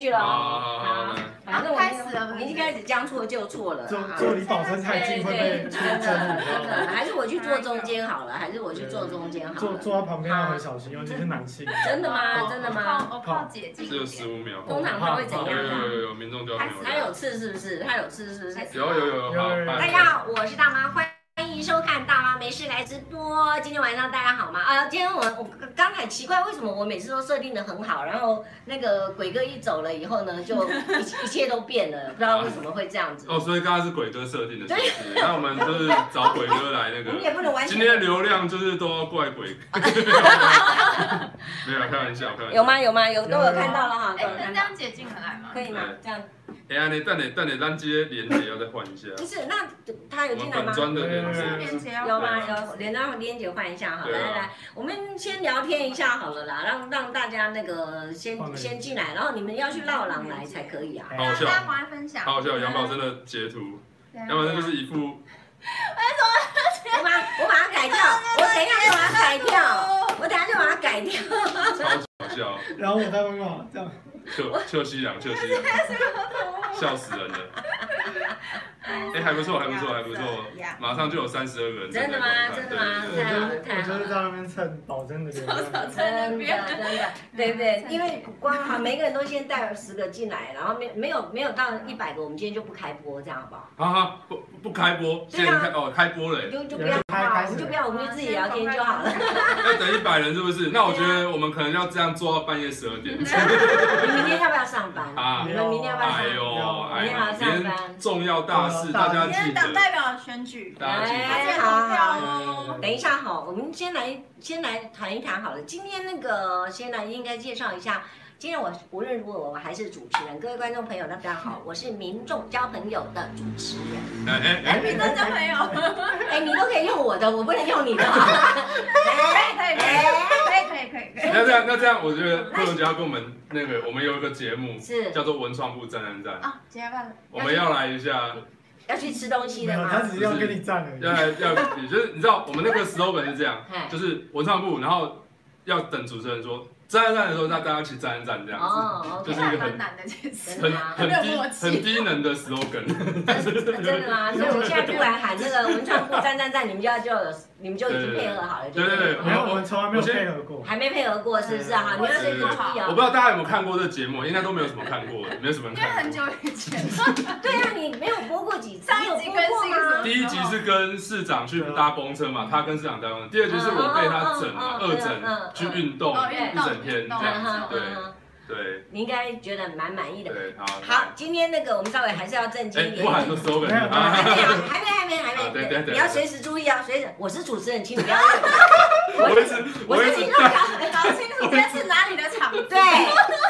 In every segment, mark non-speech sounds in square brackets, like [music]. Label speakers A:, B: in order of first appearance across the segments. A: 去了哦，
B: 啊，
A: 反正我们
C: 开始了
A: 我们已经开始将错就错了。
D: 做
A: 啊
D: 做离保生太近会被
A: 对，
D: 出
A: 真的
D: 征，你知道
A: 真的，
D: 吗？
A: 还是我去坐中间好了，还是我去坐中间好
D: 坐
A: 了。
D: 坐他旁边要很小心，尤其是男性。
A: 真的吗？真的吗？哦
C: 泡哦我泡姐姐
B: 只有十五秒。
A: 通常他会怎
B: 有
A: 样啊？
B: 有有有，民众就要
A: 他有刺是不是？他有刺是不是？
B: 有有有有，好，
A: 大家好，我是大妈，欢迎收看《大妈没事来直播》。今天晚上大家好吗？啊，今天我我刚才奇怪，为什么我每次都设定的很好，然后那个鬼哥一走了以后呢，就一 [laughs] 一切都变了，不知道为什么会这样子。
B: 哦，所以刚刚是鬼哥设定的形式，那我们就是找鬼哥来那
A: 我们
B: 个。
A: 也不能完
B: 今
A: 全。
B: 天流量就是都要怪鬼，没有开玩笑，开玩笑。
A: 有？吗？有吗？有都有看到了哈，都有，
C: 哎
A: 啊
C: 那
A: 看
C: 这
A: 到。
C: 样姐进得来吗？
A: 可以吗？这样
B: 哎呀，你等你等你，咱这些连接要再换一下。
A: 不是？那他有
B: 我
A: 进
B: 们
A: 来吗
B: 本？专的连
C: 链
B: 接。
C: 接要
A: 有吗？有，连到连姐换一下哈，
B: 对
A: 来
B: 啊
A: 来来，我们先聊天一下好了啦，让让大家那个
D: 放
A: 先
D: 了
A: 先进来，然后你们要去绕廊来才可以 [laughs] 啊。
B: 好笑
C: 大家赶快分享。
B: 好好笑，杨宝真的截图，
C: 对啊
B: 杨宝真就是一副
A: 我把我把它 [laughs] 改掉，我等一下就把它改掉，
C: 哦
A: 我等一下就把它改掉。
B: 超好笑，
D: 然后我在外面嘛这样，
B: 秀秀西凉，秀西凉，笑死人了。哎，还不错，还不错，还不错，马上就有三十二个人在
A: 真的吗
B: 观看。
A: 真的吗
D: 我
B: 对
D: 就
B: 对对
A: 啊
D: 是我就是在那边蹭保真的流量。
A: [laughs] 真的真的，对不对？因为光好，每个人都先带十个进来，然后没没有没有到一百个，我们今天就不开播，这样好不好？
B: 好好，啊不不开播，
A: 对
B: 现
A: 啊
B: 在开哦开播
A: [laughs]
B: 了耶，
A: 就就不要好，我们就不要，我们就自己聊天就好了。
B: 要哎等一百人是不是？那我觉得我们可能要这样做到半夜十二点
A: 你明天要不要上班？
B: 啊
A: 你！们明天要不要
B: 哎
A: 上班？
B: 呦哎
A: 明天要
B: 呦，
A: 啊上
B: 今
A: 班啊
B: 天重要大事，大家
C: 今
B: 记 [laughs]
C: 天党
B: 得，
C: 代表
B: [laughs]
C: 选举，
B: 大家记
C: 大
B: 得
A: 哎
C: 家投票哦。
A: 等一下哈，我们先来先来谈一谈好了。今天那个先来应该介绍一下，今天我无论如何我还是主持人，各位观众朋友大家好，我是民众交朋友的主持
B: [laughs]
A: 人。
B: 哎哎哎
C: 哎，民众交朋友，
A: 哎，你都可以用我的，我不能用你的。哎
C: 可
A: 哎，
C: 以可以可以可以可以。
B: 那这样，那这样，我觉得慧文姐要跟我们那个，我们有一个节目
A: 是
B: 叫做《文创部站站站》，
C: 啊，结伴了。
B: 我们要来一下，
A: 要去吃东西
D: 没
A: 的
D: 有，他
A: 吗？
D: 只是要跟你站而
B: 要
D: 已。
B: 来要，就是你知道我们那个 slogan 是这样
A: 嗨，
B: 就是文创部，然后要等主持人说站站站的时候，那大家一起站站站这样
A: 哦
B: 就
A: ，OK，啊
B: 是一个很
C: 蛮难的，其实。
B: 子，很很
C: 很有
B: 低
C: 默契
B: 很低能的 slogan，
A: [laughs]
C: [laughs]
A: 真的吗？所以我现在突然喊那个文创部站站站，你们就要就有，你们就已经配合好了，
B: 对对对
A: 不
D: 没有，我们从来没有
B: 我先
D: 配合过。
A: 还没配合过是不是哈？你
C: 我
A: 要先注
B: 是
A: 意
B: 我不
A: 哦。
B: 知道大家有没有看过这节目，应该都没有什么看过，没有什么人
C: 因为
B: 看
C: 很
B: 过。
C: 久以
B: [laughs]
C: 前，
A: 对啊，你没有播过几次，
C: 上
A: 你有
C: 一集
A: 播
C: 更
A: 过
C: 新的时
A: 吗
C: 候？
B: 第一集是跟市长去搭公车嘛，他跟市长搭公车。第二集是我被他整
A: 嗯嗯
B: 嘛，
A: 嗯
B: 二
A: 嗯嗯
B: 整去运动
C: 哦
B: 一
C: 运动
B: 整天
C: 运
B: 这
C: 动
B: 样子
A: 嗯，
B: 对
A: 嗯嗯
B: 对
A: 你应该觉得蛮满意的。
B: 对，好。
A: 好，今天那个我们稍微还是要正经一
B: 哎，
A: 点。
B: 不喊就收尾
D: 没
A: 还
D: 有
B: 啊！
A: 没
B: [laughs]
A: 啊，还没，还没，还没。
B: 啊对对对
A: 你要随时注意啊，随时。我是主持人，请你
B: [laughs]
A: 不要。
B: 我一直我一
A: 是
B: 直
A: 听众
B: 带，
C: 搞清楚今天是哪里的场地。
A: 对，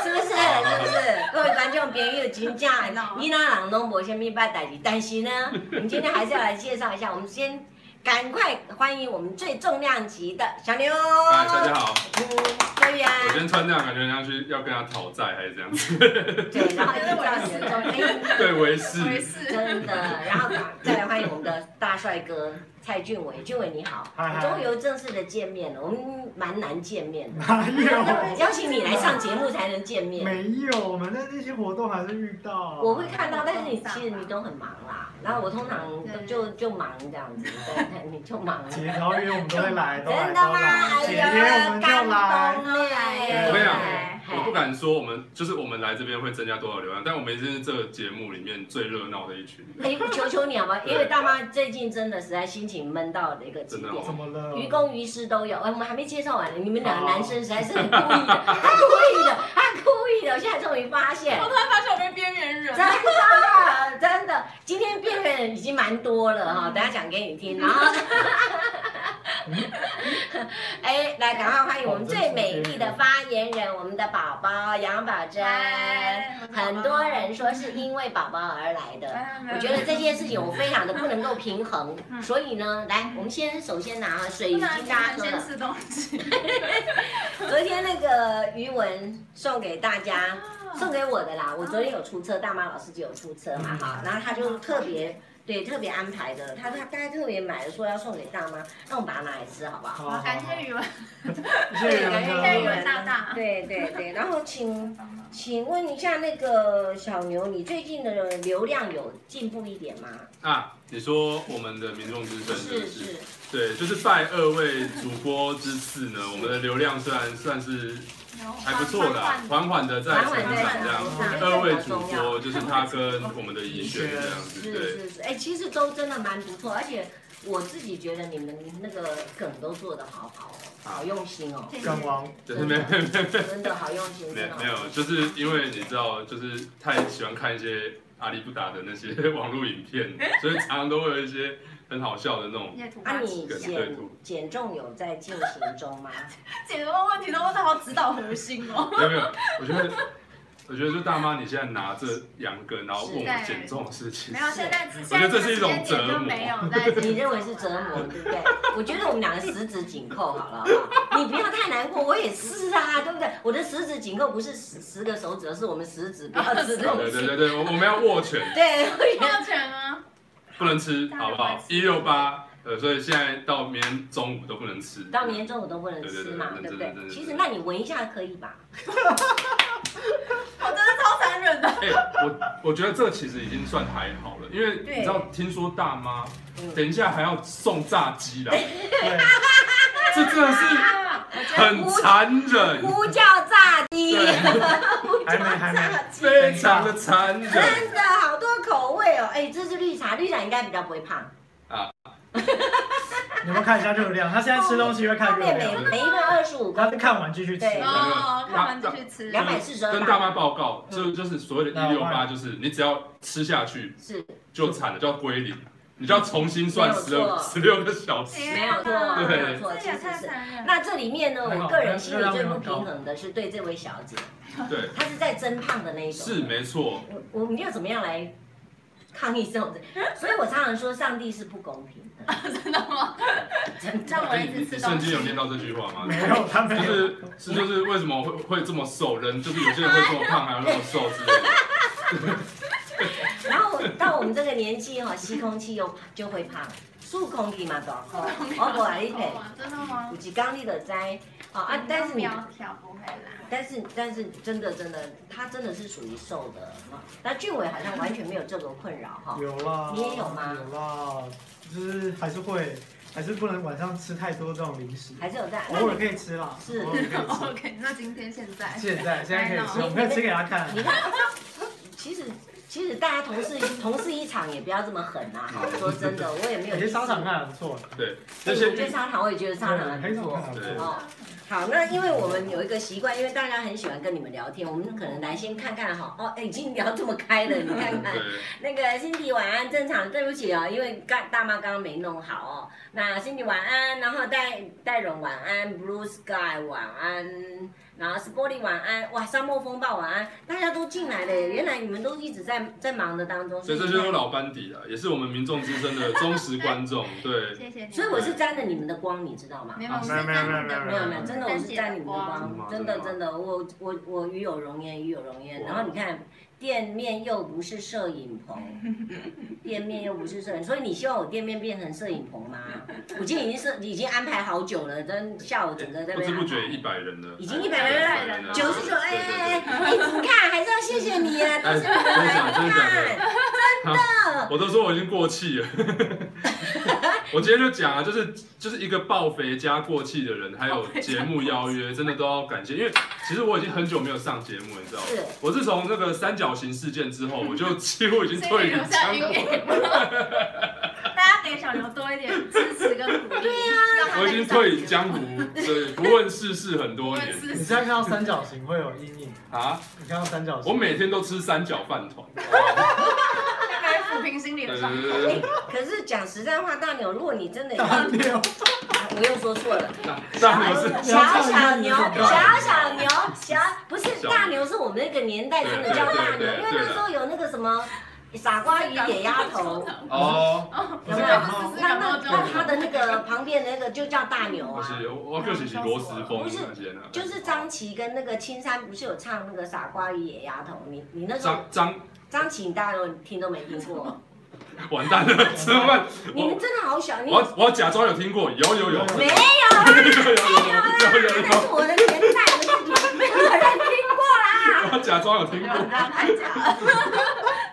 A: 是不是？是不是？各位观众朋友，请讲，你哪人拢无虾米捌代志，但是呢，我们今天还是要来介绍一下，我们先赶快欢迎我们最重量级的小牛。
B: 哎，大家好，
A: 嗯，对呀、
B: 我今天穿这样，感觉像去要跟他讨债还是这样子，
A: 对，然后依照你的重量。
B: 对，我也
C: 我也
B: 是。
C: 是。
A: 真的，然后再来欢迎我们的大帅哥蔡俊伟，俊伟你好
D: 嗨，嗨
A: 终于有正式的见面了，我们蛮难见面的，
D: 哪有？
A: 邀请你来上节目才能见面。
D: 没有，我们在那些活动还是遇到。啊
A: 我会看到，但是你其实你都很忙啦，然后我通常都就就忙这样子，对，你就忙了。
D: 节条约我们都会来，都
A: 真的
D: 来都
A: 吗？
D: 来。
A: 哎
D: 姐
A: 呀
D: 姐我们，
A: 感
D: 就来。
A: 动了耶！
B: 我跟你讲
A: 哎
B: 我不敢说我们就是我们来这边会增加多少流量，但我们也是这个节目里面最热闹的一群。
A: 哎，求求你好吗？因为大妈最近真的实在心情闷到了一个极
B: 真的
A: 点
B: 哦。
D: 怎么了？
A: 于公于私都有，哎，我们还没介绍完呢。你们两个男生实在是很故意的， [laughs] 他故意的，他故意的，我现在终于发现，
C: 我突 [laughs] 然发现我被边缘
A: 真
C: [laughs] 人。
A: 的真的，今天变的人已经蛮多了
C: 嗯
A: 哈，等下讲给你听。然
C: [laughs]
A: 后，哎，来，赶快欢迎我们最美丽的发言人，我们的宝宝杨宝珍。很多人说是因为宝宝而来的，我觉得这件事情我非常的不能够平衡，
C: 嗯
A: 所以呢，来，我们先首先拿水已
C: 不
A: 经
C: 能
A: 大家喝
C: 先
A: 了。
C: 吃东西，
A: 昨天那个余文送给大啊嗯家，送给我的啦。我昨天有出车，大妈老师就有出车嘛，哈，然后他就特别对特别安排的，他他大家特别买的说要送给大妈，那我们把它拿来吃好不好？
D: 好，
C: 感谢语文，
D: 谢谢
A: 感
D: 感
A: 谢
D: 谢
C: 感谢语文大大。
A: 对对 [laughs] 对，然后请请问一下那个小牛，你最近的流量有进步一点吗？
B: 啊，你说我们的民众之声是不
A: 是
B: 是？
A: 是，
B: 对，就是拜二位主播之赐呢，我们的流量虽然算是还不错的啊，缓缓的在
A: 缓
B: 成
A: 缓在
B: 长这样。
A: 成长，
B: 二位
A: 好
B: 主
A: 重要。
B: 播就是他跟我们的怡轩这样子，
A: 是
B: 对，
A: 是是，哎、其实都真的蛮不错，而且我自己觉得你们那个梗都做得好好哦，好用心哦，
C: 谢谢
D: 梗王，
B: 就是没没
A: 真的好用心，真
B: 没
A: 的
B: 有
A: 好
B: 没有，就是因为你知道，就是太喜欢看一些阿里不达的那些 [laughs] 网络影片，所以常常都会有一些很好笑的那种。
C: 你也吐
A: 啊，
C: 吧
A: 你
B: 梗对
A: 减
B: 图
A: 减重有在进行中吗？
C: 姐什么问题都问到好指导核心哦。
B: 没有没有，我觉得我觉得就大妈你现在拿着羊羹，然后问我
C: 是
B: 减重的事情
C: 没，有，现在
B: 我觉得这是一种
C: 现在这个时间点就
B: 折磨
C: 没有在
A: 你认为是折磨，对不对？我觉得我们两个十指紧扣好了，好不好？你不要太难过，我也是啊，对不对？我的十指紧扣不是十十个手指，而是我们十指不要吃
B: 对
A: 东
B: 对对
A: 西。
B: 对对，我我们要握拳，
A: [laughs] 对，我觉得
C: 抱拳吗？
B: 不能吃，好不好？一六八，呃，所以现在到明天中午都不能吃，
A: 到明天中午都不能
B: 对对
A: 吃
B: 对
A: 嘛，
B: 对
A: 对不
B: 对
A: 对
B: 对对？对
A: 其实那你闻一下可以吧？
C: 我真的超残忍的。
B: 哎、我我觉得这其实已经算还好了，因为
A: 对
B: 你知道，听说大妈
A: 嗯
B: 等一下还要送炸鸡啦，
D: 对，
B: 这真的是很残忍，
A: 呼叫炸鸡，
B: 对
A: 呼叫
D: 还没还没
A: 炸鸡，
B: 非常的残忍
A: 真的好多口味哦。哎，这是绿茶，绿茶应该比较不会胖。
D: 你们看一下热量，他现在吃东西会
A: 后
D: 看热
A: 面每
D: 量，
A: 每一份二十五
D: 他
A: 公
D: 是看完继续吃。
A: 对
C: 哦，看完就去吃。
A: 两百四十二嗯
B: 跟大妈报告，就就是所谓的
D: 那
B: 一
D: 我
B: 六八，
D: 忘
B: 就是你只要吃下去
A: 是
B: 就惨了，就要归零，你就要重新算十
A: 没有
B: 六
A: 错哎
B: 十六个小时。
A: 没有错，没
B: 对
A: 有错，
C: 这
A: 其
C: 也
A: 实
C: 太
A: 是。
C: 残忍了。
A: 那这里面呢，我个人心里最不平衡的是对这位小姐，
B: 对，
A: 她是在增胖的那一种。
B: 是没错，
A: 我我们要怎么样来抗议这种事？所以我常常说，上帝是不公平的，真的吗？
C: 让我
B: 哎
C: 一
B: 你
C: 直
B: 你
C: 吃东
B: 圣经有
C: 西
B: 念。到这句话吗？
D: 没有，他没
B: 就
D: 有
B: 是。是就是为什么会会这么瘦？人就是有些人会这么胖，还有那么瘦之类的。
A: 然后到我们这个年纪哈，吸空气又就会胖，吸空气嘛，大哥，我不来你配，
C: 真的吗
A: 有？一天你就知哦啊，但是你
C: 苗条不会啦。
A: 但是但是真的真的，他真的是属于瘦的哈。那俊伟好像完全没有这个困扰哈。
D: 有啦，
A: 你也有吗
D: 有啦，就是还是会，还是不能晚上吃太多这种零食，
A: 还是有在，那
D: 偶尔
A: 你
D: 可以吃啦，
A: 是
D: 偶尔可
A: [laughs]
D: 以
C: OK，那今天现在
D: 吃。现在现在可以吃，
A: 你
D: 我们可以吃给他看。
A: 你看，其实其实大家同事同事一场也不要这么狠啊。哈，说真的，我也没有
D: 有
A: 意思。
D: 些商场看还不错，
A: 对，
B: 那
A: 我觉得
B: 些
A: 商场我也觉得商场很
D: 对
A: 不错。
D: 还不
B: 对
D: 错。
A: 哦，好，那因为我们有一个习惯，因为大家很喜欢跟你们聊天，我们可能来先看看哈。哦，哎已经聊这么开了，你看看。
B: 对
A: 那个 Cindy 晚安，正常，对不起哦，因为刚大妈刚刚没弄好哦。那 Cindy 晚安，然后戴戴荣晚安，Blue Sky 晚安，然后 Sporty 晚安，哇，沙漠风暴晚安，大家都进来了耶，原来你们都一直在在忙的当中，
B: 所以这就是老班底啊了，也是我们民众之声的忠实观众。对，
C: 谢谢你。
A: 所以我是沾了你们的光，你知道吗？
C: 没有
D: 没有没有没有没有
A: 没有没有，真的我是沾你们的光，真
B: 嗯真
A: 的
B: 的
A: 真的，我我我与有容颜，与有容颜。
B: 哇
A: 然后你看，店面又不是摄影棚，店面又不是摄影，所以你希望我店面变成摄影棚吗？我今天已经是已经安排好久了，真下午整个在那
B: 不知
A: 边
B: 不
A: 安
B: 觉
A: 排。
B: 一百人了，
A: 已经100
C: 人了
A: 九十九，哎哎哎，
B: 对
A: 哎，你看，还是要谢谢你啊，都是
B: 对对
A: 我
B: 哎，真的假的真的假的
A: 看，
B: 我都说我已经过气了。 [laughs] 我今天就讲啊，就是就是一个爆肥加过气的人，还有节目邀约，真的都要感谢，因为其实我已经很久没有上节目了，你知道吗
A: 是？
B: 我自从那个三角形事件之后，我
A: [laughs]
B: 就几乎已经
C: 所
B: 退
C: 以留
B: 隐
C: 下
B: 江
C: 阴
B: 湖。
C: 影。大家给小牛多一点支持跟鼓励。对呀，
B: 我已经退隐江湖，对，不问世事很多
C: 我
B: 年
C: 也
D: 你
C: 是
D: 现在看到三角形会有阴影，
B: 啊！
D: 你看到三角形，
B: 我每天都吃三角
A: [laughs]
B: 饭团。
C: 大概抚平心里
B: 对对
C: 的伤。
B: 对对
A: 哎，可是讲实在话，大牛，如果你
B: [laughs]
A: 真的，
D: 大牛，
A: 我又说错了。
B: 对，大牛是
A: 小小牛，小小牛，小不是大牛，是我们那个年代真的叫大牛，因为那时候有那个什么傻瓜与野丫头，
B: 哦，
A: 有没有？那那那他的那个旁边那个就叫大牛
B: 我
A: 啊。
B: 是我个是是螺丝风
A: 不是
B: 那啊些呢，
A: 就是张琪跟那个青山不是有唱那个傻瓜与野丫头？你你那时候
B: 张张
A: [laughs] 张琪，你大家都听都没听过，
B: 完蛋了，吃饭，
A: 你
B: 我
A: 们真的好小，你
B: 我要我要假装有听过，有有有，有有有有
A: 没有啦，
B: 有有
A: 那
B: 有，
A: 是我的年代，没有人听过啦。
B: 我要假装有听过。
C: 太假了，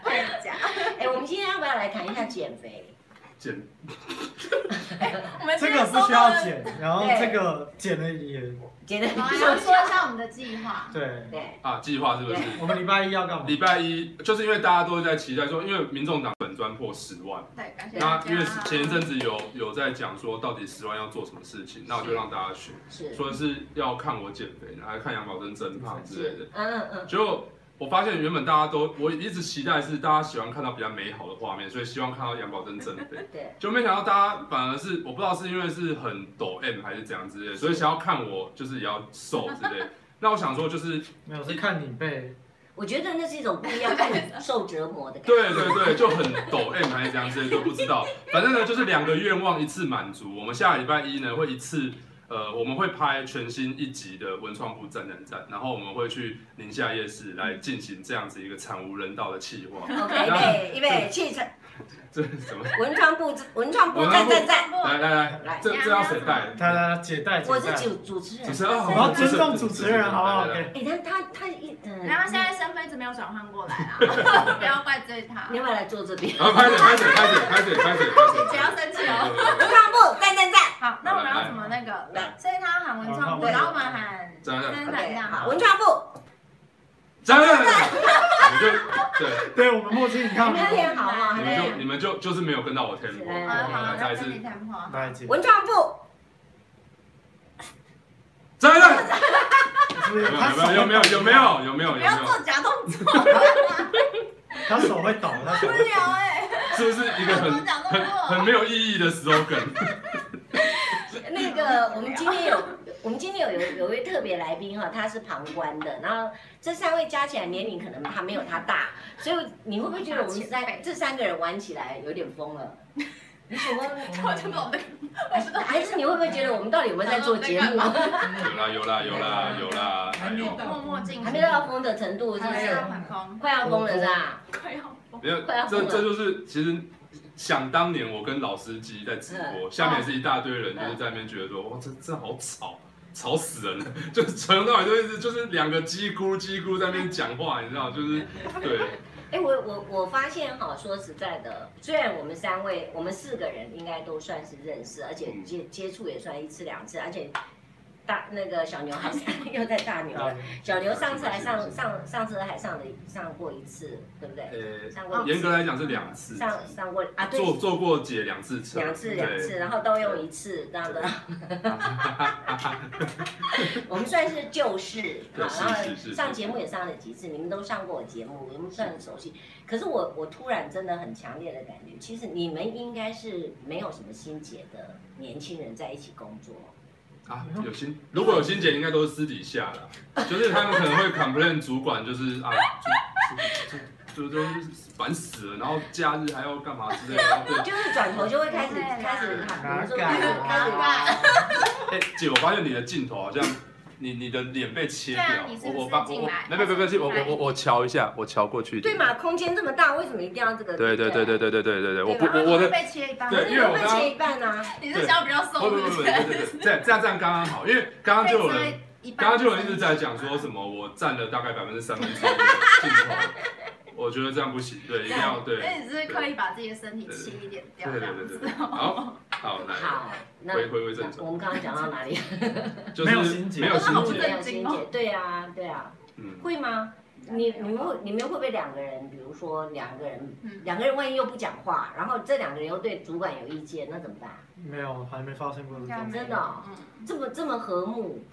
C: 太假。
A: 哎，我们今天要不要来谈一下减肥？
B: 简
C: 我们
D: 这个不需要剪，然后
A: 对
D: 这个剪了也
A: 减肥
C: 我们要说一下我们的计划。
D: 对。
A: 对，
B: 啊，计划是不是？
D: 我们礼拜一要干嘛？
B: 礼拜一就是因为大家都在期待说，因为民众党本专破十万，
C: 对，感谢大
B: 那
C: 家。
B: 因为前一阵子有有在讲说到底十万要做什么事情，那我就让大家选，
A: 是，
B: 说是要看我减肥，然后看杨宝珍增胖之类的。
A: 嗯嗯嗯，
B: 结果我发现原本大家都我一直期待是大家喜欢看到比较美好的画面，所以希望看到杨宝珍增肥。
A: 对，
B: 就没想到大家反而是我不知道是因为是很抖 M 还是怎样之类的，所以想要看我就是也要瘦之类的。那我想说就是
D: 没有是看你背，
A: 我觉得那是一种不一样，看你受折磨的感觉。
B: 对对对，就很抖 M 还是怎样之类的都不知道。反正呢就是两个愿望一次满足。我们下礼拜一呢会一次。呃，我们会拍全新一集的文创部站站站，然后我们会去宁夏夜市来进行这样子一个惨无人道的企划。
A: OK，预备预备，去成
B: 这是什么？
A: 文创部文创部
B: 文
A: 站
B: 创部
A: 站站，
B: 来来来
A: 来，
B: 这这要谁带？
D: 他他解带解
A: 我是
D: 带，
A: 主主持
B: 主
A: 人。
B: 持人，
D: 我
B: 我
D: 要尊重主持人好不好？OK，
A: 哎，他他他一嗯，
C: 然后现在身份一直没有转换过来
A: [laughs]
C: 啦，不要怪罪他。
A: 你要不要来坐这边？
B: 然后拍手，拍手，拍手，拍手，拍手，
C: 姐姐要
B: 拍
C: 生气哦。
A: 文
B: 手。
A: 创部站站站，
C: 好，那我们要怎么那个？所以他喊文创部，然后我们喊
B: 这样这样
C: 真的一
A: OK，
C: 样
A: 好，
C: 好。
A: 文创部，
B: 真的，你就对，
D: 对我们默契，你看
A: 你
D: 我们
A: 们练好吗？
B: 你们就你们就就是没有跟到我 tempo，
C: 嗯，好，
B: 来再
C: 那
B: 一次
C: 跟，你谈话。
D: 来解，
A: 文创部，
B: 真的，
D: 是不是他手
B: 有没有有没有有没有有没有有
C: 不
B: 没
C: 要
B: 有
C: 做，假动
B: [laughs]
C: 作，
D: 他手会抖，他手
C: 无
D: 会
C: 聊
D: 抖。
C: 哎，
B: 是不是一个
C: 做
B: 很
C: 假动
B: 很很
C: 作。
B: 没有意义的 slogan？
A: 那个我们今天有我们今天有有有一位特别来宾哈，他是旁观的，然后这三位加起来年龄可能他没有他大，所以你会不会觉得我们三这三个人玩起来有点疯了？你请问，
C: 我就把我的，我知道。
A: 还是你会不会觉得我们到底有没有在做节目？
B: 有啦有啦有啦有啦，哎呦
C: 默默进
A: 还没到疯的程度，是不
C: 还没
A: 是
C: 到？很疯，
A: 快要疯了是吧？
C: 快要疯。
B: 没有，这这就是其实。想当年，我跟老司机在直
C: 嗯
B: 播，下面也是一大堆人，就是在那边觉得说，哇，这这好吵，吵死人了！ [laughs] 就是从头到尾都一直就是两个叽咕叽咕在那边讲话，你知道，就是
C: [laughs]
B: 对，
A: 哎，我我我发现哈，说实在的，虽然我们三位，我们四个人应该都算是认识，而且
B: 嗯
A: 接接触也算一次两次，而且大那个小牛还是 [laughs] 又在大牛了，小牛上次还上上上次还上了上过一次，对不对？啊
B: 呃，
A: 上过一
B: 严
A: 次
B: 格来讲是两次，
A: 上上过啊，对，
B: 做做过解两次车，
A: 两次
B: 对
A: 两次，然后都用一次这样
B: [laughs]
A: 的。我们算是旧事，
B: [laughs]
A: 啊
B: 对
A: 然
B: 是
A: 后
B: 是是
A: 上
B: 是
A: 节目也上了几次，你们都上过我节目，你们算很熟悉。可是我我突然真的很强烈的感觉，其实你们应该是没有什么心结的年轻人在一起工作。
B: 啊，有心，如果有心姐，应该都是私底下啦，就是他们可能会 complain 主管，就是啊，就就就就烦死了，然后假日还要干嘛之类的，然后对，
A: 就是转头就会
D: [laughs]
A: 开始
C: 对啦
A: 开始，比
D: 哪
A: 如说
D: 敢
A: 开始开始
D: 啊？
B: 哎、姐，我发现你的镜头好像。你你的脸被切掉，
C: 对啊你是不是
B: 我我把我
C: 进
B: 我
C: 来
B: 没没没关系，我我我我瞧一下，我瞧过去一
A: 对
B: 点。
A: 嘛，空间这么大，为什么一定要这个？
B: 对对对对对对对对对，我
A: 对
B: 不
A: 吧
B: 我我的
C: 被切一半，
B: 对因为我
A: 会切一半
B: [laughs]
A: 啊，
C: [laughs] 你是想要比较
B: 不
C: 瘦，
B: 不
C: 是
B: 不不不，
C: 不是？
B: 对对对这样这样这样刚刚好，因为刚刚就有人刚刚就有人一直在讲说什么我占了大概百分之三分之一的镜头，我觉得这样不行，对，一定要对
C: 因为你是刻意把自己的身体切一点掉，
B: 对
C: 这
B: 对
C: 样
B: 对对
C: 子。哦
B: 对，好好来
A: 好，那
B: 回回归正
A: 那
B: 常，
A: 我们刚刚讲到啊哪里？
B: 就是
D: 没有心结
B: 没有心
C: 好不
B: 结，
C: 正经哦
A: 对啊，对啊，
B: 嗯，
A: 会吗？你你们会你们会不会两个人，比如说两个人，
C: 嗯，
A: 两个人万一又不讲话，然后这两个人又对主管有意见，那怎么办？
D: 没有，还没发生过这种。
A: 真的哦、
C: 嗯，
A: 这么这么和睦，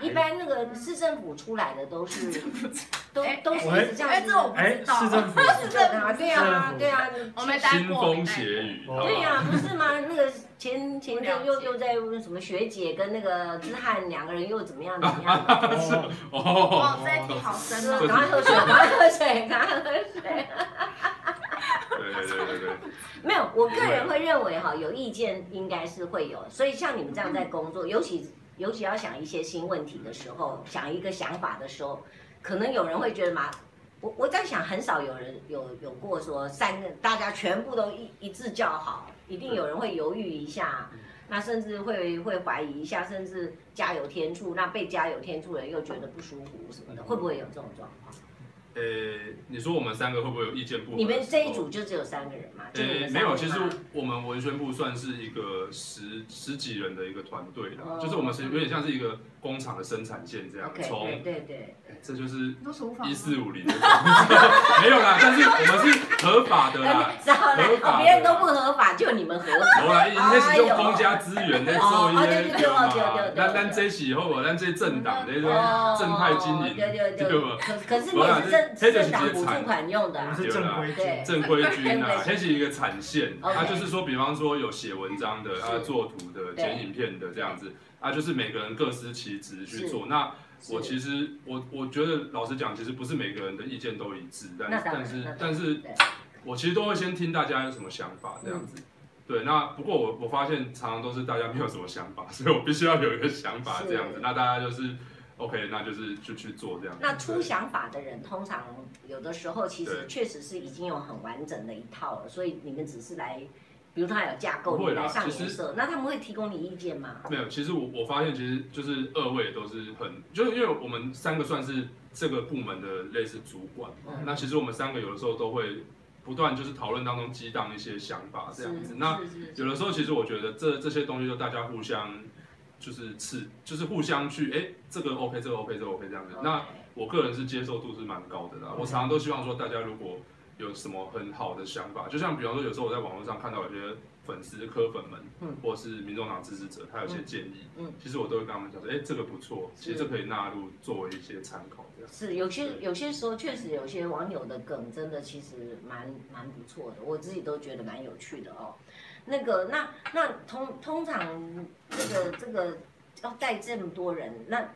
A: 一般那个市政府出来的都是都
C: 哎
A: 都是
D: 哎
A: 一直这样
C: 哎，
A: 子
C: 这，我不
D: 哎，
C: 知道。
D: 市政府，
A: 是这样啊，对啊，对啊，
C: 我没待
B: 腥
C: 过，
B: 风血雨，好不好
A: 对呀、不是吗？那个前前阵
C: 哦了
A: 又
C: 解
A: 又在问什么学姐跟那个志翰两个人又怎么样怎么
C: [laughs]
A: 样的，
D: 哦
B: 哦，
C: 哇，这一题好深
A: 说 [laughs]
C: 哦。
A: 赶快喝水，赶快喝水，赶快喝水。哦
B: 对对对对对，
A: 没有，我个人会认为哈，有意见应该是会有，所以像你们这样在工作，尤其尤其要想一些新问题的时候，想一个想法的时候，可能有人会觉得马我我在想，很少有人有有过说三个大家全部都一一致叫好，一定有人会犹豫一下
B: 嗯，
A: 那甚至会会怀疑一下，甚至加油添醋，那被加油添醋的人又觉得不舒服什么的，会不会有这种状况？
B: 呃，你说我们三个会不会有意见不合？
A: 你们这一组。就只有三个人嘛？就你
B: 呃，
A: 们
B: 没
A: 三个
B: 有，
A: 吗
B: 其实我们文宣部算是一个十十几人的一个团队啦，
A: 哦
B: 就是我们是有点像是一个工厂的生产线这样，
A: OK，对
B: 从
A: 对对，
B: 哎这就是
C: 你说厨房
B: 一
C: 吗？
B: 四五零， [laughs] 没有啦，但是我们是合法 [laughs] 的啦，
A: [laughs] 然后呢
B: 合法，的
A: 别人都不合法，就你们合法。
B: 我来应该是用公家资源在做一
A: 哎哦对对
B: 些
A: 对
B: 嘛
A: 对对对，
B: 咱咱这是以后无咱这政党这种
A: 哦，
B: 啊正派经营
A: 对对
B: 对
A: 对，
B: 吧
A: 可可是
B: 不然啊
A: 你是政
B: 这这就是
A: 政党补
B: 直接
A: 助
B: 惨
A: 款用的
D: 我们
A: 啊，
D: 是正规
A: 对
D: 军，
B: 正
A: [laughs]
B: 规军啊，
A: 正规军
B: 它是一个产线，
A: OK
B: 它就是说，比方说有写文章的，
A: 是
B: 啊做图的，
A: 对
B: 剪影片的这样子，啊就是每个人各司其职去
A: 是
B: 做。那
A: 是
B: 我其实我我觉得老实讲，其实不是每个人的意见都一致，但
A: 那当然
B: 但
A: 那
B: 是
A: 当
B: 但是
A: 对
B: 我其实都会先听大家有什么想法这样
A: 嗯
B: 子。对，那不过我我发现常常都是大家没有什么想法，所以我必须要有一个想法
A: 是
B: 这样子。那大家就是 OK，那就是就去做这样子。
A: 那出
B: 对
A: 想法的人，通常有的时候其实
B: 对
A: 确实是已经有很完整的一套了，所以你们只是来，比如他有架构，
B: 不
A: 你
B: 会啦
A: 来上
B: 其实
A: 颜色，那他们会提供你意见吗？
B: 没有，其实我我发现，其实就是二位都是很，就是因为我们三个算是这个部门的类似主管，
A: 嗯
B: 那其实我们三个有的时候都会不断就是讨论当中激荡一些想法这样子
A: 是。
B: 那
A: 是是
B: 有的时候其实我觉得这这些东西就大家互相就是刺，就是互相去哎、这个 OK 这个 OK 这个 OK 这样子。那
A: OK
B: 我个人是接受度是蛮高的啦。
A: 嗯
B: 我常常都希望说，大家如果有什么很好的想法，就像比方说，有时候我在网络上看到有些粉丝科粉们，
A: 嗯
B: 或是民众党支持者，他有些建议，
A: 嗯嗯
B: 其实我都会跟他们讲说，哎、这个不错，
A: 是
B: 其实这可以纳入作为一些参考这样。
A: 是有些
B: 对
A: 有些时候确实有些网友的梗真的其实蛮蛮不错的，我自己都觉得蛮有趣的哦。那个那那通通常这个这个要带这么多人，那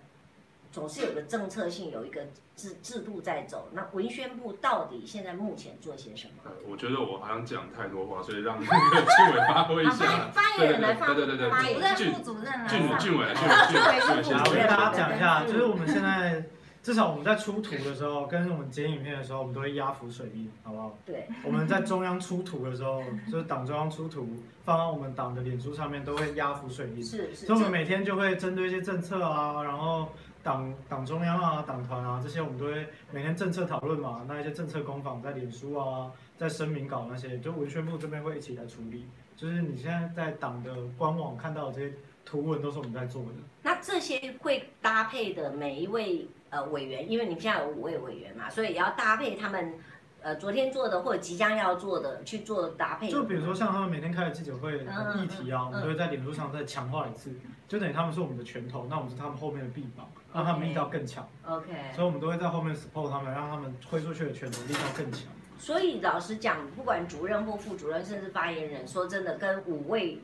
A: 总是有个政策性，有一个制制度在走。那文宣部到底现在目前做些什么
B: 呃？我觉得我好像讲太多话，所以让那个俊伟发挥一
A: 啊，发
B: 下。
A: 发
B: 对
A: 言
B: 对
A: 人来发
B: 对对对对
A: 发
C: 主
A: 言
B: 对
C: 任、
B: 俊
C: 副主任来
B: 俊
C: 上。
B: 俊伟，俊伟，俊伟，俊
A: 对
B: 伟，谢
A: 对
D: 好，
A: 对
D: 我
B: 谢
D: 给
A: 对
D: 大家讲一下，
A: 嗯
D: 就是我们现在至少我们在出图的时候，跟我们剪影片的时候，我们都会压服水印，好不好？
A: 对，
D: 我们在中央出图的时候， [laughs] 就是党中央出图，放到我们党的脸书上面，都会压服水印。
A: 是是
D: 所以我们
A: 这
D: 每天就会针对一些政策啊，然后党党中央啊、党团啊这些，我们都会每天政策讨论嘛。那一些政策工坊在脸书啊、在声明稿那些，就文宣部这边会一起来处理。就是你现在在党的官网看到的这些图文，都是我们在做的。
A: 那这些会搭配的每一位呃委员，因为你们现在有五位委员嘛，所以也要搭配他们呃昨天做的或者即将要做的去做搭配。
D: 就比如说像他们每天开的记者会
A: 哎嗯
D: 议题啊，我们都会在脸书上再强化一次，就等于他们是我们的拳头，那我们是他们后面的臂膀，让他们力道更强。
A: OK，
D: 所以我们都会在后面 support 他们，让他们挥出去的拳头力道更强。
A: 所以老实讲，不管主任或副主任，甚至发言人，说真的，跟五位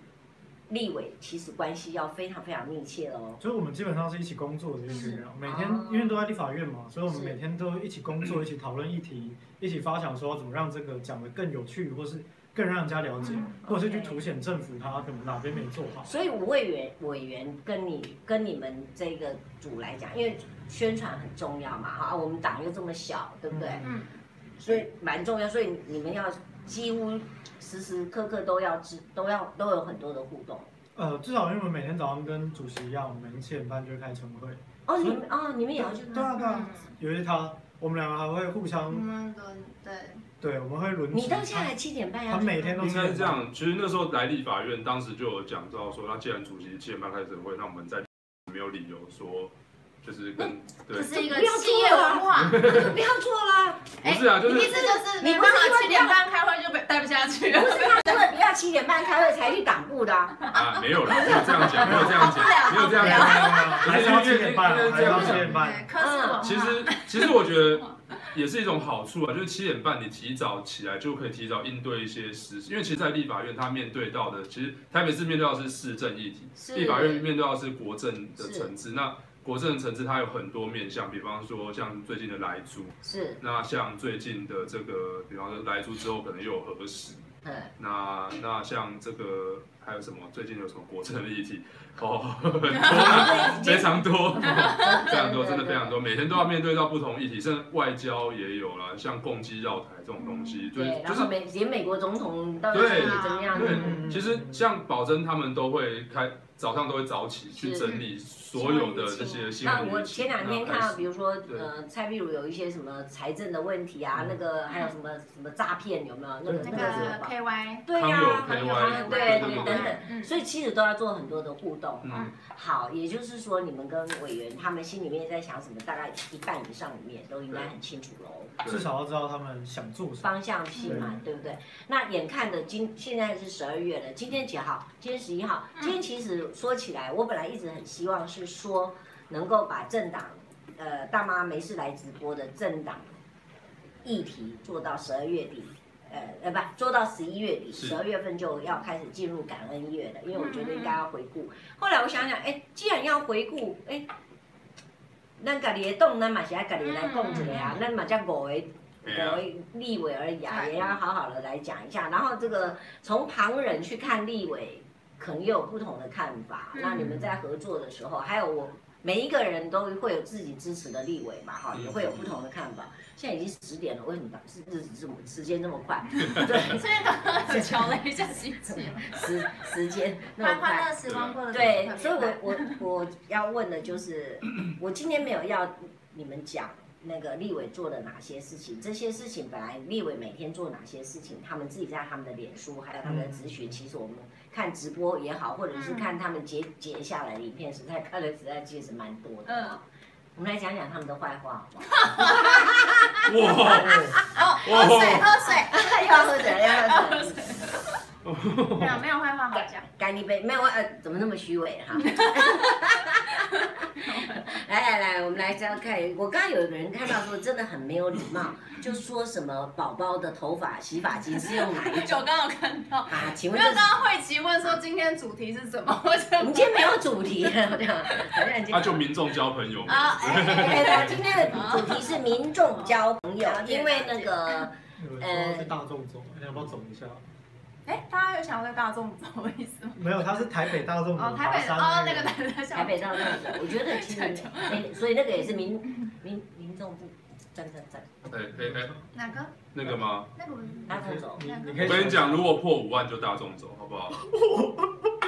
A: 立委其实关系要非常非常密切哦喽。
D: 所以我们基本上是一起工作的一群人，啊每天
A: 哦
D: 因为都在立法院嘛，所以我们
A: 是
D: 每天都一起工作，一起讨论议题，一起发想说怎么让这个讲得更有趣，或是更让人家了解，或者是去
A: 嗯 OK
D: 凸显政府他可能哪边没做好。
A: 所以五位委委员跟你跟你们这个组来讲，因为宣传很重要嘛，啊，我们党又这么小，对不对？
C: 嗯，
A: 所以蛮重要，所以你们要几乎时时刻刻都要知，都要都有很多的互动。
D: 呃，至少因为我们每天早上跟主席一样，我们七点半就会开晨会，
A: 哦，你们哦，你们也要去
D: 对
A: 看。
D: 啊对啊
C: 嗯，
D: 由于他，我们两个还会互
C: 我
D: 相，
C: 们轮对，
D: 对，我们会轮
A: 你
D: 值。
A: 到下来七点半
D: 他
A: 要
D: 每天都
B: 应该是这
D: 样。
B: 样，其实那时候来立法院，当时就有讲到说，那既然主席七点半开始会，那我们在没有理由说，就是跟对
C: 这，是一个
A: 不要做
C: 企业文化。
A: 不要做啦，
B: 不是啊，就
C: 你意
B: 是
C: 思就是
A: 你
C: 没
A: 不
C: 办
A: 是因
C: 法
A: 为
C: 七点半开会就被待不下去
A: 不
C: 了？
A: 是他真的不要七点半开会才去党部的啊、
B: 啊，没有啦，没有这样讲，没有这样讲，没有这样讲。
D: 还是要七点半啊，还是要七点半。
C: 对，科室文化。
B: 其实，其实我觉得也是一种好处啊，就是七点半你提早起来就可以提早应对一些事，因为其实，在立法院他面对到的，其实台北市面对到的是市政议题，
A: 是
B: 立法院面对到的是国政的层次。那国政的层次它有很多面向，比方说像最近的来租，
A: 是，
B: 那像最近的这个，比方说来租之后可能又有核实，
A: 嗯，
B: 那那像这个还有什么最近有什么国政的议题？哦，很多啊非常多，非常多，真的非常多，每天都要面对到不同议题，甚至外交也有啦，像共机绕台这种东西，就是
A: 嗯对，
B: 就
A: 然
B: 是
A: 后美连美国总统到底是怎么样？
B: 对
A: 嗯，
B: 其实像宝珍他们都会开早上都会早起去
A: 是
B: 整理所有的这些新
A: 那
B: 闻
A: 我
B: 舆情
A: 前两天看到，
B: 然后开
A: 比如说
B: 对
A: 呃，蔡壁如有一些什么财政的问题啊，
B: 嗯
A: 那个还有什么什么诈骗有没有？那个
D: 对
A: 那
C: 那
A: 个
C: 个
A: 什么
C: KY，
A: 对
B: 康有
A: 呀，还
B: KY
A: 有他们
B: 对
A: 对
B: 对
A: 对
B: 对
A: 等等，
C: 嗯，
A: 所以妻子都要做很多的互动。
B: 嗯，
A: 好，也就是说，你们跟委员他们心里面在想什么，大概一半以上里面都应该很清楚喽。
B: 对
D: 至少要知道他们想做什么。
A: 方向性嘛，对不对？那眼看着今现在是十二月了，今天几号？今天十一号。
C: 嗯
A: 今天其实说起来，我本来一直很希望是说能够把政党，呃，大妈没事来直播的政党议题做到十二月底。呃呃，不，做到十一月底，
B: 是
A: 十二月份就要开始进入感恩月了，因为我觉得
C: 嗯嗯
A: 应该要回顾。后来我想想，哎，既然要回顾，哎，咱家己的动，咱嘛是爱家己来讲一个
C: 嗯
A: 啊，咱嘛才五个
B: 哎
A: 我
B: 呀，
A: 立委而已啊，
C: 对
A: 也要好好的来讲一下。然后这个从旁人去看立委，可能也有不同的看法。
C: 嗯
A: 那你们在合作的时候，还有我每一个人都会有自己支持的立委嘛，哈，
B: 嗯
A: 也会有不同的看法。现在已经十点了，为什么是日子这么时间这么快？ [laughs] 对，
C: 所以刚刚瞧了一下心情，
A: 时时间那
C: 欢
A: 么
C: 欢
A: 快。
C: 乐时光过得
A: 对，
C: 特别
A: 所以
C: 快
A: 我我我要问的就是，我今天没有要你们讲那个立委做了哪些事情，这些事情本来立委每天做哪些事情，他们自己在他们的脸书还有他们的
C: 嗯
A: 咨询，其实我们看直播也好，或者是看他们截截下来的影片，实在看的实在其实蛮多的
C: 嗯
A: 哦。我们来讲讲他们的坏话，好不
C: [laughs]
A: 好？ [laughs]
B: 嗯哇，
C: 哦，喝水喝水，
A: 要喝水了，要喝水了。
C: 没有没有坏话好讲，
A: 干一杯，没有呃，怎么那么虚伪
C: [laughs]
A: 哈？来来来，我们来这样看。我刚刚有一个人看到说，真的很没有礼貌，
C: [laughs]
A: 就说什么宝宝的头发洗发精是用哪一
C: 有
A: 种
C: 刚刚有看到。
A: 啊？请
C: 没
A: 问
C: 有，
A: 这
C: 刚
A: 是
C: 刚慧琪问说今天主题是什么，我就
A: 我们今天没有主题，好像好像已经
B: 那啊就民众交朋友嘛，
C: 啊，哎哎哎
A: 对对，今天的主题是民众交朋友，因为那个
C: 哦
D: 有人说是大众走，你要不要走一下？
C: 哎，大家有想要对大众走的意思吗？
D: 没有，他是台北大众走
C: 哦，台北的哦，那个台北的小
A: 台北到那个，我觉得其实，哎，所以那个也是民民民众部，赞赞赞，
B: 哎哎哎，
C: 哪个？
B: 那个吗？
C: 那个不是
A: 大众走。
D: 你你可
B: 我
D: 以
B: 跟你讲，如果破五万就大众走，好不好？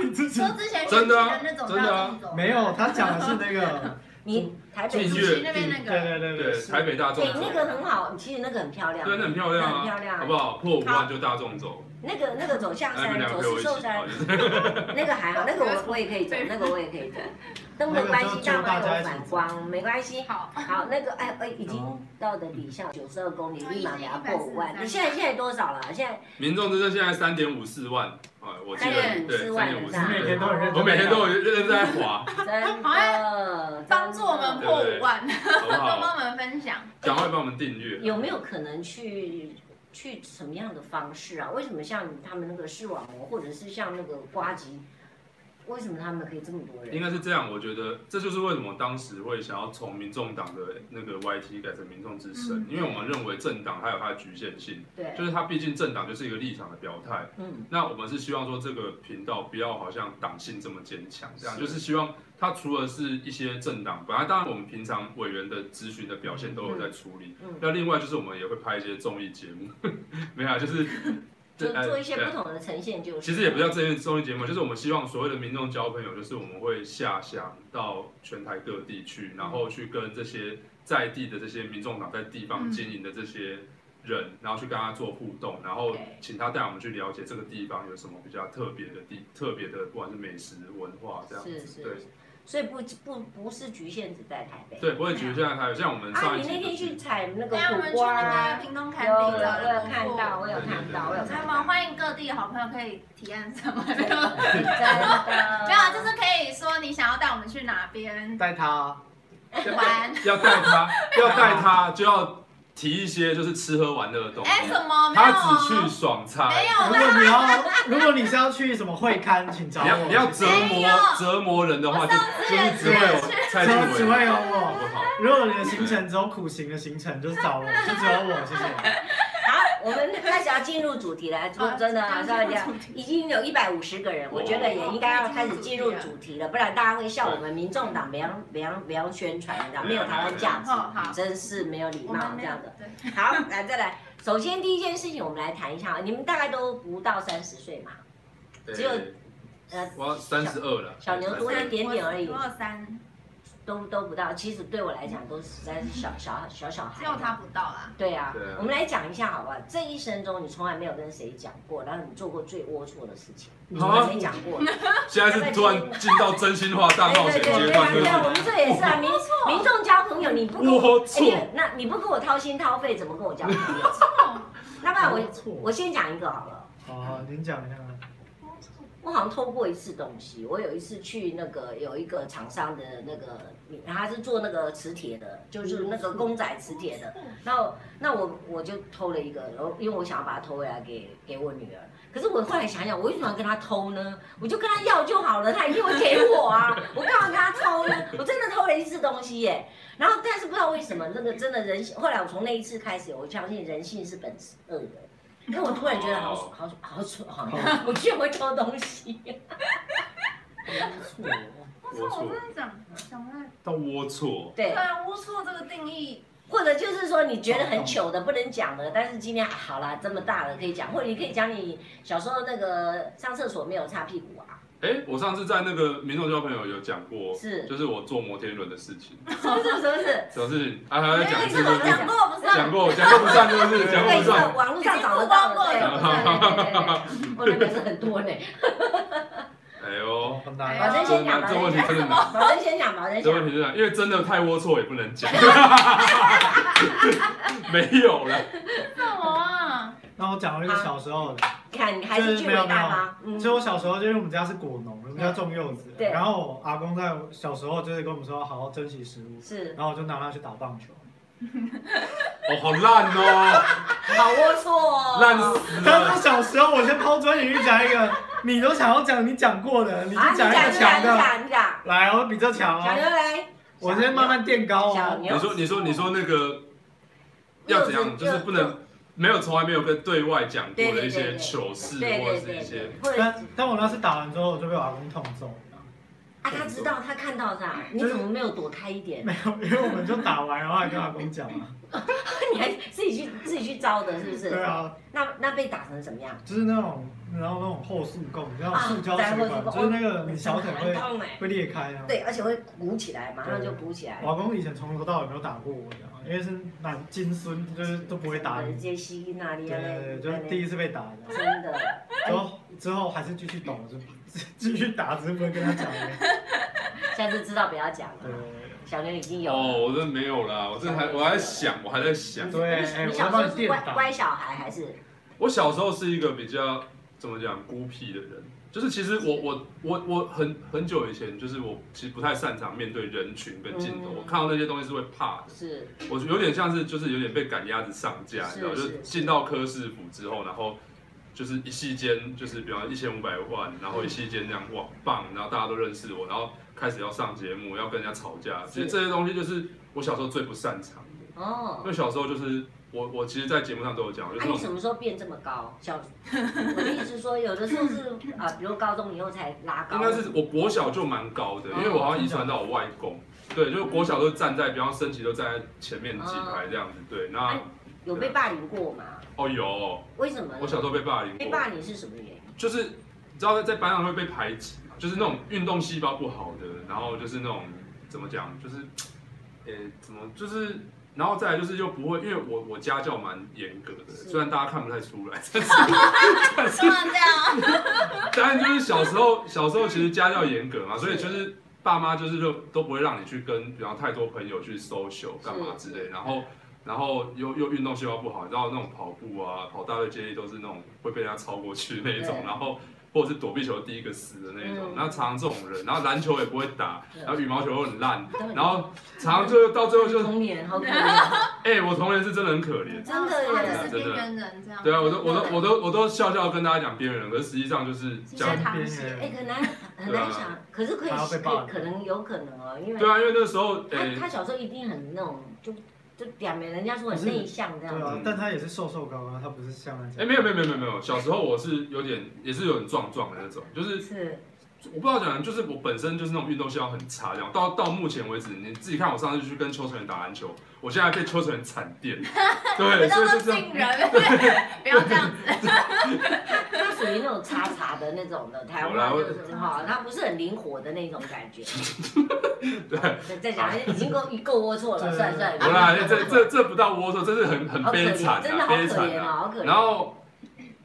D: 你自己
E: 说之前
B: 真的啊
E: 选举那种
B: 真的啊
E: 大众走
D: 没有，他讲的是那个，
A: 你台北
B: 近
A: 市
B: 月
C: 主席那边那
D: 对
C: 个，
D: 对对
B: 对，台北大众
A: 哎、那
B: 走，
A: 个很好，其实那个很漂亮，
B: 对，那很漂亮
A: 那很漂
B: 啊，
A: 亮
B: 好不好？破五万就大众走，
A: 那个那个走下
B: 那你
A: 山
B: 们，两
A: 走
B: 个陪我
A: 石
B: 一
A: 兽
B: 起，好
A: 山，
B: 意思。
A: 那个还好，那个我我也可以走，那个我也可以走。都没关系，大马有反光，没关系。
C: 好，
A: 好，那个哎哎，已经到的底下九十二公里，立马给它破五万。
C: 143
A: 你现在现在多少了？现在
B: 民众之声现在三点五四万，哎，我记得
A: 3.54
B: 对，三
A: 万啊
B: 点五四
A: 是吧
D: 每
B: 万，
D: 天都很认真。
B: 我每天都有认真在滑，
A: 真的
C: 哎帮助我们破五万，
B: 好不
C: 帮
B: 好？
C: 帮我们分享。
B: 赶快帮我们订阅。
A: 有没有可能去去什么样的方式啊？为什么像他们那个视网膜，或者是像那个瓜吉，为什么他们可以这么多人
B: 应？该是这样，我觉得这就是为什么当时会想要从民众党的那个 YT 改成民众之声，因为我们认为政党它有它的局限性，
A: 对，
B: 就是它毕竟政党就是一个立场的表态。
A: 嗯。
B: 那我们是希望说这个频道不要好像党性这么坚强，这样
A: 是
B: 就是希望它除了是一些政党，本来当然我们平常委员的咨询的表现都有在处理，
A: 嗯嗯
B: 那另外就是我们也会拍一些综艺节目， [laughs] 没有啊，
A: [laughs]
B: 就是
A: 就
B: 呃
A: 做一些
B: 对
A: 不同的呈现，就是
B: 其实也不叫这些综艺节目，就是我们希望所谓的民众交朋友，就是我们会下乡到全台各地去，然后去跟这些在地的这些民众党在地
C: 嗯
B: 方经营的这些人，然后去跟他做互动，然后
A: 对
B: 请他带我们去了解这个地方有什么比较特别的地，特别的不管是美食文化这样
A: 是
B: 子，
A: 是，所以不不不是局限只在台北。
B: 对对，不会局限在台北，像我们
A: 啊，
B: 上
A: 你
B: 一
C: 哎
B: 集
A: 那天
B: 就
A: 去
B: 是
A: 采那个
C: 等一下啊我们
A: 苦
C: 去那
A: 瓜
C: 个，屏东
A: 有
C: 看
A: 有
C: 冰
A: 我
C: 找
A: 有
C: 了
A: 看到，我有
B: 对对
A: 看
B: 对
A: 到，我有
C: 所以
A: 看
C: 我
A: 到
C: 们，欢迎各地的好朋友可以提案什么？没有，
A: 真的
C: [laughs] 没有，啊就是可以说你想要带我们去哪边
D: 带他，
C: [laughs] 玩。
B: 要带他，要带他就要提一些就是吃喝玩乐的东西，
C: 哎，什么？没有
B: 他只去
C: 哦，
B: 爽餐，
C: 没有
D: 如
C: 啦，
D: 果你要，如果你是要去什么会刊，请找
B: 你要
D: 我。
B: 你要折
C: 没
B: 磨
C: 有
B: 折磨人的话，
C: 我
B: 就
C: 上次
B: 就是
C: 也
B: 只会有蔡
D: 只
B: 志
D: 只会
B: 伟，
D: 有
B: 好不
D: 我。
B: 好？
D: 如果你的行程只有苦行的行程，就是找我，就只有我，谢谢。
A: 好，我们那个开始要进入主题
C: [laughs]
A: 了，说真的啊，
C: 啊
A: 这样讲
C: 进入主题哦
A: 已经有一百五十个人，我觉得也应该要开始进入主题了，不然
C: 啊
A: 大家会笑我们民众党没有没有没有宣传，你知道没有台湾价值
C: 哦好好，
A: 真是没有礼
C: 我
A: 貌
C: 们没
A: 这
C: 有
A: 样的。
C: 对，
A: 好，来再来，首先第一件事情，我们来谈一下，你们大概都不到三十岁嘛，只有呃，
B: 我三十二了，
A: 小牛多一点点而已
C: 我，二三，
A: 都都不到。其实对我来讲，都实在是小小小小孩。
C: 只有他。不到啦。
A: 对啊
B: 对啊，
A: 我们来讲一下好不好？这一生中你从来没有跟谁讲过，然后你做过最龌龊的事情，
B: 啊
A: 你从来没讲过。
B: 现在是突然进到真心话大冒
A: 对
B: 险
A: 对对
B: 阶
A: 对
B: 段，
A: 啊
B: 对
A: 对啊，
B: 不
A: 我们这也是
B: [laughs]
A: 啊，民民众交朋友，你不跟我，哎
B: 龌龊
A: 你那你不跟我掏心掏肺，怎么跟我交朋友？那不然
D: 没
A: 我
D: 错
A: 我先讲一个好了。
D: 好好，您讲一下。
A: 我好像偷过一次东西。我有一次去那个有一个厂商的那个，他是做那个磁铁的，就是那个公仔磁铁的。然后那我我就偷了一个，然后因为我想要把它偷回来给给我女儿。可是我后来想想，我为什么要跟他偷呢？我就跟他要就好了，他一定会给我啊！ [laughs] 我干嘛跟他偷呢？我真的偷了一次东西耶、然后但是不知道为什么，那个真的人性。后来我从那一次开始，我相信人性是本恶的。因为我突然觉得好
B: 哦
A: 好好蠢，好 [laughs] 我居然会偷东西。
D: 没错
C: 龌龊，我真的讲讲不太
B: 到龌龊，
A: 对
C: 对，啊，龌龊这个定义，
A: 或者就是说你觉得很糗的不能讲的，但是今天啊好啦，这么大了可以讲，或者你可以讲你小时候那个上厕所没有擦屁股啊，
B: 哎，我上次在那个民众交朋友有讲过，
A: 是
B: 就是我坐摩天轮的事情，
A: 是不是？是不是？
B: 什么事情？啊，还要讲一次，
A: 没有
B: 对
A: 没
B: 不
A: 有
B: 对
A: 讲
C: 讲过不是
B: 讲
C: 啊？
B: 过，讲过不算，是不是？讲过
A: 对，
B: 不
A: 这个
B: 算。
A: 网络上找得到的，对对对对对，我那个是很多呢。
B: 哎呦，，
D: 哦很难
A: 保
D: 啊。
A: 真先讲，
B: 这问题真的难，
A: 保真先讲，保真
B: 这问
A: 先
B: 题真的，因为真的太龌龊也不能讲，没有了。
C: 什么啊？
D: 那我讲了一个小时候的。
A: 看你还是去伟大吗？嗯
D: 其实我小时候，因为我们家是果农，我们家种柚子，
A: 对
D: 然后我阿公在我小时候就是跟我们说要好好珍惜食物，
A: 是
D: 然后我就拿它去打棒球，
B: 哦，好
A: [laughs]
B: 烂哦，
A: 好龌龊哦，
B: 烂死
D: 但
B: 了。
D: 是小时候，我先抛砖引玉，讲一个你都想要讲你讲过的，你就
A: 啊，
D: 讲
A: 你
D: 一
A: 讲
D: 个
A: 你
D: 强
A: 讲你
D: 的。
A: 讲你讲，
D: 来哦，比这强
A: 小
D: 哦，
A: 牛来，
D: 我先慢慢垫高
A: 小
D: 哦。
A: 牛，
B: 你说，你说，你说那个要怎样？就是不能没有从来没有跟对外讲过的一些糗事，
A: 对
B: 或
A: 对
B: 者是一
A: 对
B: 些
A: 对，或者啊，
D: 但但我那次打完之后，我就被我阿公痛揍，
A: 啊他知道他看到啥，你怎么没有躲开一点？[laughs]
D: [laughs] 没有，因为我们就打完，然后还跟阿公讲啊。
A: 你还自己去自己去招的， [laughs] 是不
D: 对
A: 是？
D: 啊，
A: 那那被打成什么样？
D: 就是那种，然后那种后束供，那种
A: 啊
D: 塑胶
A: 在
D: 水
A: 后哦束供
D: 管，就是那个你小腿
A: 很
D: 会
A: 痛哎，
D: 会裂开啊。
A: 对，而且会鼓起来，马上就鼓起来
D: 我。阿公以前从头到尾没有打过我，你知道吗因为是男金孙，就是都不会打你。
A: 杰西那里
D: 对
A: 啊，
D: 对对，就是第一次被打的。
A: 真的，
D: 之后之后还是继续抖，就 [laughs] 继续打，只是不会跟他讲而
A: [laughs]
D: 已。
A: 下次知道不要讲
D: 对
A: 了。小牛已经有
B: 哦，我真的没有啦，我真的还我还在想，我还在想。
D: 哎
A: 你小时候是乖乖小孩还是？
B: 我小时候是一个比较怎么讲孤僻的人，就是其实我我我我很很久以前，就是我其实不太擅长面对人群跟镜头，
A: 嗯
B: 我看到那些东西是会怕的，
A: 是
B: 我有点像是就是有点被赶鸭子上架，
A: 是
B: 你知道，就是是进到科室府之后，然后。就是一细间，就是比方一千五百万，然后一细间这样哇棒，然后大家都认识我，然后开始要上节目，要跟人家吵架。其
A: 是
B: 实这些东西就是我小时候最不擅长的，因
A: 哦。
B: 为小时候就是我我其实，在节目上都有讲，我就
A: 那
B: 是那
A: 啊你
B: 种
A: 什么时候变这么高？小，我的意思说，有的时候是啊，比如高中以后才拉高。
B: 应该是我国小就蛮高的，
A: 哦
B: 因为我好像遗传到我外公，对，就是国小都站在，比方升旗都站在前面几排这样子，对。那
A: 哦哎有被霸凌过吗？
B: 哦有，
A: 为什么呢？
B: 我小时候被霸凌
A: 被
B: 过，
A: 霸凌是什么原因？
B: 就是你知道在班上会被排挤嘛，就是那种运动细胞不好的，然后就是那种怎么讲，就是，呃、怎么就是。然后再来就是又不会，因为我我家教蛮严格的，
A: 是
B: 虽然大家看不太出来，
C: 不能这样，
B: 当然就是小时候，小时候其实家教严格嘛，所以就是爸妈就是就都不会让你去跟比方太多朋友去 social 干嘛之类，然后然后又又运动细胞不好，你知道那种跑步啊、跑大队接力都是那种会被人家超过去那一种，
A: 对
B: 然后或者是躲避球第一个死的那一种
A: 嗯，
B: 那常常这种人，然后篮球也不会打，
A: 对
B: 然后羽毛球又很烂，
A: 都很
B: 然后常常就到最后就是，
A: 童年好可怜，
B: 哎、我同人是真的很可怜。
A: 真的
C: 他
A: 耶
C: 只是边缘人这样。
B: 对啊，我都我都我都我都笑笑跟大家讲边缘人，可是实际上就是
C: 其
B: 这
C: 实
B: 样。
C: 他
D: 边
C: 们
D: 缘
C: 是
A: 哎，很难很难想，可是可以
D: 还要被霸凌
B: 啊
A: 可能有可能哦，因为
B: 对啊，因为那时候，哎、
A: 他他小时候一定很那种就就表明人家说很内向这
D: 对
A: 样子。
D: 啊
B: 嗯，
D: 但他也是瘦瘦高高，他不是像那
B: 哎、
D: 种。
B: 没有没有没有没有没有，小时候我是有点也是有点壮壮的那种，就是
A: 是，
B: 我不知道讲，就是我本身就是那种运动细胞很差，这样到到目前为止，你自己看我上次去跟邱成远打篮球，我现在被邱成远惨
A: [laughs]
B: 电，对，所
C: 叫
B: 以
C: 做
B: 就这样。
C: 敬人，不要这样子。
A: 他属于那种茶茶的那种的台
B: 有啦
A: 湾就是哈，他不是很灵活的那种感觉。
B: [laughs]
A: 哦
B: 对
A: 再再讲已经够够龌龊了，
D: 对
A: 算了算了。
B: 好啦，这这这不到龌龊，这是很很
A: 好哦可
B: 悲
A: 怜，
B: 惨
A: 真的
B: 啊，
A: 好
B: 悲
A: 可
B: 惨
A: 怜
B: 啊。
A: 啊，好可怜。
B: 然后，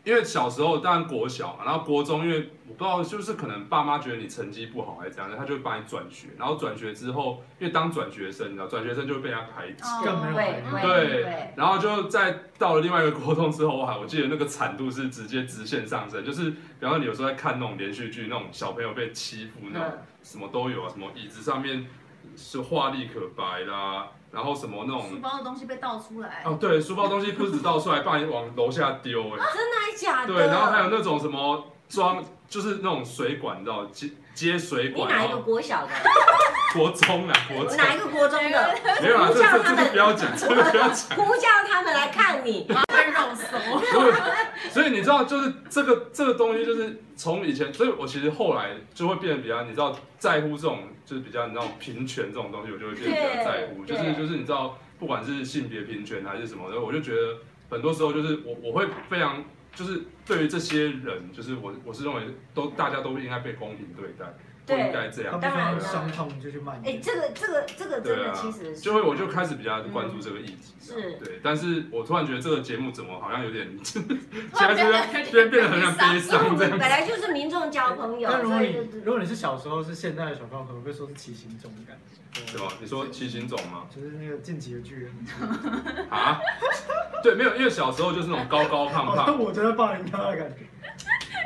B: 因为小时候当然国小嘛，然后国中因为我不知道，就是可能爸妈觉得你成绩不好还是怎样，他就会把你转学。然后转学之后，因为当转学生，你知道，转学生就会被人家排
A: 哦
B: 挤。
D: 更没有
A: 会会
D: 朋友
B: 对
A: 会，
B: 然后就在到了另外一个国中之后，我还我记得那个惨度是直接直线上升，就是比方说你有时候在看那种连续剧，那种小朋友被欺负那种，
A: 嗯，
B: 什么都有啊，什么椅子上面是画力可白啦，然后什么那
C: 书
B: 种
C: 包的东西被倒出来，
B: 哦对，书包东西不止倒出来，把你往楼下丢哎、
A: 真的还假的？
B: 对，然后还有那种什么装，就是那种水管，你知道接接水
A: 你
B: 管，
A: 哪
B: 啊然
A: 一个
B: 后
A: 国小的？
B: 国中啊国中，
A: 哪一个国中的？
B: 没有啊啦，这
A: 叫
B: 这
A: 他
B: 这
A: 们
B: 个不要讲，这个不要讲。
A: 呼叫他们来看你，
C: 然后被肉搜。
B: 所以，所以你知道，就是这个这个东西，就是从以前，所以我其实后来就会变得比较，你知道，在乎这种就是比较你知道平权这种东西，我就会变得比较在乎，
A: 对
B: 就是
A: 对
B: 就是你知道，不管是性别平权啊还是什么的，我就觉得很多时候就是我我会非常就是对于这些人，就是我我是认为都大家都应该被公平对待，不
A: 对
B: 应该这
D: 他
B: 样
C: 嗯
D: 不，想
A: 当然
D: 有
A: 了
D: 伤痛就去蔓
A: 哎，
D: 延。
A: 这个这个这个真
B: 对
A: 的
B: 啊
A: 其实是
B: 就会我就开始比较关注这个议题，
A: 是
C: 嗯
B: 对，但是我突然觉得这个节目怎么好像有点， [laughs] 现
C: 突然
B: 在
C: 变
B: 是
C: 得
B: 在变变得很像悲
A: 因为我
B: 伤这
A: 们
B: 样
A: 本。来就是民众交朋友，
D: 但如果
A: 所以
D: 你
A: 就是
D: 如果你是小时候是现代的小朋友，可能会说是骑行种的感觉。
B: 什么？你说骑行种
A: [laughs]
B: 吗？
D: 就是那个晋级的巨人。
B: 啊？对，没有，因为小时候就是那种高高胖
A: [laughs]
D: 好像
B: 胖，
D: 我觉得霸凌他的感觉。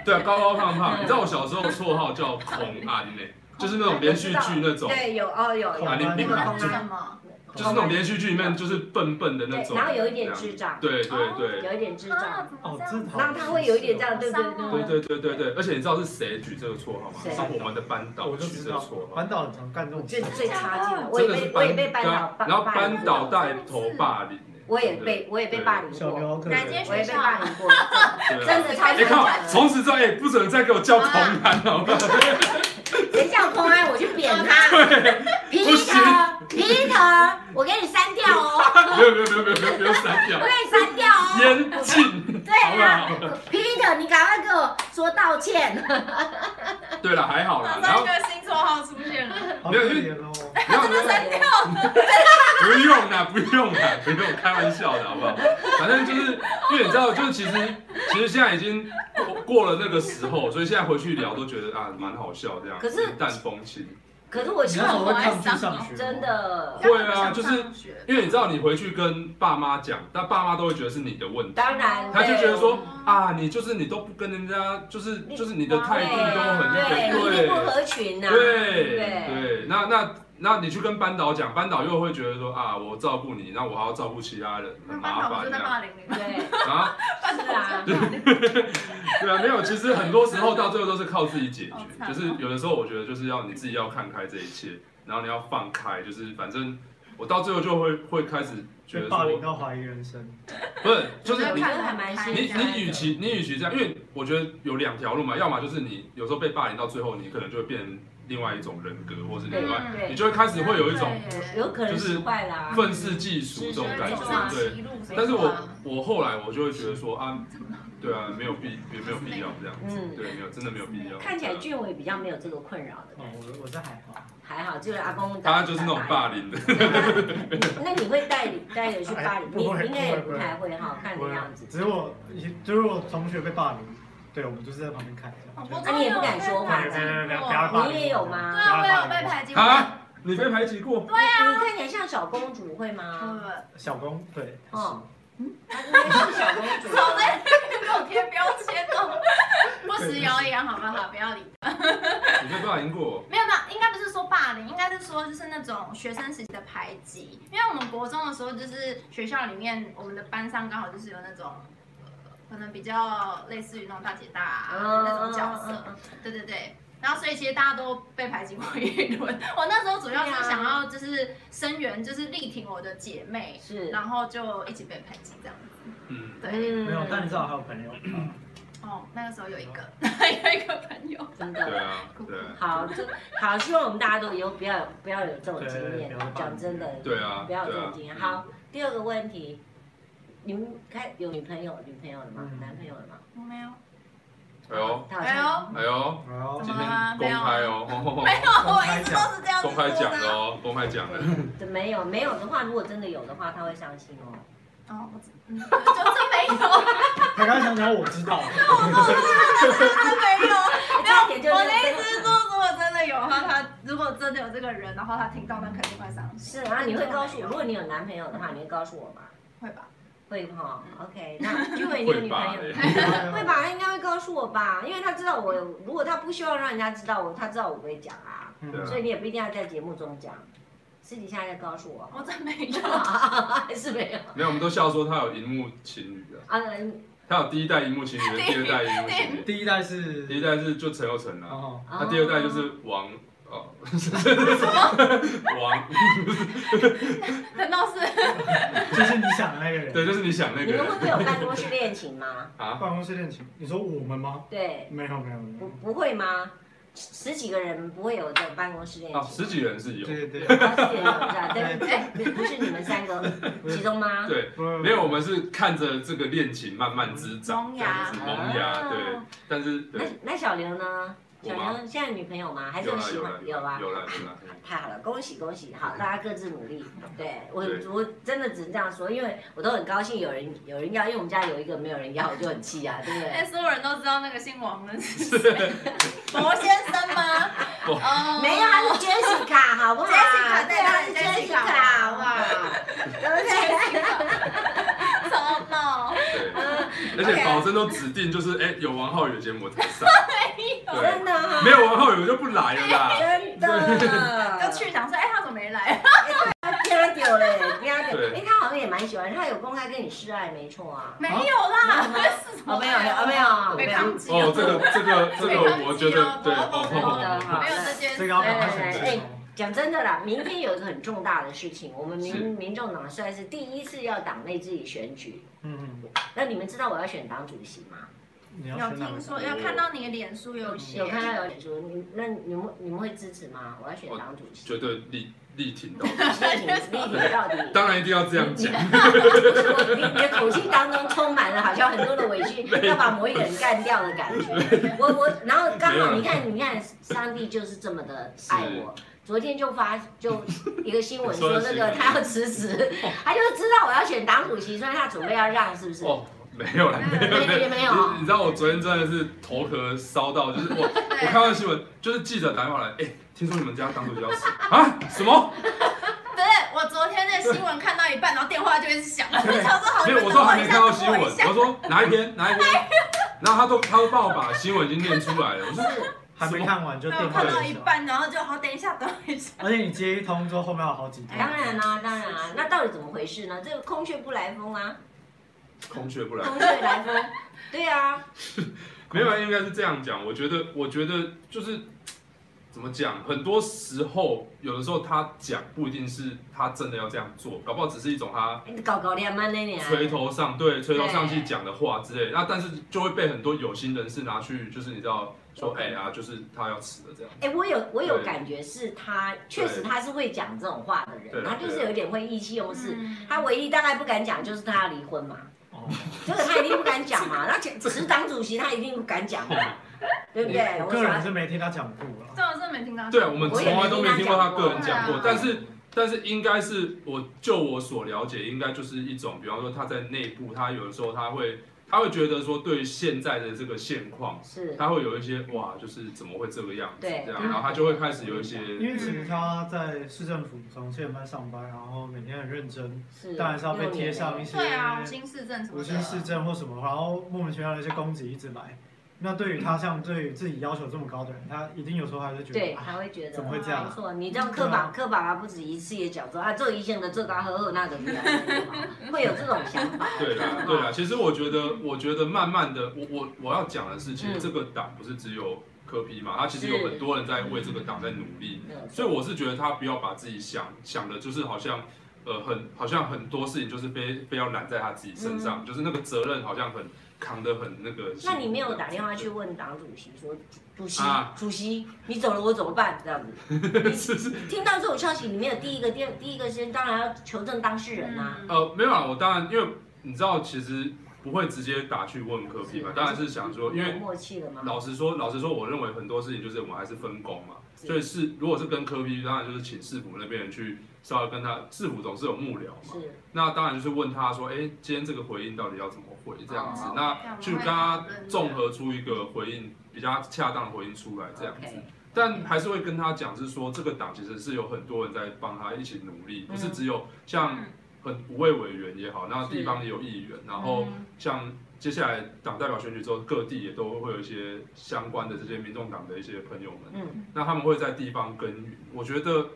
B: 对啊，高高胖胖。你知道我小时候绰号叫孔安呢、欸就是那种连续剧那种，
A: 对有哦有有
D: 孔
B: 安
A: 那
B: 你
A: 个空
C: 什
A: 安，
C: 么？
B: 就是那种连续剧里面就是笨笨的那
A: 对，
B: 种，
A: 然后有一点智障，
B: 对对对。
A: 有一点智
C: 啊
A: 障，
D: 哦，这好。
A: 然后他会有一点这样，对对
B: 对
A: 对
B: 对对对对，而且你知道是谁举这个绰号吗？
A: 谁
B: 是我们的班导
D: 我就
B: 取
D: 知
B: 这个
D: 道
B: 绰，号
D: 班，导很常干这
A: 我
D: 种
A: 最
D: 事。
A: 最差劲了，我也
B: 真的是
A: 被我也被班导
B: 对啊
A: 霸，
B: 然后
A: 霸凌过
B: 班导带头霸凌欸
A: 我也被我也被霸凌
D: 小
A: 过，
D: 牛可
C: 哪间
D: 能
C: 学
A: 我也被霸凌过，
B: 对啊
A: 真的太
B: 哎
A: 惨
B: 靠
A: 了，，
B: 从此之后哎，不准再给我叫孔安好吗？
A: [laughs] 谁叫空安我去扁
B: [laughs]
A: 他，皮
B: 不
A: 特
B: 行
A: 皮特，我给你删掉哦，
B: 没有没有没有没有没有没有删掉
A: 我，给你删掉
B: [laughs]
A: 哦，
B: 严禁，
A: 对
B: 好不
A: 啊
B: 好？
A: ，Peter，你赶快给我说道歉。
B: 对了，还好啦。然
C: 上一
B: 后
C: 个新绰号出现了，
D: 好可怜哦。
B: 然后
A: 掉，
B: 不用啦，不用啦，不用开玩笑的好不好？反正就是因为你知道，就是其实其实现在已经过过了那个时候，所以现在回去聊都觉得啊蛮好笑这样，
A: 可是
B: 云淡风轻。
A: 可是我
D: 你
A: 希
D: 那时
A: 望
D: 候会抗拒上学？
A: 真。的，
B: 会啊因为你知道，你回去跟爸妈讲，但爸妈都会觉得是你的问题，
A: 当然
B: 他就觉得说
C: 对
B: 啊，你就是你都不跟人家，就是就是你的态度都很那
A: 对，
B: 个，
A: 对你一定不合群呐、
B: 对
A: 对
B: 对，那那那你去跟班导讲，班导又会觉得说啊，我照顾你，那我还要照顾其他人，很
C: 那
B: 麻烦这
C: 班导不是在
B: 样
C: 霸凌你
B: [laughs]
C: 吗？
A: 对，
B: 啊。
C: 班导
A: 是啊
C: 在霸凌你，
B: 对啊，没有，其实很多时候到最后都是靠自己解
C: 好
B: 决，就
C: 惨哦
B: 是有的时候我觉得就是要你自己要看开这一切，然后你要放开，就是反正我到最后就会会开始觉
D: 被
B: 得
D: 霸凌
B: 说，
D: 到怀疑人生。
B: 不是， [laughs] 就是
A: 我
B: 你
A: 觉得还蛮心
B: 你
A: 酸的
B: 你与其你与其这样，因为我觉得有两条路嘛，要么就是你有时候被霸凌到最后，你可能就会变成另外一种人格，或是另
C: 嗯
B: 外，
A: 对
B: 你就会开始会有一种
A: 有可能
B: 就是
A: 使坏啦、
B: 愤世嫉俗这种感
A: 是啊是
B: 觉，
A: 是
B: 对。但是
A: 啊
B: 我我后来我就会觉得说啊，对啊，没有必也没有必要这样子，
A: 嗯
B: 对，没有真的没有必要。
A: 看起来
B: 对啊
A: 俊伟比较没有这个困扰的
D: 哦
A: 感觉，，
D: 我我这还好。
A: 还好，就是阿公
B: 他嗯就是那种霸
A: [laughs]
B: 凌的，
A: 凌。那你会带领带人去霸凌？你
D: 哎不会
A: 你应该也
D: 不
A: 不
D: 会
A: 太会哈，看你
D: 我
A: 的样子。
D: 只是我，就是我同学被霸凌，对我们就是在旁边看一下。就是
A: 啊你也不敢说话你也有吗？
C: 对啊，我也有被排挤过。
B: 啊，你被排挤过？
A: 对
D: 啊
A: 呀、你啊看起来像小公主会吗？
D: 小公对，
A: 哦她应该是小公主。
C: 少在那边给我贴标签哦，
B: [laughs]
C: 不食谣言好不好？不要理。
B: 你被霸凌过？
C: 没有没有，应该不是说霸凌，应该是说就是那种学生时期的排挤。因为我们国中的时候，就是学校里面我们的班上刚好就是有那种。啊
A: 啊
C: 呃可能比较类似于那种大姐大、啊、那种角色，对对对。然后所以其实大家都被排挤过一轮。 [laughs] 我那时候主要是想要就是声援，就是力挺我的姐妹，
A: 是，
C: 然后就一起被排挤这样子。
B: 嗯，
C: 对，
D: 没有，但你至少还有朋友吧。
C: 哦，那个时候有一个 [laughs] 有一个朋友，
A: 真
B: 对
A: 的。
B: 啊，对啊，
A: 好，这好，希望我们大家都以后不要有不要有这种经
D: 对
A: 验
D: 不要。
A: 讲真的，
B: 对啊，
A: 不
B: 对
A: 要有这
B: 啊
A: 种经验。好，第二个问题，你们开有女朋友、女朋友了吗？
D: 嗯
A: 男朋友了吗？
C: 我没有，
B: 哎呦，
A: 他好
C: 哎
A: 像
C: 呦，
B: 哎呦，
D: 然后
C: 怎
B: 今
C: 么
B: 天
C: 了
B: 公开
A: 啊
B: 哦，
C: 没有，
D: 公
C: 我
D: 开
C: 一直都
D: 讲
C: 是这样
B: [laughs]
C: 子
B: 公开
C: 说
B: 讲的
C: 的。
B: 哦，公开讲的。
A: 对没有没有的话，如果真的有的话，他会伤心哦。
C: 哦，我知嗯，就真没有，
D: 他刚才想讲我知
B: [laughs]
D: 道，
C: 真没有。
A: 哎这一点就是
C: 哎我的意思是说，如果真的有的话，他如果真的有这个人，然后他听到，那肯定会伤心，
A: [laughs] 是啊，你会告诉我，如果你有男朋友的话，你会告诉我吗？
C: 会吧？
A: 会哈，OK，那
B: [laughs]
A: 因为你有女朋友，
B: 会吧
D: 哎
B: 哎
A: 会吧？应该会告诉我吧，因为他知道我，如果他不希望让人家知道我，他知道我不会讲啊，
D: 嗯
B: 对啊
A: 所以你也不一定要在节目中讲，私底下再告诉我。 [laughs]
C: 我真没有。
A: 还是没有
B: 没有，我们都笑说他有荧幕情侣啊，
A: 啊？嗯
B: 他有第一代荧幕
A: [laughs]
B: 情侣，第二代荧幕情侣，
D: 第一代是
B: 第一代是就陈又成啊，
D: 哦，
B: 那第二代就是王哦， [laughs] 王，
C: 难道是
D: 就是你想的那个人。
B: 对，就是你想那
A: 你
B: 个 [laughs]
A: 们会
B: 人
A: 不会有办公室恋情吗？
B: 啊，
D: 办公室恋情，你说我们吗？
A: 对，
D: 没有没有没
A: 不
D: 有，
A: 不会吗？十十几个人不会有这种办公室恋情
B: 啊
A: 吗，
B: 十几人是有，
D: 对对
A: 啊
D: 对，
A: 十几人有这样，但
B: [laughs]
A: 不不是你们三个其中吗？
B: 对，
D: 不不
B: 没有，我们是看着这个恋情慢慢滋长，
C: 萌
B: 这样
C: 芽
B: 子萌芽，
A: 啊
B: 对。但是
A: 那
B: 对，
A: 那小刘呢？
B: 我
A: 小
B: 吗
A: 刘现在有女朋友吗？还是
B: 有
A: 有
B: 啦
A: 喜
B: 有
A: 欢
B: 啦？
A: 有啊，
B: 有啦有
A: [laughs]
B: 啦。
A: 太好了，恭喜恭喜！好，大家各自努力。对我
B: 嗯对
A: 我真的只能这样说，因为我都很高兴有人有人要，因为我们家有一个没有人要，我就很气啊， [laughs] 对不
C: 哎，
A: 对？
C: 所有人都知道那个姓王的是谁？博先生吗？
B: 哇
C: 哦
A: 没有，他啊是 Jessica，好不好
C: Jessica，
A: 对，
C: 对
A: 他
C: 他
A: 是
C: 是
A: Jessica，好不好？
C: [laughs]
A: 对 [laughs]
C: 超闹，
B: 对，
A: 不
B: 而
A: 对？
B: 且保证都指定就是，哎，有王浩宇的节目我才
A: [laughs]
B: 上，对，
A: 真的哈，
B: 没有王浩宇我就不来
A: [laughs]
B: 了啦。
A: 真的，
C: 就去想说，哎，他怎么没来？
A: 啊他丢嘞，不要丢。
B: 对
A: 哎，他好像也蛮喜欢，他有公开跟你示爱，没错啊。
C: 没有啦， [laughs] 是什么
A: 哦，没有，没有，没有，
C: 被
A: 有
C: 抗。击
B: 哦，这个这个这
C: 被
B: 个，
C: 攻
B: 我
C: 击
B: 觉
C: 哦
B: 得对，
C: 不不不
B: 哦，
C: 没有这件事。
D: 这个要赶快
A: 对
D: 选
A: 对
D: 择
A: 对。讲真的啦，明天有一个很重大的事情，我们
B: 是
A: 民民众党算是第一次要党内自己选举。
D: 嗯，嗯
A: 那你们知道我要选党主席吗？
D: 你要
C: 有
D: 选哪个
C: 听说，有看到你的脸书有写，
A: 有看到有人说，你那你们你们会支持吗？我要选党主席，
B: 绝对力力挺到底，
A: 你你你到底？
B: 当然一定要这样讲，
A: 你你的口气当中充满了好像很多的委屈，要把某一个人干掉的感觉。我我，然后刚好你看你看，上帝就是这么的爱我。昨天就发就一个新闻说
B: 说的
A: 那
B: 新闻
A: 个他要辞职，他就知道我要选党主席，所以他准备要让，是不是？
B: 哦，没有
C: 嗯
B: 啦，没
A: 没
B: 有
A: 没没有
B: 你你知道我昨天真的是头壳烧到，就是我我看到新闻，就是记者打电话来，哎，听说你们家党主席要
C: [laughs]
B: 死啊？什么？
C: 不是，我昨天的新闻看到一半，然后电话就一直响了，我就想说好，
B: 没有，
C: 你们
B: 我说
C: 等
B: 还没
C: 一下
B: 看到
C: 等
B: 新
C: 我
B: 闻，
C: 一下
B: 我说哪一
C: [laughs]
B: 篇哪一篇，然后他都他都帮我把新闻已经念出来了，我说
D: 还没看完就
C: 没
D: 电
C: 有
D: 话
C: 看
D: 就
C: 到
D: 响
C: 一，半，然后就好，等一下，等一下。
D: 而且你接一通之后，后面有好几通。
A: 当然啦、当然啦、啊那到底怎么回事呢？这个空穴不来风啊，
B: 空穴不来
A: 空。穴来风，对啊，
B: 没有，应该是这样讲。我觉得，我觉得就是怎么讲，很多时候，有的时候他讲不一定是他真的要这样做，搞不好只是一种他
A: 你哎搞搞两万那啊年，
B: 垂头丧对垂头丧气
A: 对
B: 讲的话之类的。那但是就会被很多有心人士拿去，就是你知道说，哎呀，就是他要死了这样。
A: 哎、我有我有
B: 对
A: 感觉是他，确实他是会讲这种话的
B: 对
A: 人，他就是有点会意气用事。
C: 嗯
A: 他唯一大概不敢讲就是他要离婚嘛，
D: 哦，
A: 这个他一定不敢讲嘛。那讲只党主席他一定不敢讲
D: [laughs]
A: 嘛，对不对？
D: 我
A: 我
D: 个人
A: 说
D: 是没听他讲过了。
C: 这我是没听到。
B: 对，啊我们
A: 啊我
B: 从
A: 也没
B: 来都没听过他个人讲过
C: 听他讲过，
B: 但
A: 啊
B: 是但是应该是我就我所了解，应该就是一种，比方说他在内部，他有的时候他会他会觉得说，对于现在的这个现况。
A: 是
B: 他会有一些哇，就是怎么会这个样子
A: 对
B: 这样，然后他就会开始有一些
D: 因为其实他在市政府从七点半上班，然后每天很认真，
A: 是，
D: 当然是要被贴上一些
C: 对啊，无心市政什么
D: 无
C: 的。
D: 心市政或什么，然后莫名其妙的一些攻击一直来。那对于他像对于自己要求这么高的人，他一定有时候还是觉得
A: 对，
D: 啊
A: 他会觉得
D: 怎么会这样
A: 没错，你这样刻板刻板啊，不止一次也讲说啊，做一线的做高呵呵那个不
D: [laughs]
A: 要，会有这种想法。
B: 对啊啦，对啦。其实我觉得，我觉得慢慢的，我我我要讲的是，其实
A: 嗯
B: 这个党不是只有柯柯批嘛，他其实有很多人在为这个党在努力，所以我是觉得他不要把自己想想的，就是好像呃很好像很多事情就是非非要揽在他自己身上，就是那个责任好像很扛得很那个。
A: 嗯那你没有打电话去问党主席说，主席
B: 啊，
A: 主席，你走了我怎么办？这样子，
B: [laughs] 是是
A: 你听到这种消息，你没有第一个第第一个时间，当然要求证当事人
C: 嗯
A: 啊。
B: 呃没有啊，我当然因为你知道其实不会直接打去问柯批嘛，当然是想说因为
A: 有。默契了吗？
B: 老实说，老实说，我认为很多事情就是我们还是分工嘛。
A: 是
B: 所以是，如果是跟科比，当然就是请市府那边人去稍微跟他，市府总是有幕僚嘛。
A: 是，
B: 那当然就是问他说，哎、今天这个回应到底要怎么回这样子？
A: 哦
B: 那
C: 这样我们
B: 去跟
C: 会
B: 他
C: 讨论的
B: 综合出一个回应比较恰当的回应出来这样子。
A: OK
B: 但还是会跟他讲，是说这个党其实是有很多人在帮他一起努力，不是只有像很五位委员也好，那地方也有议员，然后
A: 嗯
B: 像接下来党代表选举之后，各地也都会有一些相关的这些民众党的一些朋友们，
A: 嗯，
B: 那他们会在地方耕耘。我觉得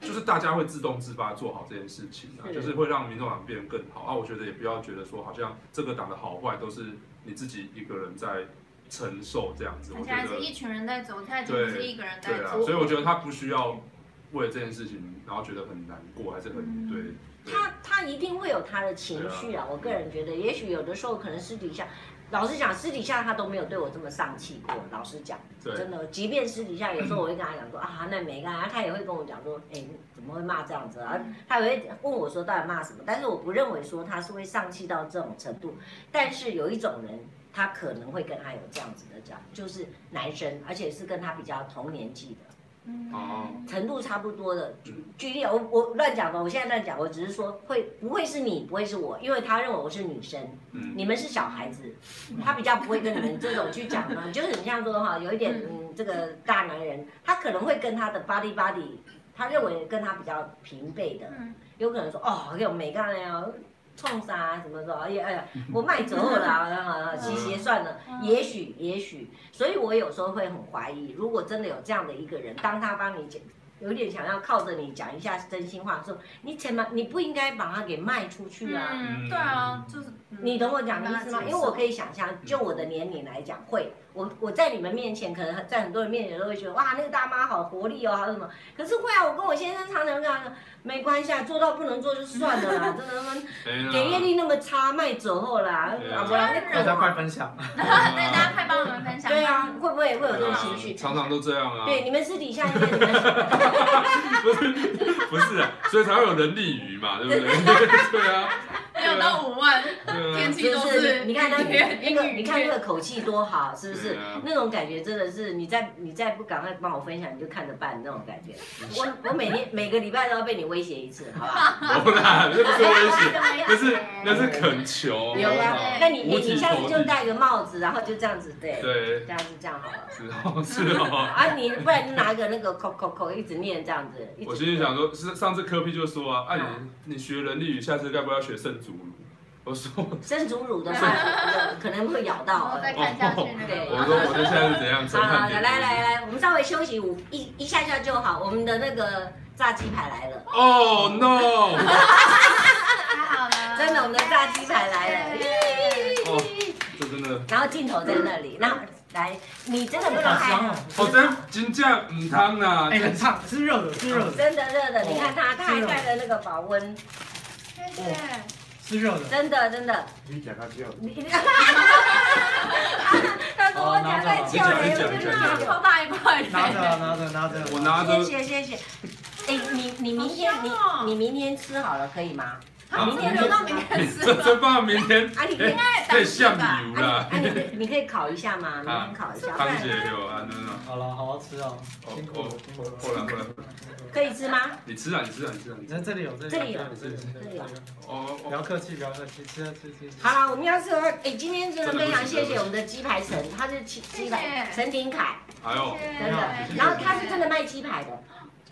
B: 就是大家会自动自发做好这件事情啊，
A: 是
B: 就是会让民众党变更好啊。我觉得也不要觉得说好像这个党的好坏都是你自己一个人在承受这样子，
C: 他
B: 我
C: 现
B: 觉
C: 在
B: 得
C: 是一群人在走，他已经不是一个人在
B: 对啊，
C: 走。
B: 所以我觉得他不需要为了这件事情然后觉得很难过，还是很
C: 嗯
B: 对。对
A: 他他一定会有他的情绪啊。我个人觉得，也许有的时候可能私底下，老实讲，私底下他都没有对我这么丧气过。老实讲，
B: 对
A: 真的，即便私底下有时候我会跟他讲说啊，那没干啊，他也会跟我讲说，哎、你怎么会骂这样子啊？他也会问我说到底骂什么，但是我不认为说他是会丧气到这种程度。但是有一种人，他可能会跟他有这样子的讲，就是男生，而且是跟他比较同年纪的。
C: 嗯
B: 哦
A: 程度差不多的。举举例，我我乱讲吧，我现在乱讲，我只是说会不会是你，不会是我，因为他认为我是女生，
B: 嗯，
A: 你们是小孩子，他比较不会跟你们这种去讲呢，就是你像说哈，有一点嗯这个大男人，他可能会跟他的 body body，他认为跟他比较平辈的，
C: 嗯
A: 有可能说哦，有没干了呀。冲啥、啊、什么的，哎呀哎呀，我卖走了啊，洗鞋算了。
C: 嗯
A: 也许也许，所以我有时候会很怀疑，如果真的有这样的一个人，当他帮你讲，有点想要靠着你讲一下真心话的时候，你怎么你不应该把他给卖出去啊？
C: 嗯，对啊，就是
A: 你懂我讲的意思吗？因为我可
C: 以，
A: 以想象，就我的年龄来讲，会我我在你们面前，可能在很多人面前都会觉得哇，那个大妈好活力哦，还有什么？可是会啊，我跟我先生常常跟他说，没关系啊，做到不能做就算了啦，真的他妈
B: 哎呀
A: 点阅率那么差，卖走后啦，
B: 对啊
A: 啊，不然
D: 大
A: 那
D: 家快
A: 个
D: 分享，啊
C: 对大家快帮我们分享。
A: 对啊，会不会会有这
B: 对
A: 种
B: 啊
A: 情绪？
B: 常常都这样啊。
A: 对，你们私底下应该你们
B: 不是啊，所以才会有人力鱼嘛，对不对？对啊，
C: 没有到五万，
B: 对
C: 天
B: 啊，
C: 气都
A: 你看他那个，你看那个
C: 个，
A: 口气多好，是不是
B: 对啊？
A: 那种感觉真的是，你再你再不赶快帮我分享，你就看着办那种感觉。
B: 嗯
A: 我我每天每个礼拜都要被你威胁一次，好不好？
B: 不啦，那不是威胁，那是那
C: 那
B: 是恳求。
A: 有
C: 啊
A: 啦，那你你
B: 五体
A: 你下次
B: 投
A: 就
B: 地
A: 戴个帽子，然后就这样子，对，
B: 对
A: 这，样子这样好了。
B: 是哦，是哦。
A: 啊，你不然就拿个那个口口口一直念这样子。一直
B: 我心里想说，是上次科比就说啊，啊你你学人力语，下次该不要学圣祖儒？我说，
A: 生主乳的话，可能会咬
C: 然
A: 到
C: 哦后。再看下去那个，
B: 哦我说，我这现在是怎样？
A: 好
B: 审
A: 了，好
B: 判
A: 了，来来来，我们稍微休息五一一下下就好。我们的那个炸鸡排来了。
B: 哦 no！
C: 太好了，
A: 真的，我们的炸鸡排来了，
B: 哦，这真的，
A: 然后镜头在那里，那来，你真的不能
D: 好香
A: 拍
D: 哦，！
B: 哦，这金价唔汤啊
D: 哎，，很烫，是热的，是热的，
A: 真的热的，你看它，它还盖了那个保温，
C: 谢谢。
D: 是热的，
A: 真的真的，
E: 你讲到这，
A: 你， [laughs] 他说我夹在脚
B: 你
A: 里，
B: 讲
A: 我
B: 你
A: 就
B: 讲
A: 拿
B: 你
A: 了。
C: 大一块
D: 拿着啊拿着拿着，
B: 我拿着
A: 谢谢谢谢，哎，你你明天
C: 好
A: 你
C: 香哦
A: 你明天吃好了可以吗？
C: 好，明天留到明天吃
B: 这真放明天
A: 啊，你可以啊
B: 可以像油啦。
A: 你啊你你可以烤一下吗？明
B: 啊
A: 天烤一下，不
B: 汤
A: 然
B: 姐有啊，真的。
D: 好了，好好吃啊，
B: 哦
D: 辛苦了，辛苦了，
B: 后来后来，
A: 可以吃吗？
B: 你吃啊，你吃啊，你吃啊，你吃啊。
D: 那这里有，这里有，这里有，这里有，
B: 哦哦，
D: 不要客气，不要客气，吃啊吃吃吃。
A: 好啦，我们要是哎，今天真的非常谢谢我们的鸡排神，他是鸡鸡排
C: 谢谢
A: 陈廷凯，
C: 嗯
B: 还有
A: 真的。然后他是真的卖鸡排的，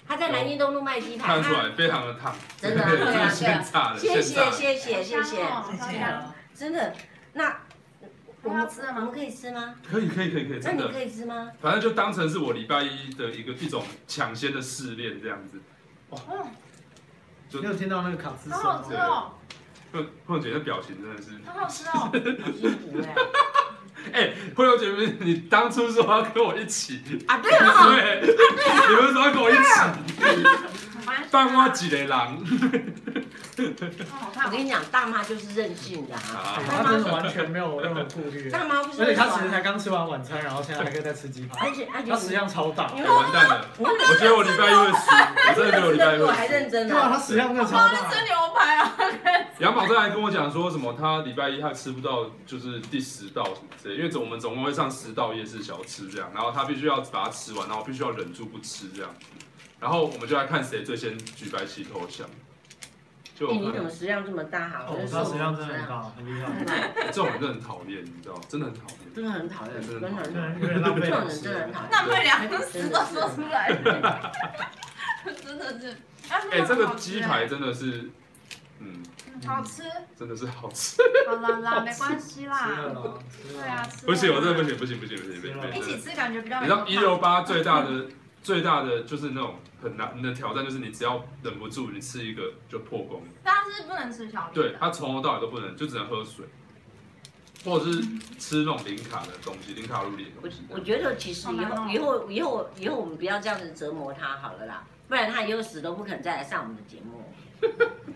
A: 他在南京东路卖鸡排。
B: 看得出
A: 他
B: 来非常的烫，
A: 真的啊
B: 对
A: 对啊
B: [laughs] 这
A: 对啊
B: 是现炸的，
A: 谢
B: 现炸
A: 谢
B: 的。
A: 谢谢谢谢，真的。那我
C: 我要
A: 们
C: 吃了
A: 我
C: 吗
A: 们可以吃吗？
B: 可以可以可以可以，
A: 那
B: 真
A: 你
B: 哎的，
A: 可以吃
B: [laughs]
A: 吗？
B: 反正就当成是我礼拜一的一个一种抢先的试炼这样子。
C: 嗯，
D: 你有听到那个卡斯
C: 好
D: 声
C: 好
D: 吗
C: 吃？哦，
B: 凤凤姐的表情真的是，
C: 好好吃哦，
B: [laughs]
A: 好幸福哎！
B: 哎，慧友姐妹，你当初说要跟我一起，
A: 啊，对
B: 对，
A: 啊、哦，
B: 你们说要跟我一起，半挖
C: 我
B: 几雷狼，
A: 我跟你讲，大妈就是任性的啊，
B: 啊
D: 他真的完全没有任何顾虑，
A: 大妈不是
D: 而且
A: 会
D: 他其实
A: 爽，
D: 才刚吃完晚餐，然后现在还可以再吃鸡排，
A: 而且啊而且
D: 他食量超大，
A: 你
D: 对
B: 哎
A: 们
B: 完蛋了，
A: 你们
B: 我觉得我礼拜一会输，我真的觉得我礼拜
A: [laughs]
B: 一
A: 我还
B: 会输。
A: 认真
D: 啊，
A: 呢，
D: 他食量真的超
C: 帮
D: 大
C: 他。吃牛排啊！
B: 杨宝正还跟我讲说什么，他礼拜一他吃不到就是第十道什么之类，因为总我们总共会上十道夜市小吃这样，然后他必须要把它吃完，然后必须要忍住不吃这样，然后我们就来看谁最先举白旗投降。就
A: 哎，
B: 我
A: 你怎
B: 看
A: 么食量这么大哈？
D: 哦
A: 我，
D: 他食量真的很
A: 真
D: 大，很厉害，
B: 这种人真的很讨厌，你知道，真的很讨厌。
A: 的很讨厌，真的很讨
D: 真的
A: 厌，
D: 有点浪
A: 这
D: 费
A: 种
D: 粮
A: 人
D: 食
A: 真的很讨厌。
C: 浪费粮食都说出来了，真的是。
B: 哎、
C: 哎
B: 这个鸡排真的是，嗯，
C: 好吃，
B: 真的是好吃。
C: 好啦啦，没关系
D: 吃了
C: 啦。
D: 啦，吃
C: 对
D: 了
C: 啊
D: 啦，，
C: 吃了
B: 不行，我真的不行，不行，不行，不行，不行。不行
C: 一起吃感觉比较
B: 你
C: 没
B: 知
C: 那
B: 道
C: 么
B: 一六八最大的最大的就是那种很难的挑战，就是你只要忍不住，你吃一个就破功。
C: 但是不能吃小米
B: 对
C: 的，
B: 他从头到尾都不能，就只能喝水，或者是吃那种零卡的东西，零卡路里的
A: 我
B: 东西。
A: 我觉得其实以后以后以后以后我们不要这样子折磨他好了啦，不然他以后死都不肯再来上我们的节目，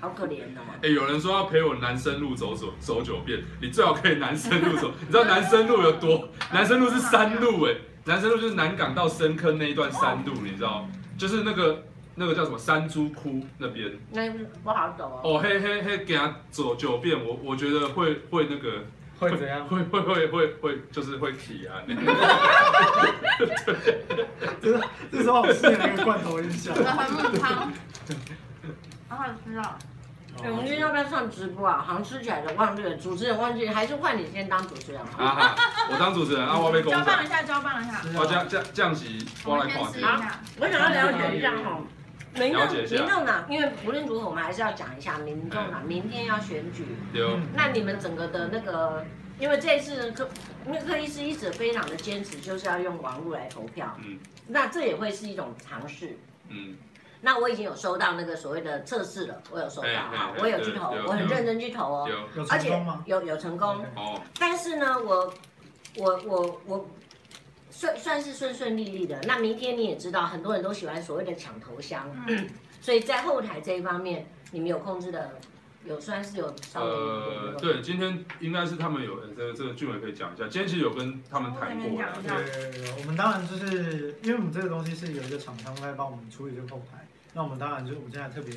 A: 好可怜哦的嘛。
B: 哎、有人说要陪我男生路走走走九遍，你最好可以男生路走。你知道男生路有多？男生路是山路哎、男生路就是南港到深坑那一段山路，你知道？就是那个那个叫什么山猪窟那边
A: 那不好走哦。
B: 哦，嘿嘿嘿，给他走九遍，我我觉得会会那个
D: [laughs] 会怎样？
B: 会会会会会就是会起啊， [laughs]
D: 这这时候我吃了一个罐头音 [laughs] 效。
C: 很木汤，好好吃哦。
A: 哎我们今天要不要上直播啊？好像吃起来的忘记了，主持人忘记了，还是换你先当主持人好了。
B: 啊哈，我当主持人啊，我要被公
C: 交
B: 仔
C: 棒，一下，交棒一下，
B: 我降降降级，
C: 我
B: 我
C: 们
B: 来
C: 先
B: 看
C: 试一
B: 一
A: 好
B: 下。
C: 下。
A: 我想要了解一下哈，民
B: 了
A: 众
B: 解一
A: 民
B: 下
A: 众党，因为无论如何我们还是要讲一下民众党，明天要选举，
B: 丢，
D: 嗯
A: 那你们整个的那个，因为这一次柯，因为柯医师一直非常的坚持，就是要用网络来投票，
B: 嗯
A: 那这也会是一种尝试。
B: 嗯，
A: 那我已经有收到那个所谓的测试了，我有收到
B: 哎哎
A: 哈
B: 哎，
A: 我有去投
B: 对，对
A: 我很认真去投哦，
B: 丢，
D: 有
A: 而
D: 成
A: 且
D: 功吗？
A: 有有成功，
B: 哦，
A: 但是呢，我我我我算算是顺顺利利的。那明天你也知道，很多人都喜欢所谓的抢头香，
C: 嗯，
A: 所以在后台这一方面，你们有控制的，有算是有稍微有
B: 呃，，对，今天应该是他们有，呃这个这个俊伟可以讲一下，今天其实有跟他们谈过了，
D: 对对对，我们当然就是因为我们这个东西是有一个厂商在帮我们处理这个后台，那我们当然就是我们现在特别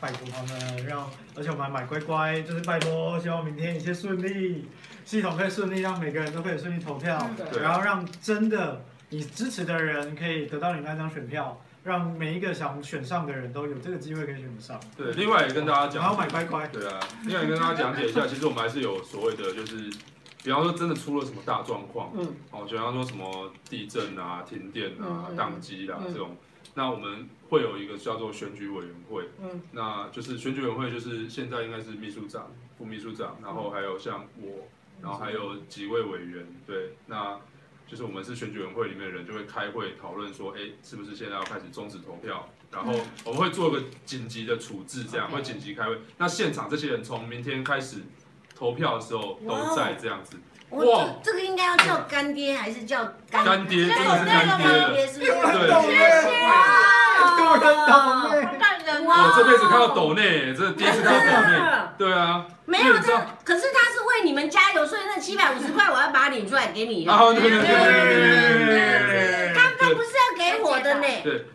D: 拜托他们让，而且我们还买乖乖，就是拜托希望明天一切顺利，系统可以顺利让每个人都可以顺利投票，
B: 对
D: 然后让真的你支持的人可以得到你那张选票，让每一个想选上的人都有这个机会可以选上。
B: 对，另外也跟大家
D: 然后
B: 讲，
D: 买乖乖，
B: 对啊，另外也跟大家讲解一下，其实我们还是有所谓的，就是比方说真的出了什么大状况。
A: 嗯，
B: 哦，就像说什么地震啊、停电啊
A: 嗯、嗯
B: 宕机啦
A: 嗯
B: 这种，那我们会有一个叫做选举委员会，
A: 嗯，
B: 那就是选举委员会就是现在应该是秘书长、副秘书长，然后还有像我，然后还有几位委员，对，那就是我们是选举委员会里面的人就会开会讨论说，哎，是不是现在要开始终止投票？然后我们会做个紧急的处置，这样
A: OK
B: 会紧急开会。那现场这些人从明天开始投票的时候
A: 哇哦
B: 都在这样子，
A: 我
B: 哇
A: 这这个应该要叫干爹还是叫干
B: 干爹
A: 这
B: 真
A: 个
B: 的是干爹了。
A: 爹是不是？
B: 对
D: 多人倒霉。
C: 干人
A: 哇
C: 哇！
B: 我这辈子看到抖内，这第一次看到抖内。对啊，
A: 没有
B: 你知
A: 这
B: 道，
A: 可是他是为你们加油，所以那七百五十块我要把它领出来给你
B: [laughs] 然
A: 哦。
B: 后对对对对对
A: 刚刚不是要给我的呢？
B: 对对，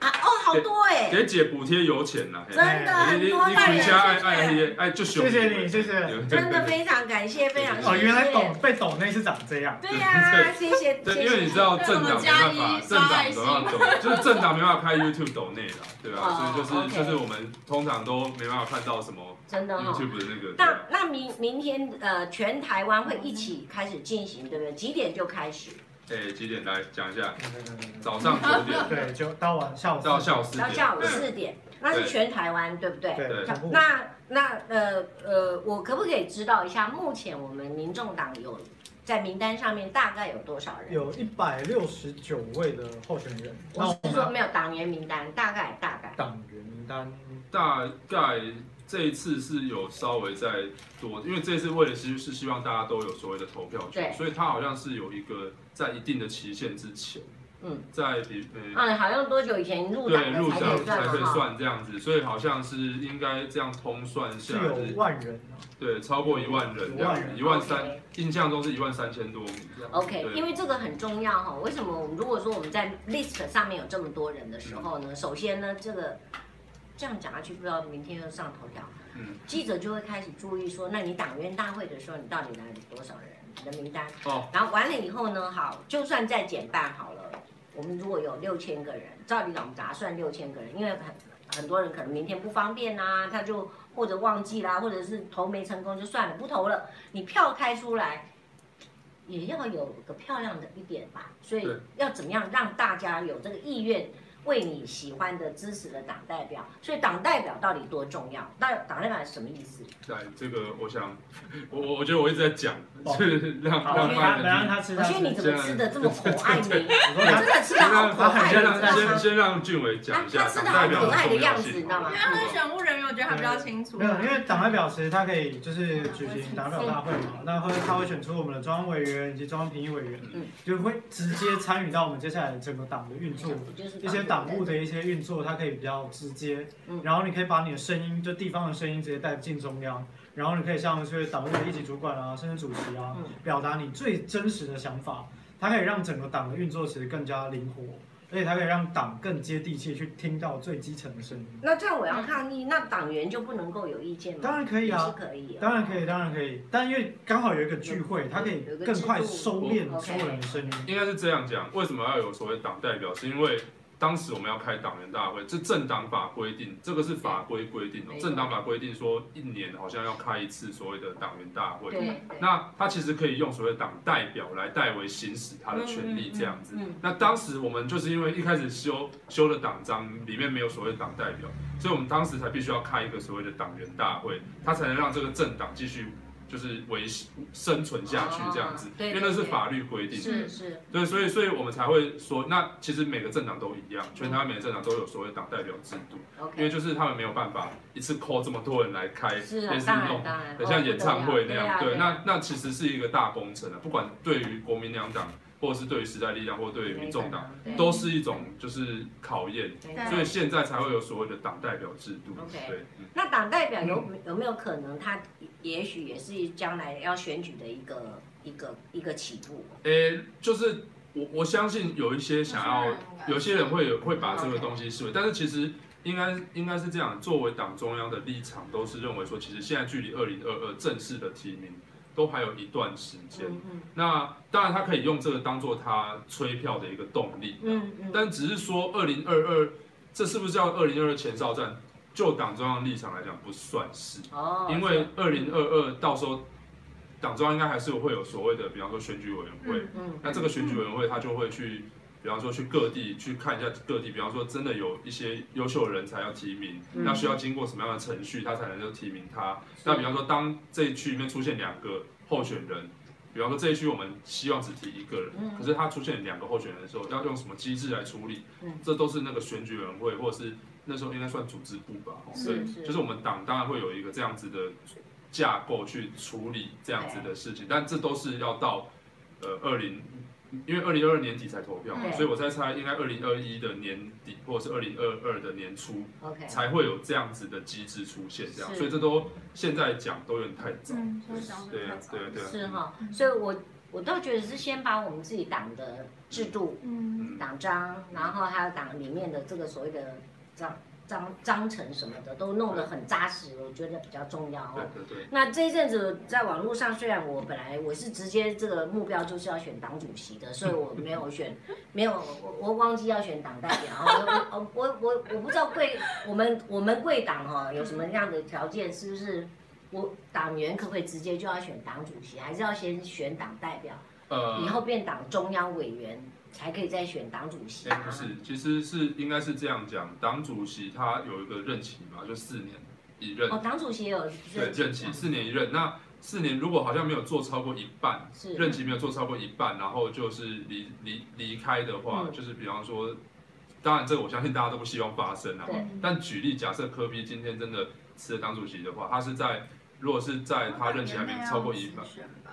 A: 啊，哦，好多哎、
B: 给姐补贴油钱呐。嘿
A: 真的
B: 你
A: 很
B: 你
A: 多
B: 你
A: 大
B: 回
A: 人
B: 家爱爱爱爱就熊。
D: 谢谢你谢谢
B: 对
A: 真的非常感谢，非常谢谢。
D: 哦，原来抖被抖内是长这样。
A: 对呀、谢谢。
B: [laughs] 对，
A: 谢
B: 因为
A: 谢
B: 你知道政党没办法，政党没办法抖，就是政党没办法开 YouTube 抖内啦，对
A: 哦
B: 啊，所以就是就是我们通常都没办法看到什么
A: 真的哈、哦。
B: YouTube 的那个。
A: 那那明明天呃，全台湾会一起开始进行，对不对？几点就开始？
B: 哎，几点来讲一下？
D: 对对对对
B: 早上九点
D: 对，就到晚下午四
B: 到
D: 点
A: [laughs]
B: 下午四点。
A: 到下午四点，那是全台湾，对不对？
D: 对，
B: 对
D: 同步
A: 那那呃呃，我可不可以知道一下，目前我们民众党有在名单上面大概有多少人？
D: 有一百六十九位的候选人，那
A: 我是
D: 我们
A: 说
D: 的
A: 没有党员名单，大概大概。
D: 党员名单
B: 大概这一次是有稍微再多，因为这一次为了是是希望大家都有所谓的投票权，
A: 对
B: 所以它好像是有一个在一定的期限之前，
A: 嗯，
B: 在比呃
A: 啊，好像多久以前入党
B: 对，
A: 的
B: 入
A: 才可以
B: 党才
A: 算
B: 可以
A: 嘛？哈，
B: 算这样子，所以好像是应该这样通算
D: 是
B: 下来
D: 有
B: 是，
D: 万人啊，
B: 对，超过一万人这样子，一
A: 一万
B: 万
A: 人
B: 三，印象中是一万三千多名这样子。
A: OK，
B: 对
A: 因为这个很重要哈。为什么我们如果说我们在 list 上面有这么多人的时候
B: 嗯
A: 呢？首先呢，这个这样讲下去，不知道明天又上头条，
B: 嗯，
A: 记者就会开始注意说，那你党员大会的时候，你到底拿了多少人你的名单？
B: 哦，
A: 然后完了以后呢，好，就算再减半好了，我们如果有六千个人，照理讲我们打算六千个人，因为很很多人可能明天不方便呐、他就或者忘记啦，或者是投没成功就算了，不投了，你票开出来。也要有个漂亮的一点吧，所以
B: 对
A: 要怎么样让大家有这个意愿，为你喜欢的、支持的党代表。所以党代表到底多重要？那党代表是什么意思？
B: 对，这个我想，我我我觉得我一直在讲，
D: 哦
B: 就是让
D: 好，
B: 让
D: 没让
B: 范
D: 没
B: 人
D: 让他吃，
A: 我
D: 他
A: 觉得你
D: 吃。
A: 怎么吃的这么可爱呢？
D: 我说
A: 你
D: 他
A: 真的吃的好可爱，
B: 先
A: 你知
B: 让
A: 道
B: 先
A: 吗？
B: 先让俊伟讲一下，
A: 他他吃得
B: 党代表
A: 好可爱的
B: 重要
A: 样子
B: 性
A: 你知道吗
C: 因为他是选务人员，我觉得他比较清楚
D: 没。有，因为党代表其实他可以就是举行党代表大会嘛，那会他会选出我们的中央委员以及中央评议委员，
A: 嗯
D: 就会直接参与到我们接下来整个党的运作，
A: 就是
D: 一些党务的一些运作，它可以比较直接，
A: 嗯
D: 然后你可以把你的声音，就地方的声音直接带进中央，然后你可以向就是党务的一级主管啊，甚至主席啊，
A: 嗯
D: 表达你最真实的想法，它可以让整个党的运作其实更加灵活，而且它可以让党更接地气，去听到最基层的声音。
A: 那这样我要抗议，那党员就不能够有意见吗？
D: 当然可以
A: 也
D: 啊，
A: 是可以、
D: 当然可。以，当然可以，但因为刚好有一个聚会，它可以更快收敛所有人的声音。
B: 应该是这样讲，为什么要有所谓党代表？是因为当时我们要开党员大会，这政党法规定，这个是法规规定哦
A: 没，错
B: 政党法规定说一年好像要开一次所谓的党员大会。
A: 对，
B: 那他其实可以用所谓党代表来代为行使他的权利，这样子。
A: 嗯，
B: 那当时我们就是因为一开始修修的党章里面没有所谓党代表，所以我们当时才必须要开一个所谓的党员大会，他才能让这个政党继续就是维系生存下去这样子
A: 哦，对
B: 因为那是
A: 对对
B: 法律规定。
A: 是是，
B: 对，所以所以我们才会说，那其实每个政党都一样，全台湾每个政党都有所谓党代表制度，因为
A: OK，
B: 就是他们没有办法一次 call 这么多人来开，
A: 是
B: 类
A: 啊，
B: 似
A: 当
B: 那种
A: 然当然，
B: 很像演唱会那
A: 哦
B: 样。
A: 对
B: 对，
A: 啊啊
B: 那那其实是一个大工程啊，不管对于国民两党，或者是对于时代力量，或者对于民众党，，
A: 对
B: 都是一种就是考验，
A: 没
C: 对
A: 错
B: 所以现在才会有所谓的党代表制度。
A: OK
B: 对，嗯
A: 那党代表有有没有可能，他也许也是将来要选举的一个一个一个起步？
B: 诶、就是我我相信有一些想要，有些人会有会把这个东西视为，但是其实应该应该是这样，作为党中央的立场，都是认为说，其实现在距离二零二二正式的提名都还有一段时间。
A: 嗯嗯
B: 那当然，他可以用这个当做他催票的一个动力，
A: 嗯嗯，
B: 但只是说二零二二，这是不是叫二零二二前哨战？就党中央立场来讲，不算是。
A: 哦，
B: 因为二零二二到时候党中央应该还是会有所谓的，比方说选举委员会，
A: 嗯
B: 那这个选举委员会他就会去，比方说去各地去看一下各地，比方说真的有一些优秀的人才要提名，
A: 嗯
B: 那需要经过什么样的程序，他才能够提名他？
A: 是
B: 那比方说当这一区里面出现两个候选人。比方说这一区我们希望只提一个人，
A: 嗯
B: 可是他出现两个候选人的时候，要用什么机制来处理？
A: 嗯
B: 这都是那个选举委员会或者是那时候应该算组织部吧，哦对
A: 是是
B: 就是我们党当然会有一个这样子的架构去处理这样子的事情，但这都是要到呃二零，因为二零二二年底才投票嘛，
A: 对
B: 所以我在猜应该二零二一的年底或者是二零二二的年初
A: OK，
B: 才会有这样子的机制出现，这样，
A: 是
B: 所以这都现在讲都有点太早。
C: 嗯，所以想
B: 对啊，对啊，对啊。
A: 是哈，
C: 嗯
A: 所以我我倒觉得是先把我们自己党的制度
C: 嗯，
B: 嗯，
A: 党章，然后还有党里面的这个所谓的章章章程什么的，都弄得很扎实，我觉得比较重要
B: 对
A: 哦。
B: 对对，
A: 那这一阵子在网络上，虽然我本来我是直接这个目标就是要选党主席的，所以我没有选，没有我我忘记要选党代表，我我我我我不知道贵我们我们贵党哈有什么样的条件，是不是我党员可不可以直接就要选党主席，还是要先选党代表？以
B: 呃，
A: 后变党中央委员才可以再选党主席
B: 哎
A: 啊。
B: 不是，其实是应该是这样讲，党主席他有一个任期嘛，就四年一任，
A: 哦，党主席也有
B: 对，任
A: 哦
B: 期四年一任。那四年如果好像没有做超过一半，
A: 是
B: 任期没有做超过一半，然后就是离离离开的话，
A: 嗯
B: 就是比方说，当然这个我相信大家都不希望发生啊。
A: 对
B: 但举例，假设科比今天真的次的党主席的话，他是在如果是在他任期还没超过一半，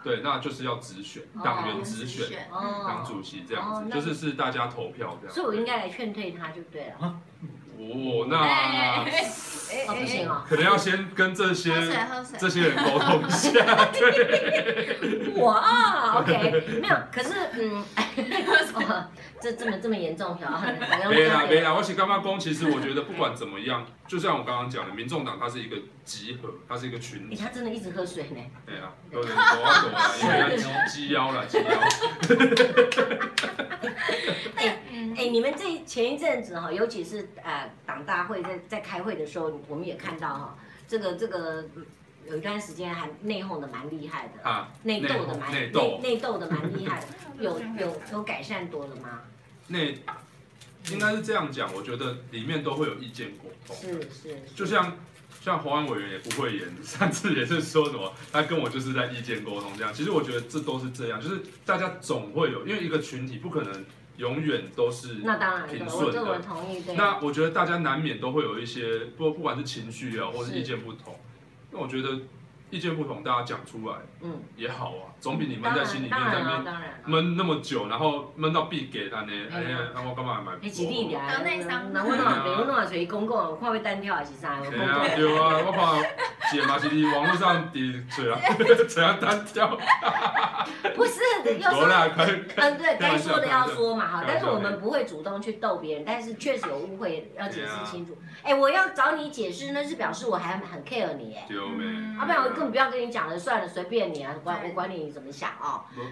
B: 对，那就是要直选，党员直选
C: 选
B: 党
A: 哦，
B: 主席啊这样
A: 哦
B: 子，
A: 那
B: 就是是大家投票这样。
A: 所以我应该来劝退他就对了。
B: 哦，那
A: 哎，不行哦，
B: 可能要先跟这些
C: 喝水喝水，
B: 这些人沟通一下。
A: 我啊，OK，没有，
B: [laughs]
A: 可是嗯， [laughs] 哦这这么这么严重是吧？
B: [laughs]
A: 反正
B: 没啦
A: 我
B: 没啦，我写干妈公，其实我觉得不管怎么样，就像我刚刚讲的，民众党它是一个集合，它是一个群
A: 哎
B: 体，
A: 他真的一直喝水呢。
B: 对啊，有人走啊走啊，有人要鸡鸡腰了鸡腰，
C: 嗯
A: 哎、你们这前一阵子哈，尤其是呃党大会在在开会的时候，我们也看到哈，这个这个嗯有一段时间还内讧的蛮厉害的，
B: 啊，
A: 内斗的蛮
B: 内斗
A: 内斗的蛮厉
B: [laughs]
A: 害的，有有有改善多了吗？
B: 内应该是这样讲，我觉得里面都会有意见沟通，
A: 是是，
B: 就像像黄安委员也不会演， [laughs] 上次也是说什么，他跟我就是在意见沟通这样。其实我觉得这都是这样，就是大家总会有，因为一个群体不可能永远都是。
A: 那当然
B: 挺
A: 对，
B: 顺
A: 我这
B: 的
A: 我同意对。
B: 那我觉得大家难免都会有一些不不管是情绪啊，或是
A: 是
B: 意见不同。那我觉得意见不同，大家讲出来
A: 嗯，
B: 也好啊，总比你闷在心里面
A: 当
B: 在
A: 然
B: 那
A: 了，
B: 边
A: 当然了。啊
B: 闷那么久，然后闷到必给他呢，哎呀，那我干嘛买？
A: 哎，几力点，
C: 有内伤
A: 那我哪没有哪谁公共，我看会单挑还是啥？我
B: 对
A: 公
B: 啊
A: 共，
B: 对啊，我怕姐嘛是伫网络上伫
A: [laughs]
B: 嘴啊，怎样单挑？
A: 不
B: [laughs]
A: 是，有时
B: 有
A: 候
B: 啦，可以
A: 嗯，
B: [laughs]
A: 对，该说的要说嘛哈
B: 开玩
A: 但
B: 笑，
A: 是我们不会主动去逗别人，但是确实有误会要解
B: 对啊
A: 释清楚。哎，我要找你解释，那是表示我还很 care 你哎，
B: 丢没？
A: 要不然我根本不要跟你讲了，算了，随便你啊，管我管你怎么想哦。因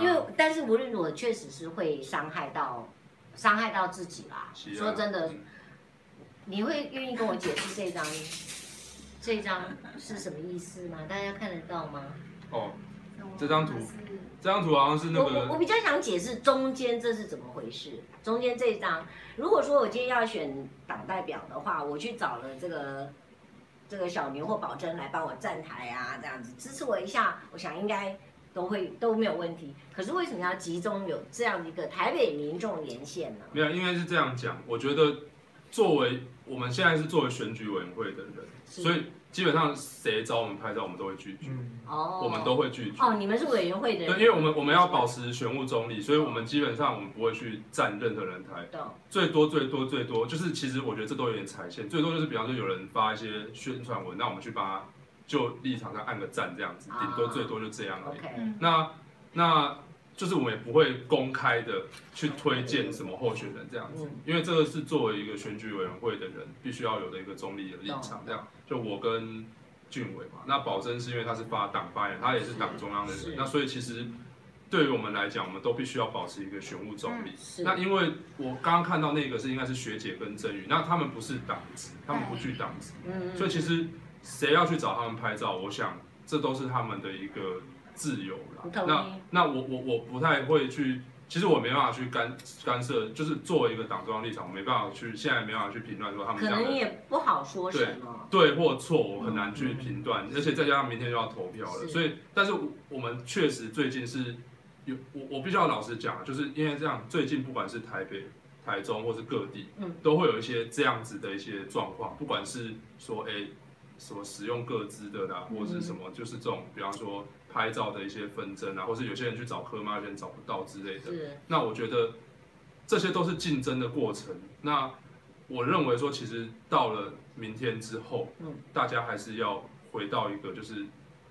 B: 因为
A: 为，但是无论如何，确实是会伤害到伤害到自己啦。
B: 是啊
A: 说真的，你会愿意跟我解释这张这张是什么意思吗？大家看得到吗？
B: 哦，这张图这张图好像是那
A: 我我我
B: 个
A: 比较想解释中间这是怎么回事。中间这一张，如果说我今天要选党代表的话，我去找了这个这个小牛或宝珍来帮我站台啊，这样子支持我一下，我想应该都会都没有问题。可是为什么要集中有这样一个台北民众连线呢？
B: 没有，应该是这样讲。我觉得作为我们现在是作为选举委员会的人，
A: 是
B: 所以基本上谁找我们拍照，我们都会拒绝，
D: 嗯，
A: 哦，
B: 我们都会拒绝。
A: 哦，你们是委员会的
B: 对，
A: 人，
B: 因为我们我们要保持选务中立，所以我们基本上我们不会去站任何人台。
A: 懂
B: 最多最多最多，就是其实我觉得这都有点踩线，最多就是比方说有人发一些宣传文，那我们去帮他就立场上按个赞这样子，
A: 啊
B: 顶多最多就这样而已。
A: ，OK，
C: 嗯，
B: 那那就是我们也不会公开的去推荐什么候选人这样
A: 嗯
B: 子，因为这个是作为一个选举委员会的人必须要有的一个中立的立场
A: 懂
B: 这样。就我跟俊伟嘛，那保真是因为他是发党发言，他也是党中央的
A: 是
B: 人，那所以其实对于我们来讲，我们都必须要保持一个选务中立。
A: 是
B: 那因为我刚刚看到那个是应该是学姐跟郑宇，那他们不是党职，他们不具党职，
A: 嗯
B: 所以其实谁要去找他们拍照，我想这都是他们的一个自由
A: 我
B: 啦。
A: 同
B: 那
A: 意，
B: 那我我我不太会去，其实我没办法去干干涉，就是作为一个党中央立场，我没办法去现在没办法去评论说他们
A: 可
B: 讲
A: 能
B: 的
A: 也不好说什么，
B: 对或错，我很难去评断，而且再加上明天就要投票了，
A: 嗯是
B: 所以，但是我我们确实最近是有我我必须要老实讲，啊就是因为这样，最近不管是台北、台中或是各地，
A: 嗯
B: 都会有一些这样子的一些状况，不管是说哎、什么使用各自的啦，或者是什
A: 嗯
B: 么，就是这种，比方说拍照的一些纷争啊，或是有些人去找科妈，有些人找不到之类的，
A: 是
B: 那我觉得这些都是竞争的过程。那我认为说，其实到了明天之后，
A: 嗯
B: 大家还是要回到一个，就是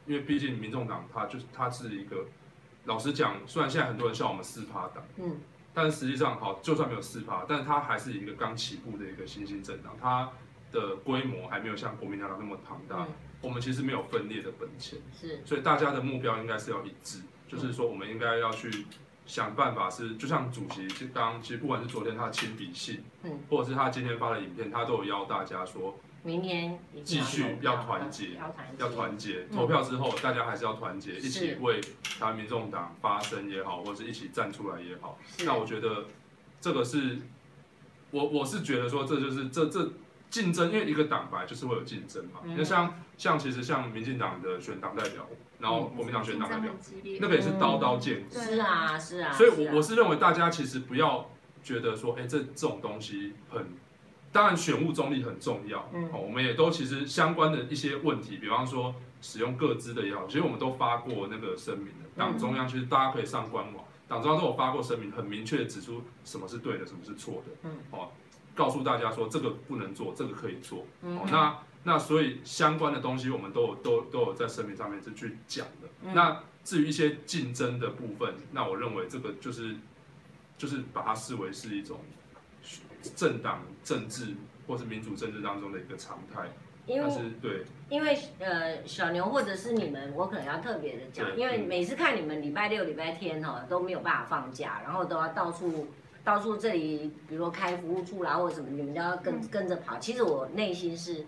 B: 因为毕竟民众党它就是它是一个，老实讲，虽然现在很多人笑我们四趴党，
A: 嗯，
B: 但实际上好，就算没有四趴，但它还是一个刚起步的一个新兴政党，它的规模还没有像国民党那么庞大。
A: 嗯
B: 我们其实没有分裂的本钱。
A: 是
B: 所以大家的目标应该是要一致，就是说我们应该要去想办法是，就像主席就刚，其实不管是昨天他的亲笔信，
A: 嗯，
B: 或者是他今天发的影片，他都有邀大家说
A: 明天一定
B: 继续要团结
A: 要团结，
B: 要团结，
A: 嗯
B: 投票之后大家还是要团结，
A: 是
B: 一起为台湾民众党发声也好，或者是一起站出来也好。
A: 是
B: 那我觉得这个是，我我是觉得说这就是这这。竞争，因为一个党本来就是会有竞争嘛。
A: 嗯
B: 那像像其实像民进党的选党代表，
A: 嗯
B: 然后国民党选
C: 竞
B: 党代
C: 争
B: 表，
C: 很激烈
B: 那，个也是刀刀见骨。
C: 对
A: 是啊，是啊。
B: 所以
A: 是啊
B: 我我是认为大家其实不要觉得说，哎、这这种东西很当然选务中立很重要。
A: 嗯
B: 哦，我们也都其实相关的一些问题，比方说使用各资的也好，其实我们都发过那个声明的。党中央其实大家可以上官网，党中央都有发过声明，很明确的指出什么是对的，什么是错的。
A: 嗯，
B: 哦，告诉大家说这个不能做，这个可以做。
A: 嗯
B: 哦，那那所以相关的东西我们都有都有都有在声明上面是去讲的。
A: 嗯
B: 那至于一些竞争的部分，那我认为这个就是就是把它视为是一种政党政治或是民主政治当中的一个常态。
A: 因
B: 但
A: 为
B: 是对
A: 因为呃，小牛或者是你们，我可能要特别的讲，
B: 对
A: 因为
B: 嗯
A: 每次看你们礼拜六、礼拜天哈、都没有办法放假，然后都要到处到处这里，比如说开服务处啦或者什么，你们都要跟、
C: 嗯
A: 跟着跑。其实我内心是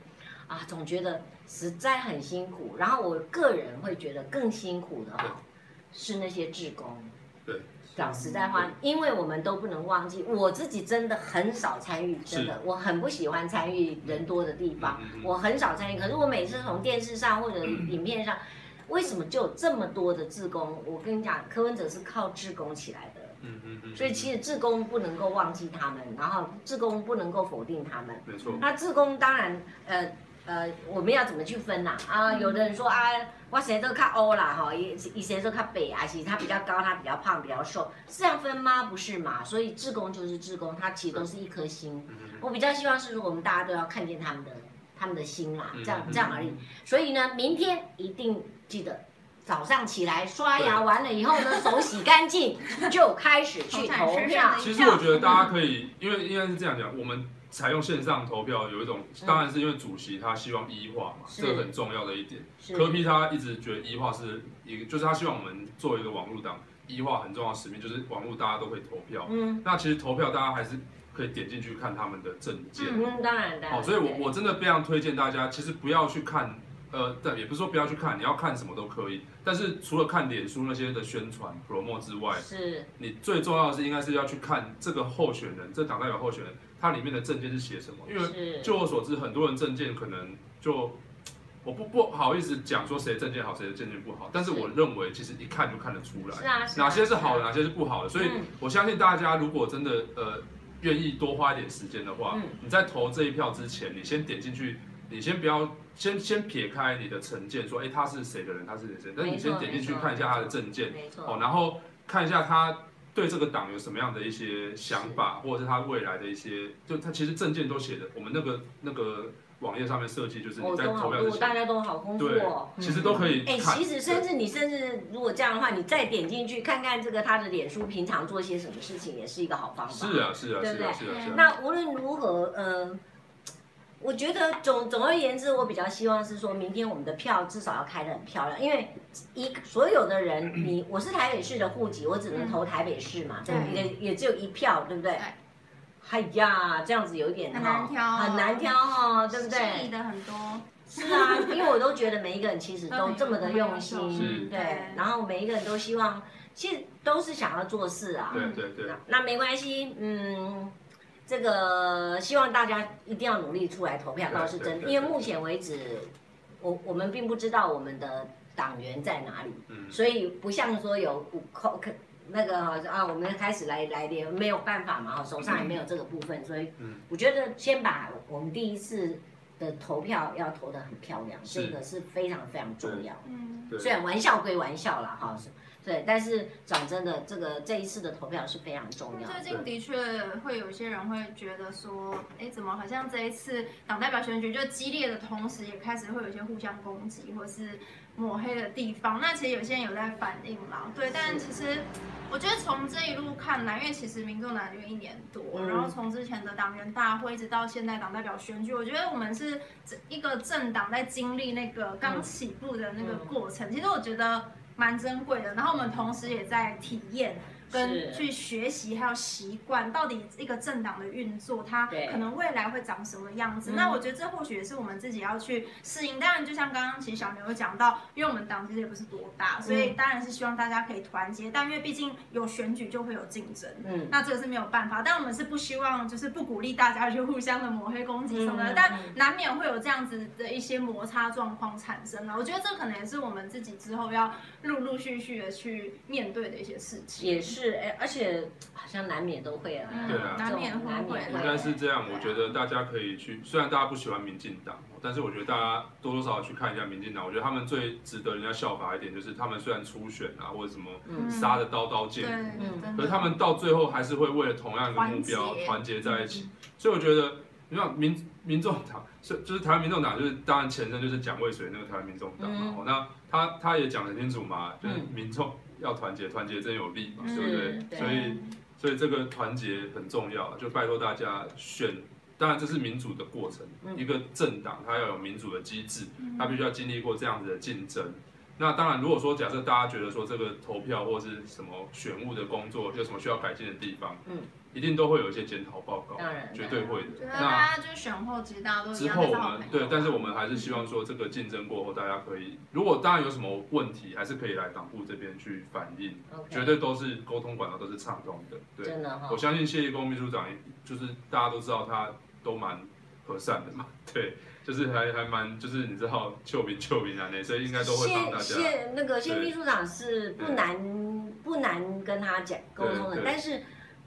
A: 啊，总觉得实在很辛苦。然后我个人会觉得更辛苦的哈、哦是那些志工。
B: 对，
A: 讲实在话，因为我们都不能忘记，我自己真的很少参与，真的，我很不喜欢参与人多的地方。
B: 嗯嗯嗯
A: 我很少参与，可是我每次从电视上或者影片上，为什么就有这么多的志工？我跟你讲，柯文哲是靠志工起来的，
B: 嗯嗯嗯，
A: 所以其实志工不能够忘记他们，然后志工不能够否定他们。
B: 没错，
A: 那志工当然，呃呃，我们要怎么去分呐、啊？
C: 嗯
A: 有的人说啊，我谁都看欧啦哈，以以谁都看北啊，其实他比较高，他比较胖，比较瘦，是这样分吗？不是嘛？所以志工就是志工，他其实都是一颗心。
B: 嗯嗯
A: 我比较希望是，如果我们大家都要看见他们的他们的心啦，
B: 嗯
A: 这样
B: 嗯
A: 这样而已。所以呢，明天一定记得早上起来刷牙完了以后呢，手洗干净就开始去
C: 从
A: 投
C: 小身
A: 票
C: 上。的
B: 其实我觉得大家可以，因为应该是这样讲，我们采用线上投票有一种，当然是因为主席他希望一化嘛，
A: 是
B: 这个很重要的一点。
A: 是
B: 柯批他一直觉得一化是一个，就是他希望我们作为一个网络党，一化很重要的使命就是网络大家都可以投票。
A: 嗯
B: 那其实投票大家还是可以点进去看他们的证件。
A: 嗯，当然当然。
B: 哦，所以我
A: 对
B: 我真的非常推荐大家，其实不要去看，呃，但也不是说不要去看，你要看什么都可以。但是除了看脸书那些的宣传 promo 之外，
A: 是
B: 你最重要的是应该是要去看这个候选人，这党代表候选人他里面的证件是写什么，因为
A: 是
B: 就我所知，很多人证件可能就我不不好意思讲说谁证件好，谁的证件不好，但是
A: 是
B: 我认为其实一看就看得出来
A: 是啊，是啊
B: 哪些是好的，哪些是不好的，所以
A: 嗯
B: 我相信大家如果真的呃愿意多花一点时间的话，
A: 嗯
B: 你在投这一票之前，你先点进去，你先不要先先撇开你的成见，说哎、他是谁的人，他是谁的人，但是
A: 没
B: 你
A: 错
B: 先点进去
A: 没错
B: 看一下他的证件。
A: 啊没
B: 哦，
A: 错，
B: 然后看一下他对这个党有什么样的一些想法，或者是他未来的一些，就他其实证件都写的，我们那个那个网页上面设计就是你
A: 我
B: 在
A: 都
B: 投
A: 好
B: 票之
A: 多，
B: 前，
A: 大家都好丰富
B: 对
A: 哦。，
B: 其实都可以
A: 哎，
B: 看。
A: 其实甚至你甚至如果这样的话，你再点进去看看这个他的脸书平常做些什么事情，也是一个好方法。
B: 是啊，是啊，
A: 对
B: 是
A: 不
B: 啊，
A: 对嗯
B: 是啊，是啊。
A: 那无论如何，嗯、我觉得总总而言之，我比较希望是说明天我们的票至少要开得很漂亮，因为一所有的人，你我是台北市的户籍，我只能投台北市嘛，
C: 对
A: 也也只有一票，对不对
C: 对？
A: 哎呀，这样子有一点
C: 很难
A: 哦
C: 挑哦
A: 很难挑哦，对不
C: 质
A: 对？
C: 疑的很多，
A: 是啊，因为我都觉得每一个人其实都这么的用
B: 是
A: 心，对
C: 对，
A: 然后每一个人都希望，其实都是想要做事啊，
B: 对对对，
A: 那没关系，嗯，这个希望大家一定要努力出来投票，
B: 对
A: 倒是真的，
B: 对对
A: 因为目前为止，我我们并不知道我们的党员在哪里，
B: 嗯，
A: 所以不像说有口可那个啊，我们开始来来连没有办法嘛，手上也没有这个部分，所以
B: 嗯
A: 我觉得先把我们第一次的投票要投得很漂亮，
B: 是
A: 这个是非常非常重要。
C: 嗯，
B: 对
A: 虽。然玩笑归玩笑啦，哈，是对，但是讲真的，这个这一次的投票是非常重要的。
C: 最近的确会有一些人会觉得说，哎，怎么好像这一次党代表选举就激烈的同时，也开始会有一些互相攻击或是抹黑的地方。那其实有些人有在反应啦，对，但其实。我觉得从这一路看来，因为其实民众党约一年多，
A: 嗯
C: 然后从之前的党员大会一直到现在党代表选举，我觉得我们是一个政党在经历那
A: 嗯
C: 个刚起步的那个过程，其实我觉得蛮珍贵的。然后我们同时也在体验
A: 是
C: 跟去学习，还有习惯到底一个政党的运作，它
A: 对
C: 可能未来会长什么样子。
A: 嗯
C: 那我觉得这或许也是我们自己要去适应。当然，就像刚刚其实小牛有讲到，因为我们党其实也不是多大，所
A: 嗯
C: 以当然是希望大家可以团结。但因为毕竟有选举就会有竞争，
A: 嗯，
C: 那这个是没有办法，但我们是不希望，就是不鼓励大家去互相的抹黑攻击什么的，
A: 嗯
C: 但难免会有这样子的一些摩擦状况产生了。我觉得这可能也是我们自己之后要陆陆续续的去面对的一些事情。
A: 也是，哎，而且啊像难免都会啊，
B: 对啊
A: 这
C: 难
A: 种
C: 免会会
B: 应该
A: 啊
B: 是这样，我觉得大家可以去，虽然大家不喜欢民进党，哦但是我觉得大家多多少少去看一下民进党。我觉得他们最值得人家效法一点，就是他们虽然初选啊或者什么
A: 嗯
B: 杀的刀刀见
C: 对，
B: 骨，
C: 真的
B: 可是他们到最后还是会为了同样一个目标
C: 团结嗯
B: 团结在一起。所以我觉得，你看民民众党是就是台湾民众党，就是当然前身就是蒋渭水那个台湾民众党嘛。
A: 嗯
B: 哦那他他也讲得很清楚嘛，就是
A: 嗯
B: 民众要团结，团结真有力嘛，
C: 嗯
B: 对不
A: 对
B: 对？所以所以这个团结很重要，啊就拜托大家选。当然，这是民主的过程。
A: 嗯
B: 一个政党它要有民主的机制，
C: 嗯
B: 他必须要经历过这样子的竞争。那当然，如果说假设大家觉得说这个投票或是什么选务的工作有什么需要改进的地方，
A: 嗯
B: 嗯，一定都会有一些检讨报告，
A: 当然
B: 绝对会
C: 我觉
B: 的
C: 得。
B: 那
C: 啊大家就选后知道都一
B: 之
C: 样，
B: 后我
C: 但是好
B: 们
C: 朋友啊
B: 对，但是我们还是希望说这个竞争过后，大家可以如果当然有什么问题，还是可以来党部这边去反映，绝
A: OK，
B: 对都是沟通管道都是畅通的。对，
A: 真啊的哈
B: 我，相信谢立功秘书长也，就是大家都知道他都蛮和善的嘛， [laughs] 对，就是还还蛮就是你知道救民救民啊那，所以应该都会帮大
A: 谢
B: 家。
A: 谢那个谢
B: 对
A: 秘书长是不
B: 对
A: 难不难跟他讲沟通的
B: 对，对嗯
A: 但是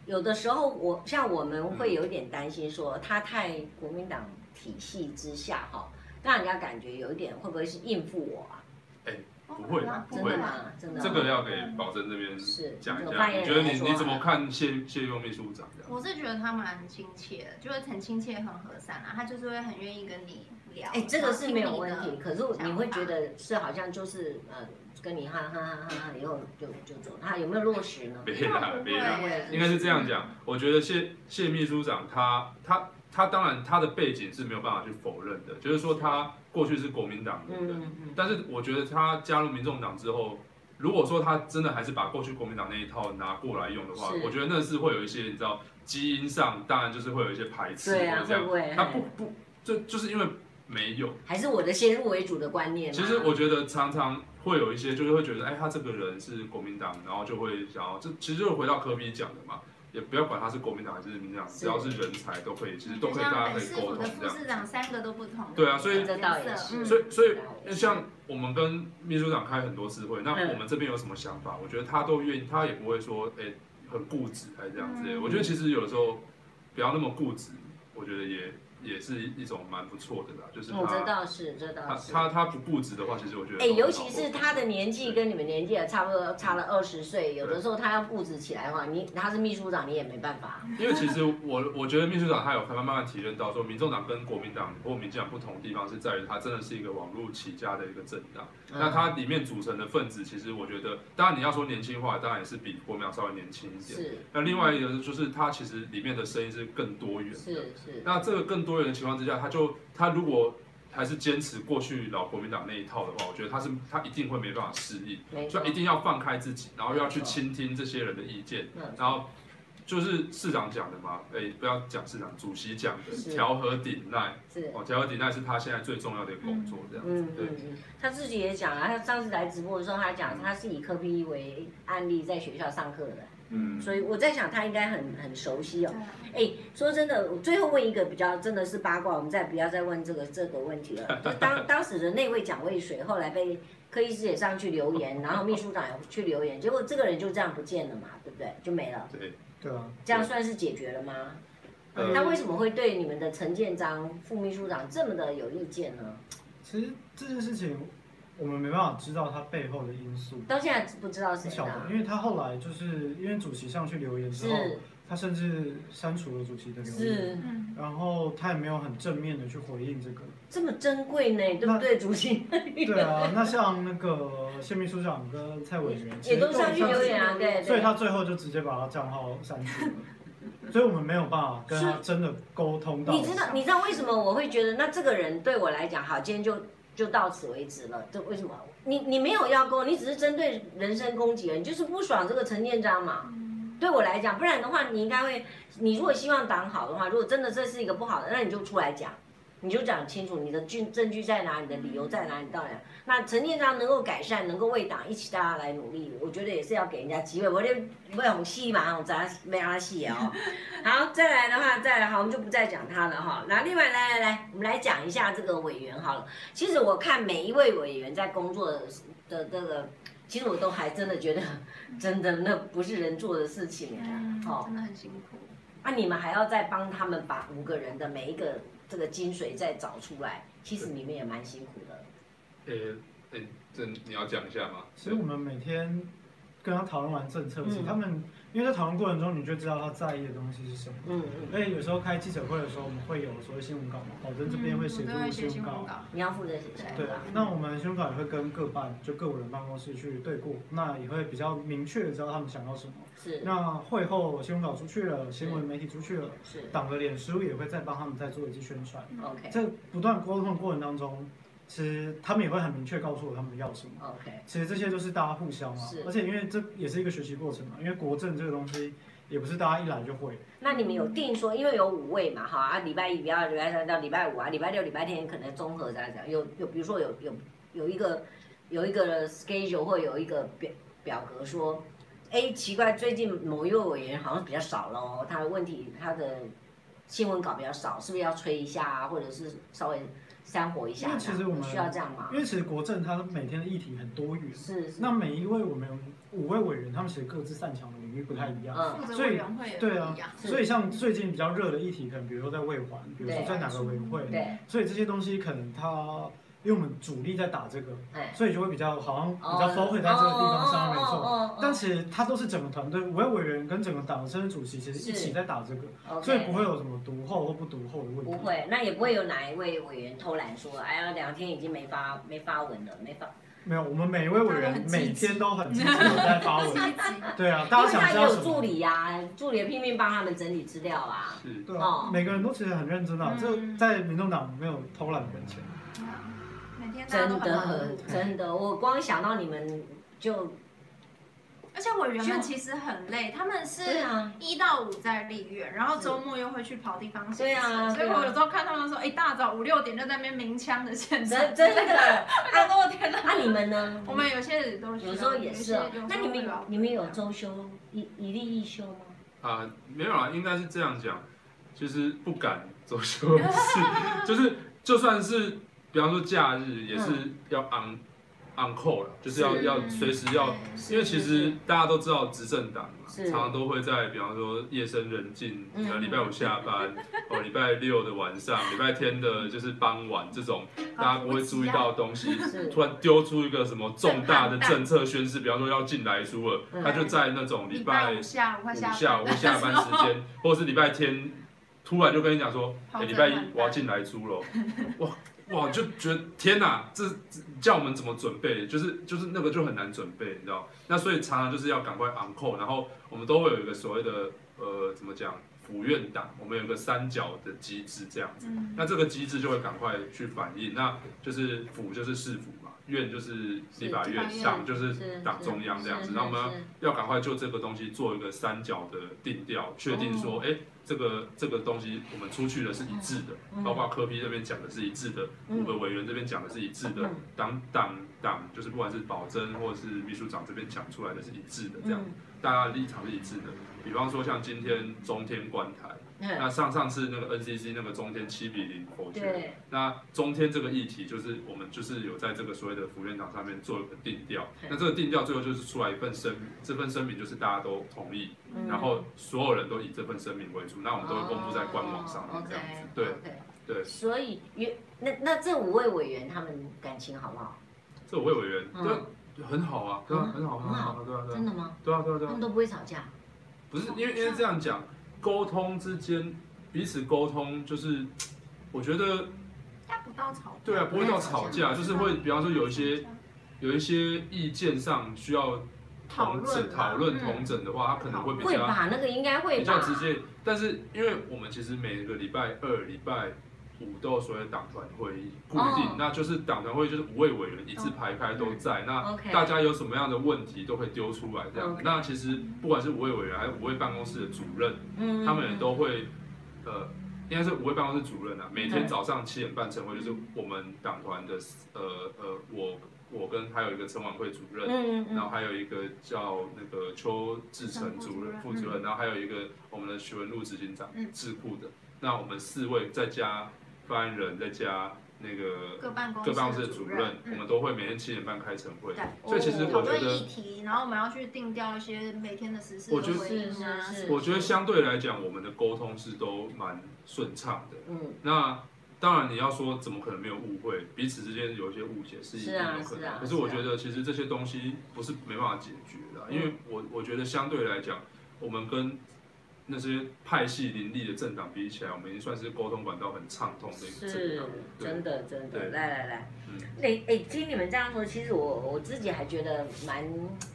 A: 有的时候我像我们会有点担心说他太国民党体系之下哈，让人家感觉有一点会不会是应付我啊？
C: 哦
B: 不会啦
A: 真
B: 不会
A: 的吗？真的吗
B: 这个要给保证这边
A: 是
B: 讲一
A: 有
B: 下，
A: 发言人
B: 你觉得
A: 来
B: 你
A: 说
B: 你怎
A: 啊
B: 么看谢谢立功秘书长这样？
C: 我是觉得他蛮亲切的，就是很亲切、很和善啊，他就是会很愿意跟你聊。
A: 哎，这个是没有问
C: 然后听
A: 题
C: 你，的。
A: 可是你会觉得是好像就是呃跟你哈哈哈哈哈以后就就走，他有没有落实呢？
B: 别
C: 那
B: 啦
C: 不
B: 别
C: 会
B: 啦，应该是这样讲，我觉得谢谢秘书长他他他当然他的背景是没有办法去否认的，就是说他过去是国民党的人，
A: 嗯嗯
B: 但是我觉得他加入民众党之后，如果说他真的还是把过去国民党那一套拿过来用的话
A: 是，
B: 我觉得那是会有一些你知道基因上，当然就是会有一些排斥
A: 对
B: 或
A: 啊，
B: 者
A: 会
B: 这样。
A: 不会？
B: 那不不，就就是因为没有。
A: 还是我的先入为主的观念啊。
B: 其实我觉得常常会有一些，就是会觉得，哎，他这个人是国民党，然后就会想要，这其实就是回到科比讲的嘛，也不要管他是国民党还是民进党，
A: 是
B: 只要是人才都可以，其实都
C: 就
B: 可以大家
C: 像北
B: 可以
C: 市
B: 沟
C: 府的嗯
B: 通这
C: 副
B: 样。
C: 市长三个都不同的，
B: 对啊所以
A: 这倒也是，
B: 所以所以
A: 以
B: 像我们跟秘书长开很多次会，那
A: 嗯
B: 我们这边有什么想法，我觉得他都愿意，他也不会说哎、很固执还是这样子、
C: 嗯
B: 我觉得其实有时候不要那么固执，我觉得也也是一种蛮不错的啦，就是
A: 嗯，这
B: 他、
A: 倒是，这
B: 他
A: 倒是。
B: 他他不固执的话，其实我觉得
A: 哎，
B: 都很好
A: 尤其是他的年纪跟你们年纪也差不多，差了二十岁，有的时候他要固执起来的话，你他是秘书长，你也没办法。
B: 因为其实我我觉得秘书长他有慢慢慢慢体认到说，民众党跟国民党或民进党不同的地方是在于，它真的是一个网络起家的一个政党。
A: 嗯
B: 那它里面组成的分子，其实我觉得，当然你要说年轻化，当然也是比国民党稍微年轻一点。
A: 是
B: 那另外一个就是它其实里面的声音是更多元的。
A: 是是，
B: 那这个更多元的情况之下，他就他如果还是坚持过去老国民党那一套的话，我觉得他是他一定会没办法适应，
A: 没
B: 所
A: 错
B: 以一。定要放开自己，然后又要去
A: 没错
B: 倾听这些人的意见。
A: 嗯
B: 然后就是市长讲的嘛，哎、不要讲市长，主席讲的
A: 是
B: 调和顶耐，
A: 是，
B: 哦，调和顶耐是他现在最重要的一个工作，这样
A: 嗯
B: 子，
A: 嗯
B: 对，
A: 嗯，他自己也讲啊，他上次来直播的时候，他讲他是以科比为案例在学校上课的，
B: 嗯，
A: 所以我在想他应该很很熟悉哦
C: 对。啊
A: 哎，说真的，我最后问一个比较真的是八卦，我们再不要再问这个这个问题了。就当当时的那位蒋渭水，后来被柯医师也上去留言，然后秘书长也去留言，结果这个人就这样不见了嘛，对不对？就没了，
B: 对，
D: 对啊，
A: 这样算是解决了吗？
B: 呃
A: 那为什么会对你们的陈建章副秘书长这么的有意见呢？
D: 其实这件事情我们没办法知道它背后的因素，
A: 到现在不知道
D: 不
A: 谁啊
D: 晓得，
A: 呢？
D: 因为他后来就是因为主席上去留言之后，
A: 是
D: 他甚至删除了主席的留言，
A: 是
C: 嗯，
D: 然后他也没有很正面的去回应
A: [laughs]
D: 这个。
A: 这么珍贵呢，对不对？主席
D: 对啊，那像那个谢秘书长跟蔡委员
A: 也都上去留言啊，对
D: 所
A: 对。
D: 以他最后就直接把他账号删除了，所以我们没有办法跟他真的沟通到。
A: 你知道，你知道为什么我会觉得那这个人对我来讲，好，今天就就到此为止了。这为什么？你你没有要攻，你只是针对人身攻击而已，你就是不爽这个陈建章嘛。
C: 嗯
A: 对我来讲，不然的话，你应该会，你如果希望党好的话，如果真的这是一个不好的，那你就出来讲，你就讲清楚你的证证据在哪，你的理由在哪，你到底哪。那陈建章能够改善，能够为党一起大家来努力，我觉得也是要给人家机会。我这不用戏嘛，我咱没阿戏哦。好，再来的话，再来好，我们就不再讲他了哈。那另外来来来，我们来讲一下这个委员好了。其实我看每一位委员在工作的这个其实我都还真的觉得，真的那不是人做的事情哎、
C: 嗯，
A: 哦，
C: 真的很辛苦。
A: 那、你们还要再帮他们把五个人的每一个这个精髓再找出来，其实你们也蛮辛苦的。
B: 诶诶，这你要讲一下吗？
D: 其实我们每天跟他讨论完政策，其实
A: 嗯
D: 他们因为在讨论过程中，你就知道他在意的东西是什么。哎
A: 嗯，嗯
D: 而且有时候开记者会的时候，我们会有所谓新闻稿嘛，保证这边会写
C: 嗯我
D: 出
C: 都会写
D: 新
C: 新
D: 闻
C: 闻
D: 稿。
C: 稿。
A: 你要负责写下来
D: 对啊
A: 吧。，
D: 那我们新闻稿也会跟各办，就各我的办公室去对过，那也会比较明确的知道他们想要什么。
A: 是
D: 那会后新闻稿出去了，新闻媒体出去了，
A: 是
D: 党的脸书也会再帮他们再做一次宣传。
C: 嗯
A: ，OK
D: 在不断沟通的过程当中，其实他们也会很明确告诉我他们要什么。
A: OK，
D: 其实这些都是大家互相啊
A: 是，
D: 而且因为这也是一个学习过程嘛，因为国政这个东西也不是大家一来就会。
A: 那你们有定说，因为有五位嘛，哈啊，礼拜一、礼拜二、礼拜三到礼拜五啊，礼拜六、礼拜天可能综合这样讲，有有比如说有有有一个有一个 schedule 或有一个表表格说，哎，奇怪，最近某一位委员好像比较少喽，他的问题他的新闻稿比较少，是不是要催一下啊，或者是稍微煽火一下
D: 因
A: 这样？
D: 为其实我们
A: 需要这样吗
D: 因？为其实国政它每天的议题很多元，
A: 是是，
D: 那每一位我们有五位委员，他们其实各自擅长的领域不太一样。
A: 嗯
C: 负责委员会也不
D: 对
C: 一
D: 啊
C: 样。，
A: 是
D: 所以像最近比较热的议题，可能比如说在卫环，比如说
A: 对嗯
D: 在哪个委员会，
A: 对，
D: 所以这些东西可能它因为我们主力在打这个，
A: 哎，
D: 所以就会比较好像
A: 哦
D: 比较 focus 在这个地方上面没
A: 哦
D: 错。
A: 哦哦哦
D: 但其实它都是整个团队五位委员跟整个党的甚至主席其实
A: 是
D: 一起在打这个，
A: 哦 OK
D: 所以不会有什么独后或不独后的问
A: 不
D: 题。
A: 会，那也不会有哪一位委员偷懒说，哎呀，两天已经没发没发文了，没发。
D: 没有，我们每一位委
C: 大家都
D: 员
C: 很积极
D: 每天都很积极的在发文
A: [laughs]
C: 积。极
D: 对啊，
A: 因
D: 大
A: 为
D: 家想
A: 他
D: 知
A: 也
D: 道
A: 有
D: 什
A: 助
D: 么？
A: 理啊，助理拼命帮他们整理资料啊。
B: 是
D: 对
A: 哦
D: 啊，每个人都其实很认真啊。
C: 嗯
D: 这在民众党没有偷懒本钱。
C: [laughs] 每天大家都
A: 真
C: 很
A: 的
C: 忙
A: 很真的，我光想到你们就
C: 而且委员
A: 就
C: 们其实很累，他们
A: 对
C: 是
A: 啊，
C: 一到五在立院，然后周末又会去跑地方行
A: 对啊
C: 程，所
A: 对
C: 以
A: 啊
C: 我有时候看他们说，一哎大早五六点就在那边鸣枪的现场，
A: 真真
C: [laughs]
A: 的。啊
C: 哎呦我的天哪！
A: 那你们呢？
C: 我们有些人都需要
A: 有时候也是哦
C: 有些有时候。
A: 那你
C: 会
A: 们
C: 吧
A: 你们有周休一一例一休吗？
B: 啊，没有啦，应该是这样讲，就是不敢走
A: [laughs]
B: 休息，就是就算是比方说假日，也是要 on on call 了，就是要
A: 嗯是嗯
B: 要随时要，因为其实大家都知道执政党嘛，
A: 是
B: 常常都会在比方说夜深人静，
A: 嗯
B: 呃，礼拜五
A: [laughs]
B: 下班，哦，礼拜六的晚上，礼拜天的就是傍晚这种，大家不会注意到的东西，
A: 是
B: 突然丢出一个什么重大的政策宣示，比方说要进来书了
A: 嗯，
B: 他就在那种礼
C: 礼
B: 拜
C: 拜五下午快
B: 午
C: 下班
B: 下午下班时
A: [laughs]
B: 间，或者是礼拜天，突然就跟你讲说，
C: 好
B: 哎，
C: 整
B: 礼拜一
C: 晚班
B: 我要进来租
A: [laughs]
B: 喽，哇哇，就觉得天哪，这这叫我们怎么准备？就是就是那个就很难准备，你知道？那所以常常就是要赶快 on call，然后我们都会有一个所谓的呃怎么讲，府院党，我们有一个三角的机制这样子。
C: 嗯
B: 那这个机制就会赶快去反映，那就是府就是市府嘛，院就是立法院
A: 是立法院，
B: 党就是
A: 是
B: 党中央这样
A: 是
B: 子
A: 是。
B: 那我们
A: 是
B: 要要赶快就这个东西做一个三角的定调，确定说，
A: 哦
B: 哎、这个这个东西我们出去的是一致的，
A: 嗯
B: 包括科批这边讲的是一致的，
A: 嗯
B: 我们委员这边讲的是一致的
A: 嗯，
B: 党党党就是不管是保真或者是秘书长这边讲出来的是一致的，这样
A: 嗯
B: 大家立场是一致的。比方说像今天中天观台。
A: 嗯，
B: 那上上次那个 NCC 那个中天七比零否决，
A: 对，
B: 那中天这个议题就是我们就是有在这个所谓的福院长上面做一个定调
A: 对，
B: 那这个定调最后就是出来一份声明，这份声明就是大家都同意，
A: 嗯
B: 然后所有人都以这份声明为主，那我们都会公布在官网上面
A: 哦
B: 这样子
A: OK，，
B: 对
A: OK
B: 对，
A: 所以原那那这五位委员他们感情好不好？
B: 这五位委员
A: 嗯
B: 对很好啊，对啊
A: 嗯
B: 很好很好啊对啊对啊
A: 真的吗？
B: 对啊对啊对
A: 他
B: 啊
A: 们，都不会吵架？
B: 不是因为因为这样讲，沟通之间彼此沟通就是，
A: 嗯
B: 我觉得
C: 他不到吵，
B: 对啊不会到吵
A: 嗯
B: 架，就是会比方说有一些。有一些意见上需要
C: 讨
B: 同整
C: 论
B: 讨论
C: 嗯
B: 同整的话，它可能会比
A: 会
B: 较
A: 吧，那个应该会
B: 比较
A: 吧。
B: 直接。但是因为我们其实每个礼拜二、礼拜五都有所谓的党团会议固
A: 哦嗯
B: 定，那就是党团会议就是五位委员一字排开都在，那
A: OK
B: 大家有什么样的问题都可以丢出来这样
A: OK。
B: 那其实不管是五位委员还是五位办公室的主任，
A: 嗯
B: 他们也都会呃。应该是五位办公室主任啊，每
A: 对
B: 天早上七点半晨会，就是我们党团的呃呃，我我跟还有一个城管会主任，
A: 嗯嗯
B: 然
A: 嗯
B: 后还有一个叫那个邱志成主任、副主任，然后还有一个我们的徐文路执行长
C: 嗯
B: 智库的。那我们四位再加发言人，再加那个
C: 各办公
B: 各办公
C: 室
B: 室
C: 的
B: 的主
C: 主
B: 任，
C: 嗯
B: 我们都会每天七点半开晨会
C: 对，
B: 所以其实
A: 哦
C: 讨
B: 我觉
C: 论议
B: 得，
C: 题，然后我们要去定调一些每天的实事
B: 我
C: 的
B: 觉得
C: 回应啊
A: 是是
C: 什
A: 是
C: 么
B: 我觉得相对来讲，我们的沟通是都蛮顺畅的。
A: 嗯，
B: 那当然，你要说怎么可能没有误会，彼此之间有一些误解是一定
A: 是啊
B: 有可
A: 是
B: 能。
A: 啊
B: 可是我觉得其实这些东西不是没办法解决的啊、
A: 嗯
B: 因为我我觉得相对来讲，我们跟那些派系林立的政党比起来，我们已经算是沟通管道很畅通的一个政
A: 是
B: 党。对
A: 真的真的，
B: 对
A: 来来来
B: 嗯，
A: 那哎、听你们这样说，其实我我自己还觉得蛮，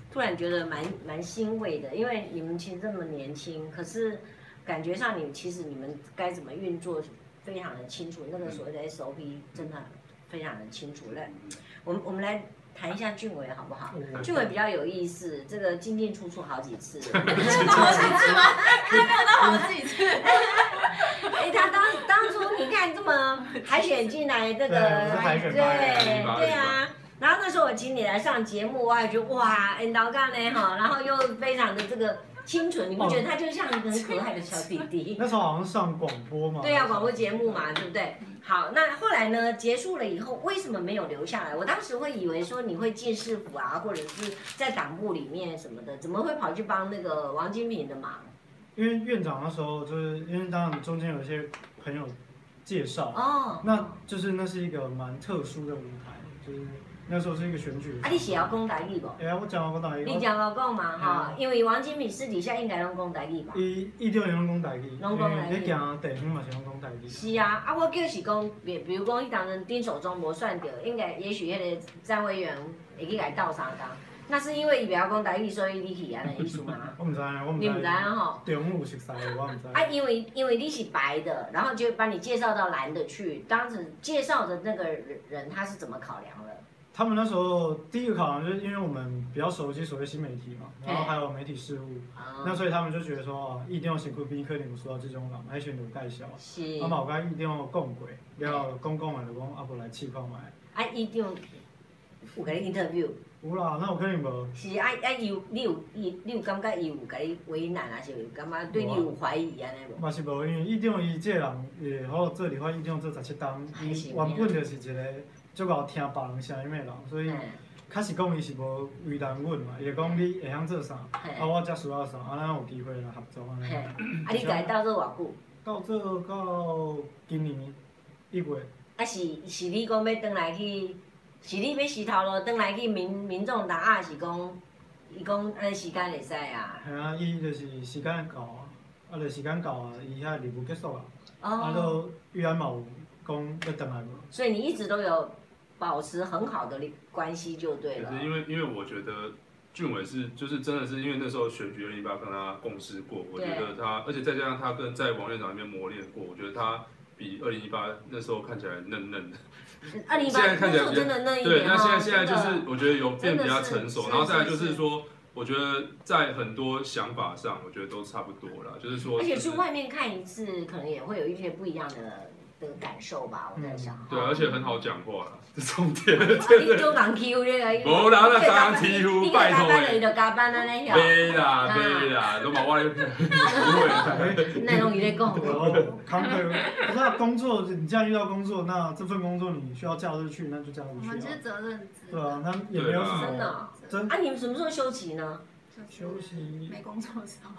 A: 突然觉得蛮蛮欣慰的，因为你们其实这么年轻，可是感觉上你其实你们该怎么运作非常的清楚，那个所谓的 SOP 真的非常的清楚。来，我们我们来谈一下俊伟好不好？
D: 嗯
A: 俊伟比较有意思，这个进进出出好几次。
C: 那 [laughs] 我自己去，
A: 哎，他当当初你看这么海选进来，这个
D: 对我是 [laughs] 海选拔的
B: 选拔
A: 对对
B: 的
A: 啊。然后那时候我请你来上节目，我也觉得哇，哎，老干呢哈，然后又非常的这个清纯，你不觉得他就像一个很可爱的小弟
D: [laughs]
A: 弟？
D: 那时候好像上广播嘛，
A: 对啊，广播节目嘛，对不对？好，那后来呢？结束了以后，为什么没有留下来？我当时会以为说你会进市府啊，或者是在党部里面什么的，怎么会跑去帮那个王金平的忙？
D: 因为院长那时候就是因为当然中间有一些朋友介绍，
A: 哦，
D: 那就是那是一个蛮特殊的舞台，就是那时候是一个选举。
A: 啊，你写要公台语不？
D: 哎呀，我讲完我打一
A: 你
D: 个，
A: 讲我讲嘛哈，因为王金平私底下应该拢讲台语吧？
D: 一一六年拢讲台语，
A: 拢讲台语
D: 因为你行地方嘛是拢讲台语。
A: 是啊，啊我就是讲，比比如讲，伊当阵丁守中无算着，应该也许迄个站委员会去来斗相共，那是因为伊袂晓讲台语，所以你去安尼意思吗？
D: 我唔知 [laughs] 啊，我唔
A: 你毋知
D: 知啊。
A: 啊吼？
D: 中午熟悉的我唔知。
A: 啊，因为因为你是白的，然后就把你介绍到蓝的去，当时介绍的那个人他是怎么考量的？
D: 他们那时候第一个考量就是因为我们比较熟悉所谓新媒体嘛，然后还有媒体事务，
A: 啊、
D: 那所以他们就觉得说，哦，一定要辛苦比克林说到这种人，还选择介绍。
A: 是
D: 啊嘛，有甲一定要讲过，了讲讲完就讲，啊无来试看卖。
A: 啊，伊就有甲你 interview，
D: 有啦，那有肯定无。
A: 是啊啊，伊有你有伊你有感觉伊有甲你为难，还是有感觉对你有怀疑啊安尼无？
D: 嘛是无，因为一定伊这个人会好做理发，一定做十七档，
A: 还是
D: 伊
A: 有
D: 原本就是一个足够听别人声音的人，所以
A: 嗯
D: 确实讲伊是无为难阮嘛，伊会讲你会晓做啥，
A: 嘿
D: 啊我才需要啥，啊咱有机会来合作安尼
A: 嘿。啊，你家斗做偌久？
D: 到这到今年一月，
A: 啊是是你讲要转来去，是你要洗头路转来去民民众党，啊是讲，伊讲安尼时间会使啊？
D: 吓啊，伊就是时间到啊，啊就时间到啊，伊遐任务结束啊，啊
A: 哦，
D: 就玉安嘛有讲要等来
A: [laughs]
D: 无，
A: 所以你一直都有保持很好的关系就对了
B: 可。是因为因为我觉得俊伟是就是真的是因为那时候选举，你爸跟他共事过，我觉
A: 对
B: 得他，而且再加上他跟在王院长那边磨练过，我觉得他比二零一八那时候看起来嫩嫩的，
A: 二零一八
B: 现在看
A: 啊那时候
B: 起来比较
A: 真的那一
B: 对，
A: 年
B: 那现在
A: 哦，
B: 现在
A: 真
B: 就
A: 的
B: 是我觉得有变比较成熟，
A: 真的是
B: 然后再来就是是
A: 是
B: 说，我觉得在很多想法上，我觉得都差不多啦，就是说，
A: 而且
B: 就是
A: 去外面看一次，可能也会有一些不一样的的感受吧。我在想，
B: 对，啊而且很好讲话啦，这重点，
A: 啊你就人 Q 这个，
B: 无啦，那当然体
A: 你
B: 乎
A: 去
B: 拜
A: 加
B: 托
A: 班就
B: 诶，
A: 就加班安尼哦晓，
B: [laughs] 没啦
A: 啊
B: 没啦，都把我的 [laughs] 不会啦。
D: 哎
A: 那容易在讲。
D: 然后 conquer，可是啊工作你既然遇到工作，那这份工作你需要假日去，那就假
C: 我
D: 日
C: 们就
D: 去
C: 是
D: 啊，
C: 责任制，
D: 对啊，那也没有什
A: 真的
D: 么
A: 哦、
D: 真
A: 啊，你们什么时候休息呢？
D: 休息
C: 没工作的时候，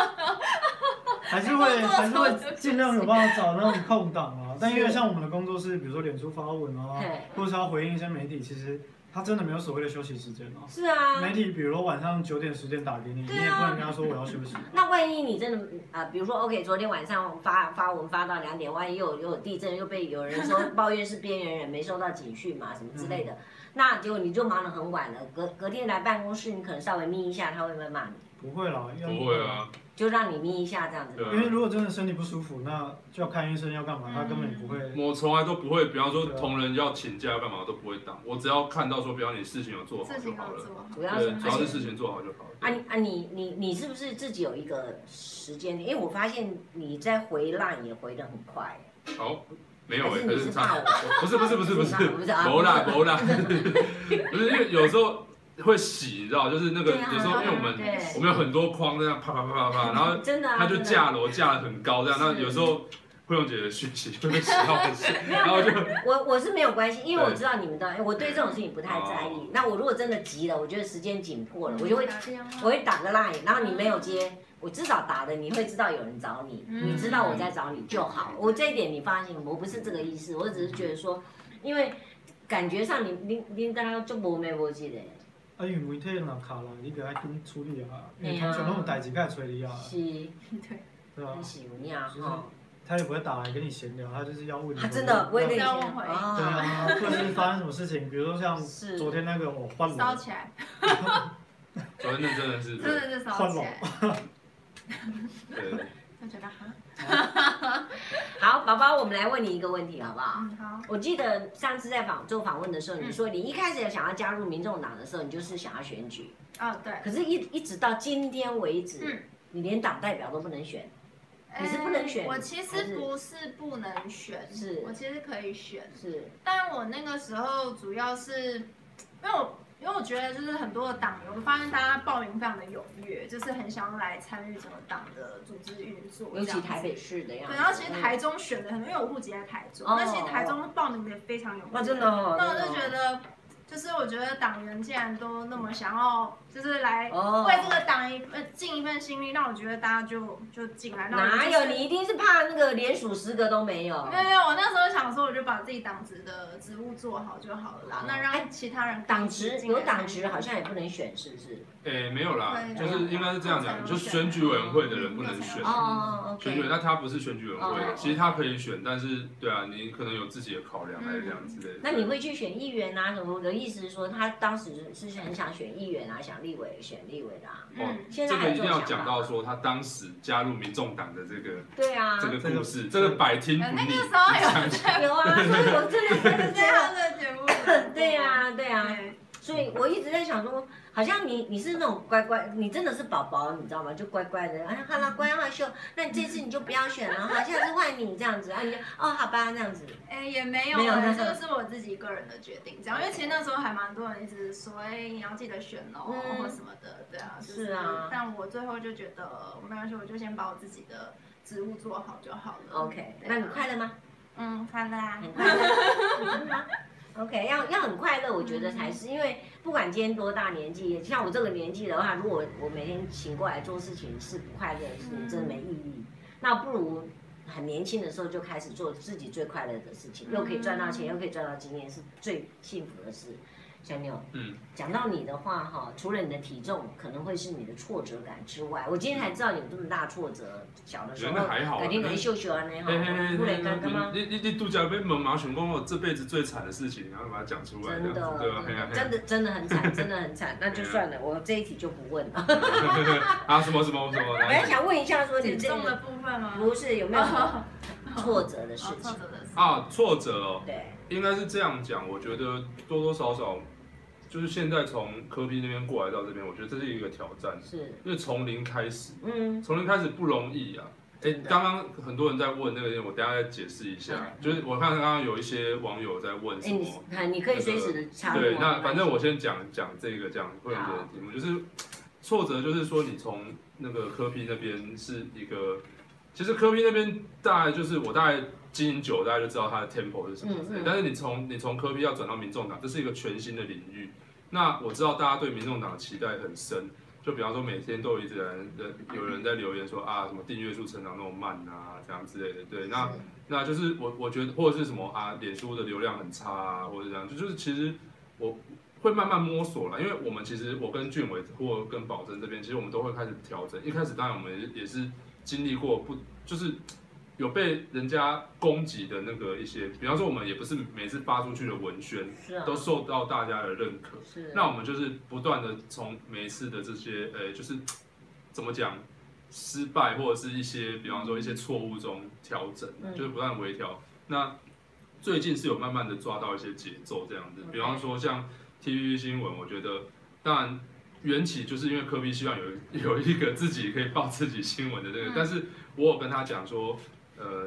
A: [laughs]
D: 还是会还是会尽量有办法找那种空档啊。但因为像我们的工作是，比如说脸书发文啊
A: 嘿，
D: 或者是要回应一些媒体，其实它真的没有所谓的休息时间啊。
A: 是啊，
D: 媒体比如说晚上九点十点打给你，你
A: 对啊
D: 也不能跟他说我要休息。
A: 那万一你真的啊、呃比如说 OK，昨天晚上发发文发到两点，万一又又有地震，又被有人
B: [laughs]
A: 说抱怨是边缘人没收到警讯嘛，什么之
B: 嗯
A: 类的，那结果你就忙得很晚了。隔隔天来办公室，你可能稍微眯一下，他会不会骂你？
D: 不会啦，因为
B: 不会。啊，
A: 就让你眯一下这样子。
B: 对啊
D: 因为如果真的身体不舒服，那就要看医生要干
A: 嗯
D: 嘛，他根本也不会。
B: 我从来都不会，比方说同仁要请假干嘛我都不会挡，我只要看到说，比方你事情有做好
C: 事
B: 就
C: 情
B: 好
C: 要
B: 了。
C: 做。
A: 主要是
B: 对，只要是事情做好就好
A: 啊
B: 了。
A: 你啊你你你是不是自己有一个时间？因为我发现你在回浪也回得很快，
B: 好，没有哎、
A: 还是
B: 可是
A: 你是
B: 差
A: 怕我？
B: 不是不是不是不是，
A: 不是啊
B: 不啦不啦， [laughs] 不是因为有时候会洗，你知道，就是那个
A: 对啊
B: 有时候因为我们
A: 对
B: 我们有很多框在那啪啪啪啪啪，然后
A: 真的啊，
B: 它就
A: 真的
B: 架楼架得很高这样，那有时候慧荣姐的讯息就被洗到很深，
A: [laughs] 没有
B: 然后就
A: 我我是没有关系，因为我
B: 对
A: 知道你们的，我对这种事情不太在
D: 哦
A: 意。那我如果真的急了，我觉得时间紧迫了，我就会
C: 打电话
A: 我会打个 line，然后你没有接，我至少打的你会知道有人找你，
C: 嗯
A: 你知道我在找你就好。我这一点你放心，我不是这个意思，我只是觉得说，因为感觉上你你你刚刚就无眉无气的，
D: 啊，因为媒体若卡了，你就要紧处理啊，因为
A: 对啊
D: 通常拢有代志该催你啊，
A: 是
C: [laughs] 对，
D: 对吧
A: 很？喜欢呀
D: 就是
A: 哈。
D: 他也不会打来跟你闲聊，他就是要问你。
A: 他啊真的，我也跟你说
C: 要问回
D: 对
A: 啊，
D: 啊，或者是发生什么事情，比如说像
A: 是
D: 昨天那个我换
C: 烧
D: 了，
C: 起来，
B: 昨天那真的是
C: 真的是烧起来。
B: 对，
C: 我觉得哈，
A: 好，宝宝，我们来问你一个问题好不好？
C: 嗯好，
A: 我记得上次在访做访问的时候，
C: 嗯
A: 你说你一开始想要加入民众党的时候，你就是想要选举，
C: 哦对，
A: 可是一，一直到今天为止，
C: 嗯
A: 你连党代表都不能选，你是不能选
C: 哎我其
A: 还是
C: 实不是不能选，
A: 是
C: 我其实可以选，
A: 是
C: 但我那个时候主要是，因为我因为我觉得就是很多的党友，我发现大家报名非常的踊跃，就是很想要来参与整个党的组织运作，
A: 尤其台
C: 北。
A: 北市的样子。嗯
C: 对，然后其实台中选的很，因为我户籍在台中，
A: 哦
C: 那其实台中报名的也非常踊跃。
A: 哇，真的哦，
C: 那我
A: 真的
C: 就
A: 哦
C: 觉得，就是我觉得党员既然都那么想要，就是来
A: 哦
C: 为这个党一份尽一份心力，那我觉得大家就就进来。那我
A: 哪
C: 就是
A: 有？你一定是怕那个连署十个都没有。
C: 没有没有，我那时候想说，我就把自己党职的职务做好就好了啦。那
A: 哎
C: 让其他人
A: 党职有党职，
C: 职
A: 好像也不能选，是不是？
B: 诶，哎没有啦，
C: 对
B: 就是应该是这样讲，就选举委员会的人不能选
C: 对
A: 啊哦。哦哦
B: 选举，
A: ，OK。
B: 那他不是选举委员
A: 哦
B: 会，其实他可以选，但是对啊，你可能有自己的考量还是这样之类
A: 嗯
B: 的。
A: 那你会去选议员啊？什么？我的意思是说，他当时是很想选议员啊，想立委，选立委的啊。[laughs]
B: 哦
C: 嗯，
A: 现在
B: 这
A: 还
B: 个
A: 有
B: 一定
A: 这
B: 要
A: 种想
B: 讲
A: 法
B: 到说他当时加入民众党的这个
A: 对啊，
B: 这个故事，嗯这
D: 这
B: 个
D: 个
B: 百听
A: 哎
C: 呃
B: 不
C: 那
B: 腻
C: 个。时候有
A: 有
B: [laughs]
A: 啊，所以我真的真的
C: 在
A: 这样。，
C: 他的节目啊
A: 对呀、对呀、
C: 对，
A: 所以我一直在想说，好像你你是那种乖乖，你真的是宝宝，你知道吗？就乖乖
B: [laughs]
A: 的，哎，好啦，乖好秀，那你这次你就不要选了哈，下次换你这样子，啊，你就哦，好吧，这样子，
C: 哎，也没有
A: 没有
C: 啊，
A: 那时
C: 这
A: 候
C: 个是我自己个人的决定，这样，因为其实那时候还蛮多人一直说，哎，你要记得选哦，
A: 嗯
C: 或什么的，对啊，就是
A: 啊
C: 但我最后就觉得没关系，我就先把我自己的职务做好就好了。
A: ，OK，
C: 对啊
A: 那你快乐吗？
C: 嗯，快乐啊，
A: 很快乐，真的吗？OK，要 [laughs] 要很快乐，我觉得才是，因为不管今天多大年纪，像我这个年纪的话，如果我每天醒过来做事情是不快乐的事情，真的没意义。那不如很年轻的时候就开始做自己最快乐的事情，又可以赚到钱，又可以赚到经验，是最幸福的事。小妞，
B: [laughs] 嗯，
A: 讲到你的话哈，除了你的体重可能会是你的挫折感之外，我今天才知道你有这么大挫折。小的时候
B: 觉得还好
A: 改天
B: 可
A: 可
B: 能
A: 以秀秀啊那哈，
B: 嘿嘿嘿
A: 不然
B: 嘿
A: 干干嘛
B: 嘿，？你你你度假被猛毛选光我这辈子最惨的事情，然后把它讲出来，这
A: 真
B: 样子
A: 的哦
B: 对吧？嘿呀，嘿
A: 真
B: 呀
A: 的真的很惨，
B: [laughs]
A: 真的很惨，那就算了，我这一题就不问了。
B: 啊什么什么什么，
A: 我
B: 来
A: 要想问一下，说你
C: 减
A: 这
C: 重的
A: 个
C: 部分吗？
A: 不是有没有什 [laughs] 么挫折的事
C: 哦，
A: 情
C: 挫？折的事。
B: 啊挫折哦，
A: 对，
B: 应该是这样讲，我觉得多多少少就是现在从科比那边过来到这边，我觉得这是一个挑战，
A: 是，
B: 因为从零开始，
A: 嗯，
B: 从零开始不容易啊。哎、
A: 真的嗯
B: 刚刚很多人在问那个，我等一下再解释一下。就是我看刚刚有一些网友在问
A: 哎，
B: 什么
A: 你，啊你可以随时的插入
B: 对，
A: 啊
B: 那反正我先讲讲这个，讲会有点题目，就是挫折，就是说你从那个科批那边是一个，其实科批那边大概就是我大概经营久，大概就知道它的 tempo 是什么之类的
A: 嗯嗯
B: 但是你从你从科批要转到民众党，这是一个全新的领域。那我知道大家对民众党的期待很深，就比方说每天都有一直人有人在留言说啊，什么订阅数成长那么慢啊，这样之类的。对，那
A: 是
B: 那就是我我觉得或者是什么啊，脸书的流量很差啊，或者这样，就就是其实我会慢慢摸索啦，因为我们其实我跟俊伟或跟宝珍这边，其实我们都会开始调整。一开始当然我们也是经历过不就是有被人家攻击的那个一些，比方说我们也不是每次发出去的文宣
A: 是啊，
B: 都受到大家的认可，
A: 是，
B: 那我们就是不断的从每一次的这些，呃，就是怎么讲，失败或者是一些，比方说一些错误中调整，
A: 嗯
B: 就是不断地微调。那最近是有慢慢的抓到一些节奏这样子，
A: OK
B: 比方说像 TVB 新闻，我觉得当然缘起就是因为科比希望有有一个自己可以报自己新闻的这个，
C: 嗯
B: 但是我有跟他讲说，呃。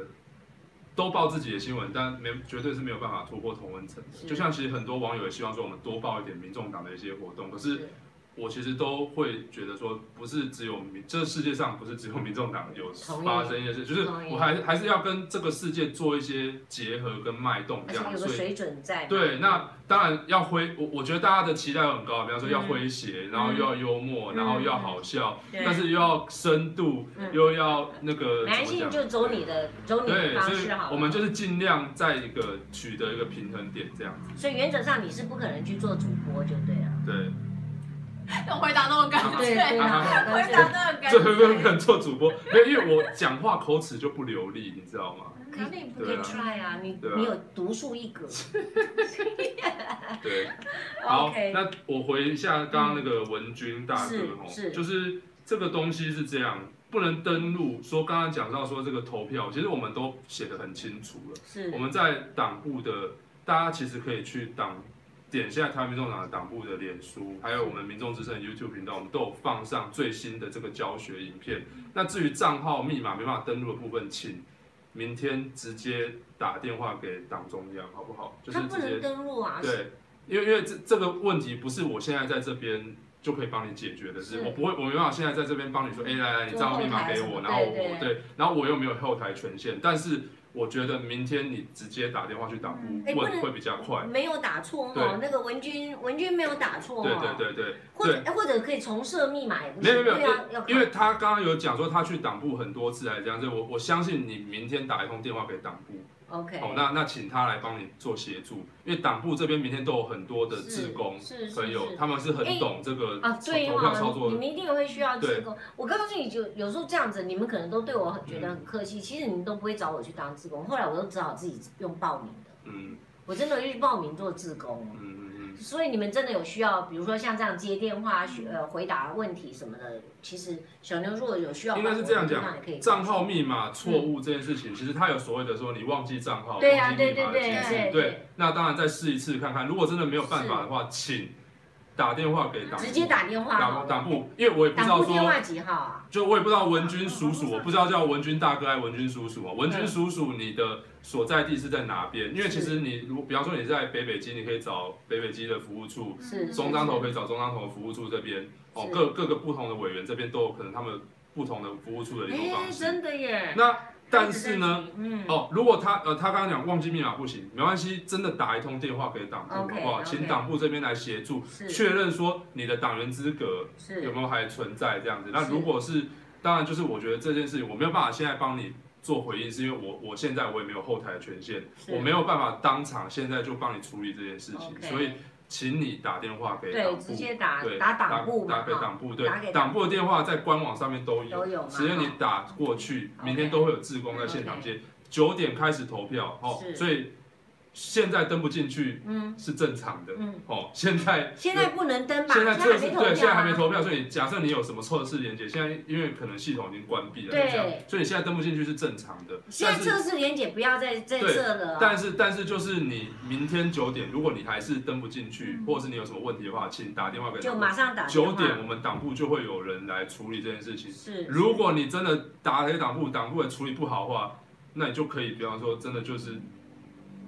B: 都报自己的新闻，但没绝对是没有办法突破同温层的。
A: 是
B: 就像其实很多网友也希望说，我们多报一点民众党的一些活动，可是
A: 是
B: 我其实都会觉得说，不是只有民，这世界上不是只有民众党有
A: 同意
B: 发生一些事，就是
A: 同意
B: 我还是还是要跟这个世界做一些结合跟脉动
A: 而
B: 这
A: 且
B: 样，
A: 有个
B: 所以
A: 水准在嘛。
B: 对，那当然要诙，我我觉得大家的期待很高，比方说要
A: 嗯
B: 诙谐，然后又要幽默，
C: 嗯
B: 然后又要好笑，
A: 对
B: 但是又要深度，
A: 嗯
B: 又要那个
A: 没关系，
B: 怎
A: 你
B: 么
A: 就
B: 讲？
A: 走你的，走你的
B: 对，
A: 方
B: 所以
A: 式好了。
B: 我们就是尽量在一个取得一个平衡点，这样子。
A: 所以原则上你是不可能去做主播就对了。 [laughs]
B: 对，
C: 我回答那么干
A: 对
C: 脆，
A: 对
B: 啊
A: 啊，
C: 回
A: 对
C: 答那么干
B: 这会不
C: 脆，
B: 能做主播？没有，因为我讲话口齿就不流利，你知道吗？
C: 哪里不
A: 可以
B: 对
C: 对
B: 啊？
A: try 啊，你
B: 对啊
A: 你有独树一格。
B: 对，好
A: OK，
B: 那我回一下刚刚那个文军大哥
A: 是
B: 哦，
A: 是
B: 就是这个东西是这样，不能登录。说刚刚讲到说这个投票，其实我们都写得很清楚了。
A: 是
B: 我们在党部的，大家其实可以去党点下台湾民众党的党部的脸书，还有我们民众之声的 YouTube 频道，我们都有放上最新的这个教学影片。那至于账号密码没办法登录的部分，请明天直接打电话给党中央，好不好？就是
A: 他不
B: 直接
A: 能登录啊。是
B: 对，因为因为这这个问题不是我现在在这边就可以帮你解决的，是
A: 是
B: 我不会，我没办法现在在这边帮你说，哎、来来，你
A: 做
B: 账号密
A: 后
B: 码
A: 台
B: 给
A: 什么
B: 我，然后我
A: 对对
B: 对，然后我又没有后台权限，但是我觉得明天你直接打电话去党
C: 嗯
A: 哎
B: 部
A: 不
B: 问
A: 能
B: 会比较快。
A: 没有打错哈
B: 对，
A: 那个文君文君没有打错
B: 对
A: 哈，
B: 对对对，
A: 或者哎或者可以重设密码也不行，
B: 没有没有
A: 对啊要看
B: 因为他刚刚有讲说他去党部很多次来这样，所以我我相信你明天打一通电话给党部，
A: OK
B: 哦，那那请他来帮你做协助，因为党部这边明天都有很多的
A: 是
B: 志工
A: 是是
B: 朋友，
A: 是
B: 他们是
A: 哎
B: 很懂这个
A: 啊，
B: 投
A: 对
B: 投票操
A: 嘛，
B: 作
A: 你
B: 的
A: 们一定会需要
B: 对
A: 志工。我告诉你，就有时候这样子，你们可能都对我很觉得很客气，其实你们都不会找我去当志工，后来我都只好自己用报名的，
B: 嗯
A: 我真的去报名做志工。啊
B: 嗯嗯嗯。
A: 所以你们真的有需要，比如说像这样接电话、呃回答问题什么的，其实小牛如果有需要，
B: 应该是这样讲
A: 那也可以
B: 嗯账号密码错误这件事情，其实它有所谓的说你忘记账号、
A: 对啊
B: 忘记密码的
A: 对
B: 机
A: 对
B: 制
A: 对对
B: 对
A: 对
B: 那当然再试一次看看，如果真的没有办法的话，请打电话给党部
A: 直接打电话好
B: 党
A: 了
B: 党部，因为我也不知
A: 党
B: 道
A: 部电
B: 说，
A: 话几号啊？
B: 就我也不知道文军叔叔，我不知道叫文军大哥还是文军叔叔啊。
A: 嗯
B: 文军叔叔，你的所在地是在哪边？因为其实你如果比方说你在北北基，你可以找北北基的服务处，
C: 嗯
A: 是
B: 中彰投可以找中彰投的服务处这边，哦
A: 是，
B: 各各个不同的委员这边都有可能他们不同的服务处的联络
A: 哎，
B: 方式。
A: 真的耶。
B: 那但是呢，
A: 一直在提，嗯，
B: 哦，如果他呃他刚刚讲忘记密码不行，没关系，真的打一通电话给党部好
A: OK，
B: 不好？
A: OK
B: 请党部这边来协助
A: 是
B: 确认说你的党员资格
A: 是
B: 有没有还存在这样子。那
A: 是
B: 如果是，当然就是我觉得这件事情我没有办法现在帮你。做回应是因为我我现在我也没有后台权限，
A: 是
B: 我没有办法当场现在就帮你处理这件事情
A: OK
B: 所以请你打电话给党
A: 对，
B: 部，
A: 直接打
B: 对
A: 打党部嘛，
B: 打给
A: 哈
B: 党部，对
A: 打给，党
B: 党部的电话在官网上面都
A: 都
B: 有，
A: 有嘛，
B: 只要你
A: 哈嗯
B: 打过去，
A: OK 嗯
B: 明天都会有志工在现场接，九点开始投票，哦
A: 是，
B: 所以现在登不进去
A: 嗯
B: 是正常的，
A: 嗯，
B: 哦，现在
A: 现在不能登吧？
B: 现在这
A: 还没
B: 是
A: 投票、啊，
B: 对，现在还没投票，所以假设你有什么测试连接，现在因为可能系统已经关闭了，
A: 对
B: 就这样所以你现在登不进去是正常的，
A: 现
B: 但
A: 在
B: 是。
A: 测试连姐不要再再
B: 对
A: 测了啊、
B: 但是但是就是你明天九点，如果你还是登不进去
C: 嗯，
B: 或者是你有什么问题的话，请打电话给
A: 就
B: 党部
A: 马上打电话
B: 九点我们党部就会有人来处理这件事情。
A: 是，
B: 如果你真的打给党部，党部也处理不好的话，那你就可以，比方说，真的就是，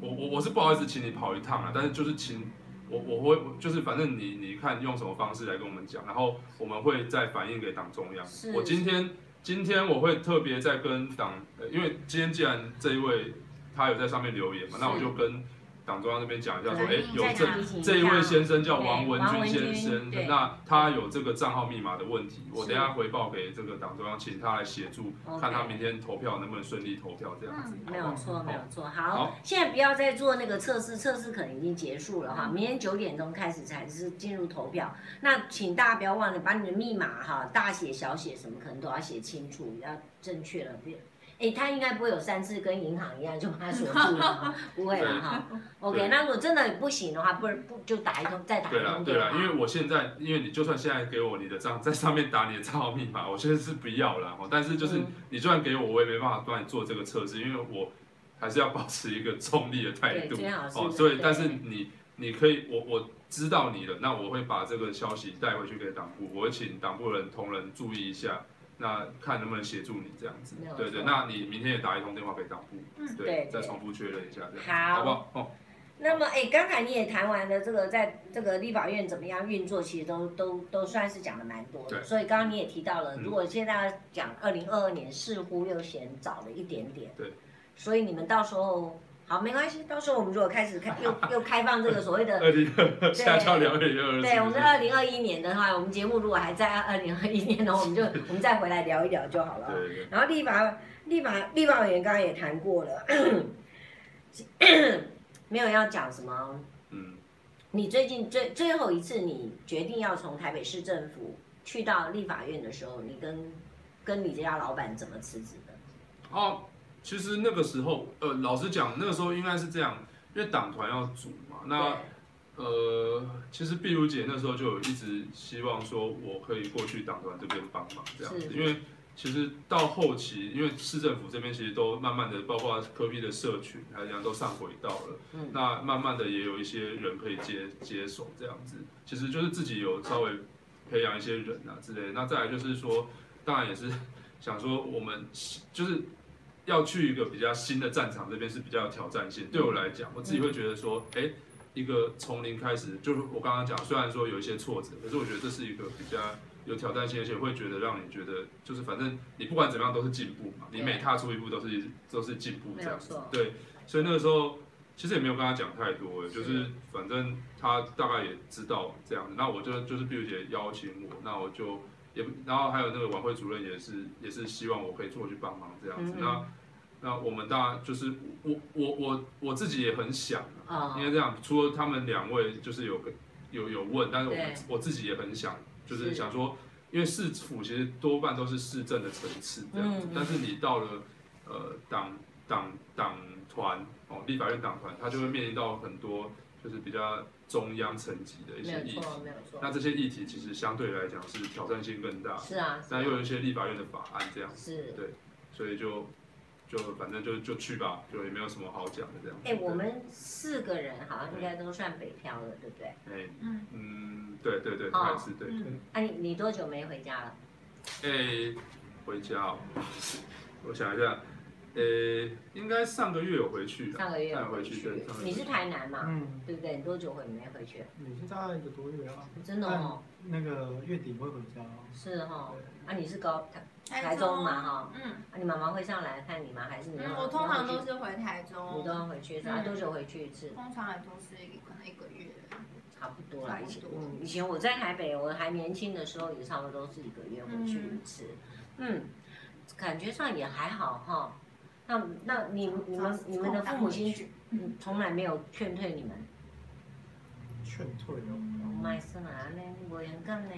B: 我我我是不好意思请你跑一趟啊，但是就是请我我会就是反正你你看用什么方式来跟我们讲，然后我们会再反映给党中央
A: 是。
B: 我今天今天我会特别在跟党，呃因为今天既然这一位他有在上面留言嘛，
A: 是
B: 那我就跟党中央那边讲一下说，
A: 对
B: 哎、有
A: 再
B: 这
A: 提醒一下啊
B: 这一位先生叫王文
A: 对王文
B: 君
A: 君
B: 先生
A: 对，
B: 那他有这个账号密码的问题，我
A: 是
B: 等一下回报给这个党中央，请他来协助
A: OK 嗯
B: 看他明天投票能不能顺利投票这样子。
A: 没有错，没有错。好，
B: 好
A: 现在不要再做那个测试，测试可能已经结束了哈。
B: 嗯
A: 明天九点钟开始才是进入投票。那请大家不要忘了把你的密码哈，大写小写什么可能都要写清楚，要正确了。别，哎，他应该不会有三次跟银行一样就把它锁住了
B: [laughs]
A: 哈，不会了哈。OK，
B: 对
A: 那如果真的不行的话，不然不就打一通再打一
B: 对了
A: 通
B: 对
A: 电
B: 了，
A: 话
B: 因。为我现在，因为你就算现在给我你的账， [laughs] 在上面打你的账号密码，我现在是不要了。哦但是就是
A: 嗯
B: 你就算给我，我也没办法帮你做这个测试，因为我还是要保持一个中立的态
A: 对
B: 度
A: 最好是
B: 哦。所以
A: 对，
B: 但是你你可以，我我知道你了，那我会把这个消息带回去给党部，我会请党部人同仁注意一下，那看能不能协助你这样子
A: 没有。
B: 对对，
A: 错
B: 那你明天也打一通电话给党部，
C: 嗯
A: 对嗯
B: 对，再
A: 对
B: 重复确认一下，这样子
A: 好
B: 哦好不好？哦，
A: 那么，哎，刚才你也谈完了这个，在这个立法院怎么样运作，其实都都都算是讲的蛮多的。
B: 对
A: 所以刚刚你也提到了，
B: 嗯
A: 如果现在讲二零二二年，似乎又嫌早了一点点。
B: 对。
A: 所以你们到时候好没关系，到时候我们如果开始
B: [laughs]
A: 开又又开放这个所谓的，
B: 二零二 [laughs] 下跳两二零二
A: 对，我们在
B: 二，
A: 二零二一年的话，我们节目如果还在二零二一年的话，我们就我们再回来聊一聊就好了哦。
B: 对对，
A: 然后立法立法立法委员刚刚也谈过了， [coughs] 没有要讲什么。
B: 嗯，
A: 你最近最最后一次你决定要从台北市政府去到立法院的时候，你跟跟你这家老板怎么辞职的？
B: 哦，其实那个时候，呃，老实讲，那个时候应该是这样，因为党团要组嘛，那呃，其实碧如姐那时候就有一直希望说，我可以过去党团这边帮忙这样子，
A: 是
B: 因为其实到后期，因为市政府这边其实都慢慢的，包括科批的社群来讲都上轨道了，
A: 嗯
B: 那慢慢的也有一些人可以接接手这样子，其实就是自己有稍微培养一些人啊之类的，那再来就是说，当然也是想说我们就是。要去一个比较新的战场，这边是比较有挑战
A: 嗯
B: 性。对我来讲，我自己会觉得说，哎、一个从零开始，就是我刚刚讲，虽然说有一些挫折，可是我觉得这是一个比较有挑战性，而且会觉得让你觉得，就是反正你不管怎么样都是进步嘛，你每踏出一步都是都是进步这样
A: 没
B: 子
A: 有错。
B: 对，所以那个时候其实也没有跟他讲太多，
A: 是
B: 就是反正他大概也知道这样子。那我就就是碧如姐邀请我，那我就也不，然后还有那个晚会主任也是也是希望我可以过去帮忙这样子。
A: 嗯嗯
B: 那那我们当然就是我我我我自己也很想、啊。
A: 啊
B: 应该这样，除了他们两位就是有个有有问，但是我们
A: 对
B: 我自己也很想，就是
A: 是
B: 想说，因为市府其实多半都是市政的层次这样子，
A: 嗯嗯
B: 但是你到了呃党党党团哦立法院党团，它就会面临到很多就是比较中央层级的一
A: 没
B: 些
A: 有
B: 议题，
A: 错，没有错，
B: 那这些议题其实相对来讲是挑战性更大，
A: 是啊，是
B: 那
A: 啊
B: 又有一些立法院的法案这样，
A: 是。
B: 所以就就反正就就去吧，就也没有什么好讲的这样。
A: 哎、我们四个人好像应该都算北漂了，对不对？
B: 对哎
C: 嗯，
B: 嗯，对对对，他也是对。
C: 嗯
A: 啊，你你多久没回家了？
B: 诶、哎回家、哦，我想一下，诶、应该上个月有回去的，
A: 上个月
B: 上回
A: 回
B: 去嗯
A: 去
B: 对上个，月
A: 你是台南嘛，
D: 嗯，
A: 对不对？你多久回没回去？
D: 也是大概一个多月啊，
A: 真的哦，
D: 那个月底会回家哦。
A: 是哦。啊，你是高台
C: 台
A: 台
C: 中
A: 中嘛哈、
C: 嗯
A: 啊，你妈妈会上来看你吗？还是你要？
C: 嗯，我通常
A: 你要回
C: 都
A: 去
C: 是回台
A: 你都
C: 中，
A: 要回去是吧？
C: 嗯
A: 多久回去一次？
C: 通常也都是一可能一个月。
A: 差不多啦，以前
C: 差不多
A: 嗯，以前我在台北，我还年轻的时候也差不多是一个月回去一次，嗯，感觉上也还好哈。那那你你们你们的父母亲嗯从来没有劝退你们，
D: 劝退
C: 嗯
A: 我
D: 哦。
A: 买生啊呢，我人干呢，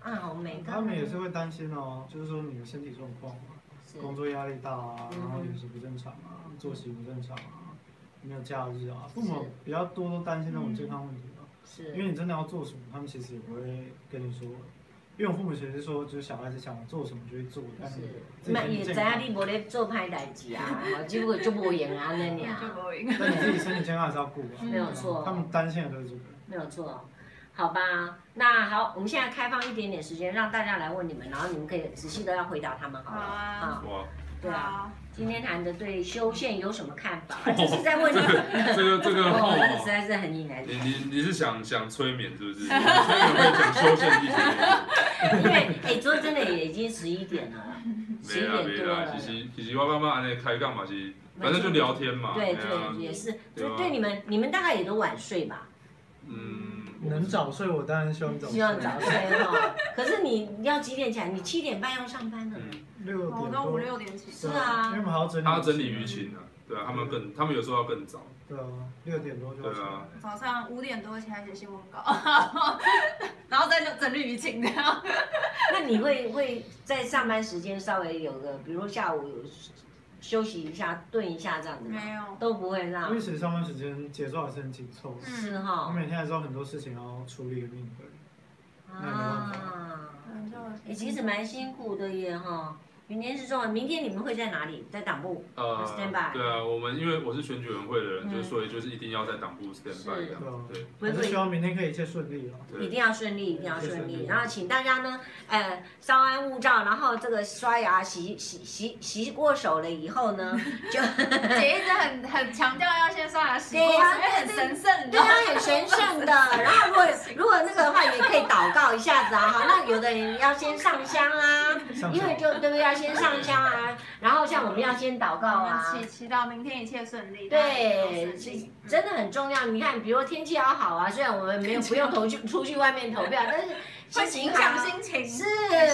A: 啊好美干呢，
D: 他们也是会担心哦，就是说你的身体状况啊，
A: 是
D: 工作压力大啊，
A: 嗯
D: 然后饮食不正常啊，作息不正常啊，没有假日啊，父母比较多都担心那种健康问题啊。因
A: 嗯是
D: 为你真的要做什么，他们其实也不会跟你说。因为我父母其实说，就是小孩子想做什么就去做，但是
A: 是，那也知影你无咧做歹代志啊，吼只不过啊就无闲安尼
C: [laughs] 就
A: 尔，
C: 不会
D: [laughs] 但你自己身体健康还是要顾啊。
A: 没有错。
D: 他们担心的都是这个。
A: 没有错，好吧？那好，我们现在开放一点点时间，让大家来问你们，然后你们可以仔细的要回答他们好了。
C: 好啊
B: 哇，
A: 对啊，
C: 好
A: 今天谈的对修宪有什么看
C: [laughs]
A: 法？这是在问你，
B: 这个这个
A: 哦，这个实
B: 哦，
A: 在是很引人
B: 你你你是想想催眠是不是？你催眠会讲修宪议
A: [laughs]
B: 题，
A: 因为哎，说真的也已经十一点了，十
B: 没
A: 一
B: 啦
A: 点
B: 没
A: 多
B: 啦，
A: 了
B: 其。实其实我爸妈那开杠嘛是，反正就聊天嘛，
A: 对
B: 啊
A: 对，，也是，嗯
B: 对
A: 就
B: 啊
A: 对你们，你们大概也都晚睡吧，
B: 嗯，
D: 能早睡，我当然希望早
A: 希望
D: 睡。
A: 早睡 [laughs] 哈。可是你要几点起来？你七点半要上班的。
B: 嗯，
D: 六
C: 我
D: 点
C: 都啊哦五
D: 多。
C: 六点起，
A: 是啊
D: 因为我们还要整理。
B: 他要整理舆。情啊，对啊，他们更他们有时候要更早，
D: 对啊，六点多就要起来了。
C: 早上五点多起来写新闻稿， [laughs] 然后再就整理舆情这样。
A: [laughs] 那你会会在上班时间稍微有个，比如下午有休息一下、顿一下这样子吗？
C: 没有，
A: 都不会
D: 因
A: 让
D: 为，其实上班时间节奏还是很紧凑，
A: 是
D: 我
A: 哈
D: 每天还是有很多事情要处理跟应对。那没办法
A: 啊，
C: 嗯，就
A: 也其实蛮辛苦的耶哈。明天是中文，明天你们会在哪里？在党部？
B: 呃
A: Stand by
B: 对啊，我们因为我是选举委员会的人，
A: 嗯
B: 就是所以就是一定要在党部 stand
A: 是
B: by 这样子，对
A: 不
D: 啊还是
A: 会
D: 希望明天可以一切顺利啊
A: 一
D: 了。
B: 对。
A: 定要顺利，一定要顺
D: 顺
A: 利。
D: 利
A: 然后请大家呢，呃，稍安勿躁，然后这个刷牙、洗洗洗洗过手了以后呢，就
C: 姐一直很很强调要先刷牙洗
A: 对
C: 锅，
A: 啊
C: 因为很神圣
A: 对
C: 的。
A: 啊，很神圣的。然后如果如果那个的话，也可以祷告一下子啊。哈，那有的人要先上香啊，
D: 上
A: 因为
D: 场
A: 就对不对？要先上香啊，然后像我们要先祷告
C: 我们
A: 啊。
C: 祈祈祷明天一切顺利。大家一切都
A: 对
C: 顺利，
A: 真的很重要。你看，比如说天气要好啊，虽然我们没有不用投去出去外面投
C: [laughs]
A: 票，但是
C: 会
A: 心
C: 影
A: 情好啊
C: 响心情，
A: 是，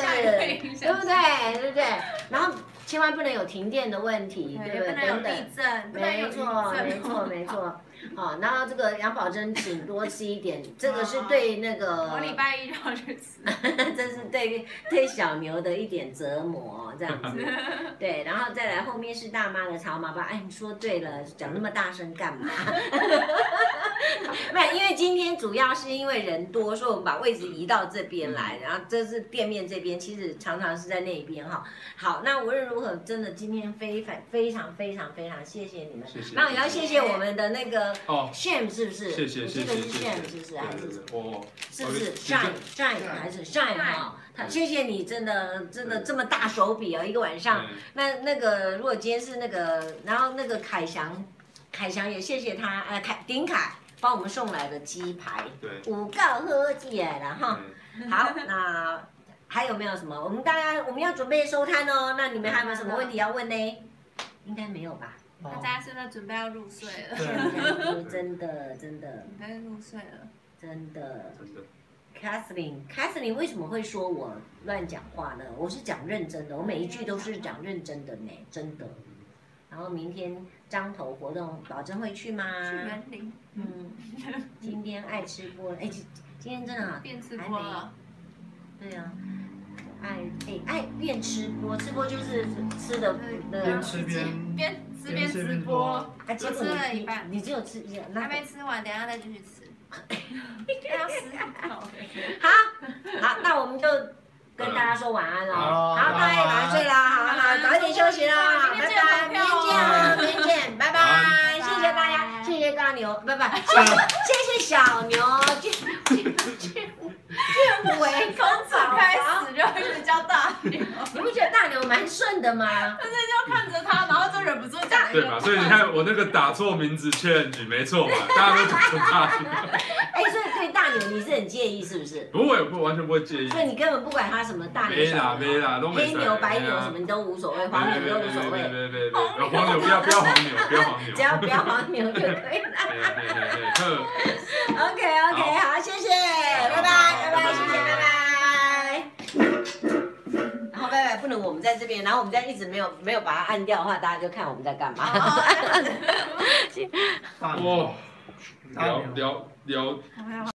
C: 下一位影
A: 对
C: 响
A: 不对？对不对？然后千万不能有停电的问题，对
C: 也
A: 不
C: 不
A: 对？
C: 能有
A: 等等。
C: 地震，不能有
A: 没
C: 地
A: 错，
C: 震，
A: 没错，没错。好，然后这个杨宝珍，请多吃一点，这个是对那
C: [laughs] 我
A: 个，
C: 礼拜一就要去吃，
A: [laughs] 这是对对小牛的一点折磨，这样 [laughs] 子。对，然后再来后面是大妈的草麻吧。哎，你说对了，讲那么大声干 [laughs] 嘛？没有，因为今天主要是因为人多，所以我们把位置移到这边来，然后这是店面这边，其实常常是在那一边哈。好，那无论如何，真的今天非凡非常非常非常谢谢你们。
B: 谢谢。
A: 那也要谢谢我们的那个
B: 哦，
A: Sham 是不是？
B: 谢谢
A: 我记
B: 谢谢
A: 得
B: 谢
A: 是
B: 谢
A: Sham 是不是？还
B: 对
A: 是
B: 对对我
A: 是不是
B: 我
A: Shine Shine
E: Shine
A: 还是 Shine 哈？他谢谢你，真的真的
B: 对
A: 这么大手笔哦，一个晚上。
B: 嗯
A: 那那个如果今天是那个，然后那个凯翔，凯翔也谢谢他，呃，凯丁凯帮我们送来的鸡排，
B: 对，
A: 五个喝起来了哈。
B: 嗯
A: 好，那还有没有什么？我们大家我们要准备收摊哦。那你们还有没有什么问题要问呢？应该没有吧？
C: 大
D: 哦
C: 家现在准备要入睡
A: [laughs]
C: 了，
D: 对
A: 真的真的
C: 准备入睡了。
A: 真的
B: 真的，
A: ，Catherine，Catherine 为什么会说我乱讲话呢？我是讲认真的，我每一句都是讲认真的呢，真的。然后明天张头活动，保证会去吗？
C: 去园林
A: 嗯，今天爱吃播了，哎，今今天真的啊，
C: 变吃播了，
A: 对啊，爱哎爱变吃播，吃播就是吃的
D: 边
A: 的，
D: 吃边
C: 边吃边直播，
A: 啊，结果
C: 啊我吃了
A: 你
C: 一半
A: 你你只有吃一样，那
C: 还没吃完，等一下再继续吃。要吃好
A: 好，好，那我们就跟大家说晚安了。
D: 好
A: 好，大家也晚睡啦，好好早一点休息啦，
C: 明
A: 拜
C: 天见
A: 拜，明天见啊，明天见，拜
B: 晚
A: 拜，
C: 安
A: 谢谢大家，谢谢大牛，拜拜，谢谢谢谢小牛，谢谢谢伟
C: 从此开始就一直叫大牛，
A: 你不觉得大牛蛮顺的吗？
C: 但是就看着他，然后就忍不住讲一
B: 对
C: 个
B: 吧？所以你看我那个打错名字 change 没错嘛，大家都打错他，
A: 哎，所以对大牛你是很介意是不是？
B: 不会不完全不会介意，
A: 所以你根本不管他什么大牛
B: 没
A: 小
B: 啦没
A: 牛，
B: 啦，都没
A: 黑
B: 事
A: 牛白
B: 没
A: 牛
B: 啦
A: 什么你都无所谓，
B: 别别别别别别
A: 黄牛
B: 别
A: 都无所谓，
B: 别！黄牛不要不要黄牛，不要黄牛。
A: 只要不要黄牛就可以了。OK OK，好，谢谢，拜拜拜拜，谢谢拜拜。然后拜拜不能我们在这边，然后我们在一直没有没有把它按掉的话，大家就看我们在干嘛。
D: 大
B: 哇，聊聊聊
C: 好好好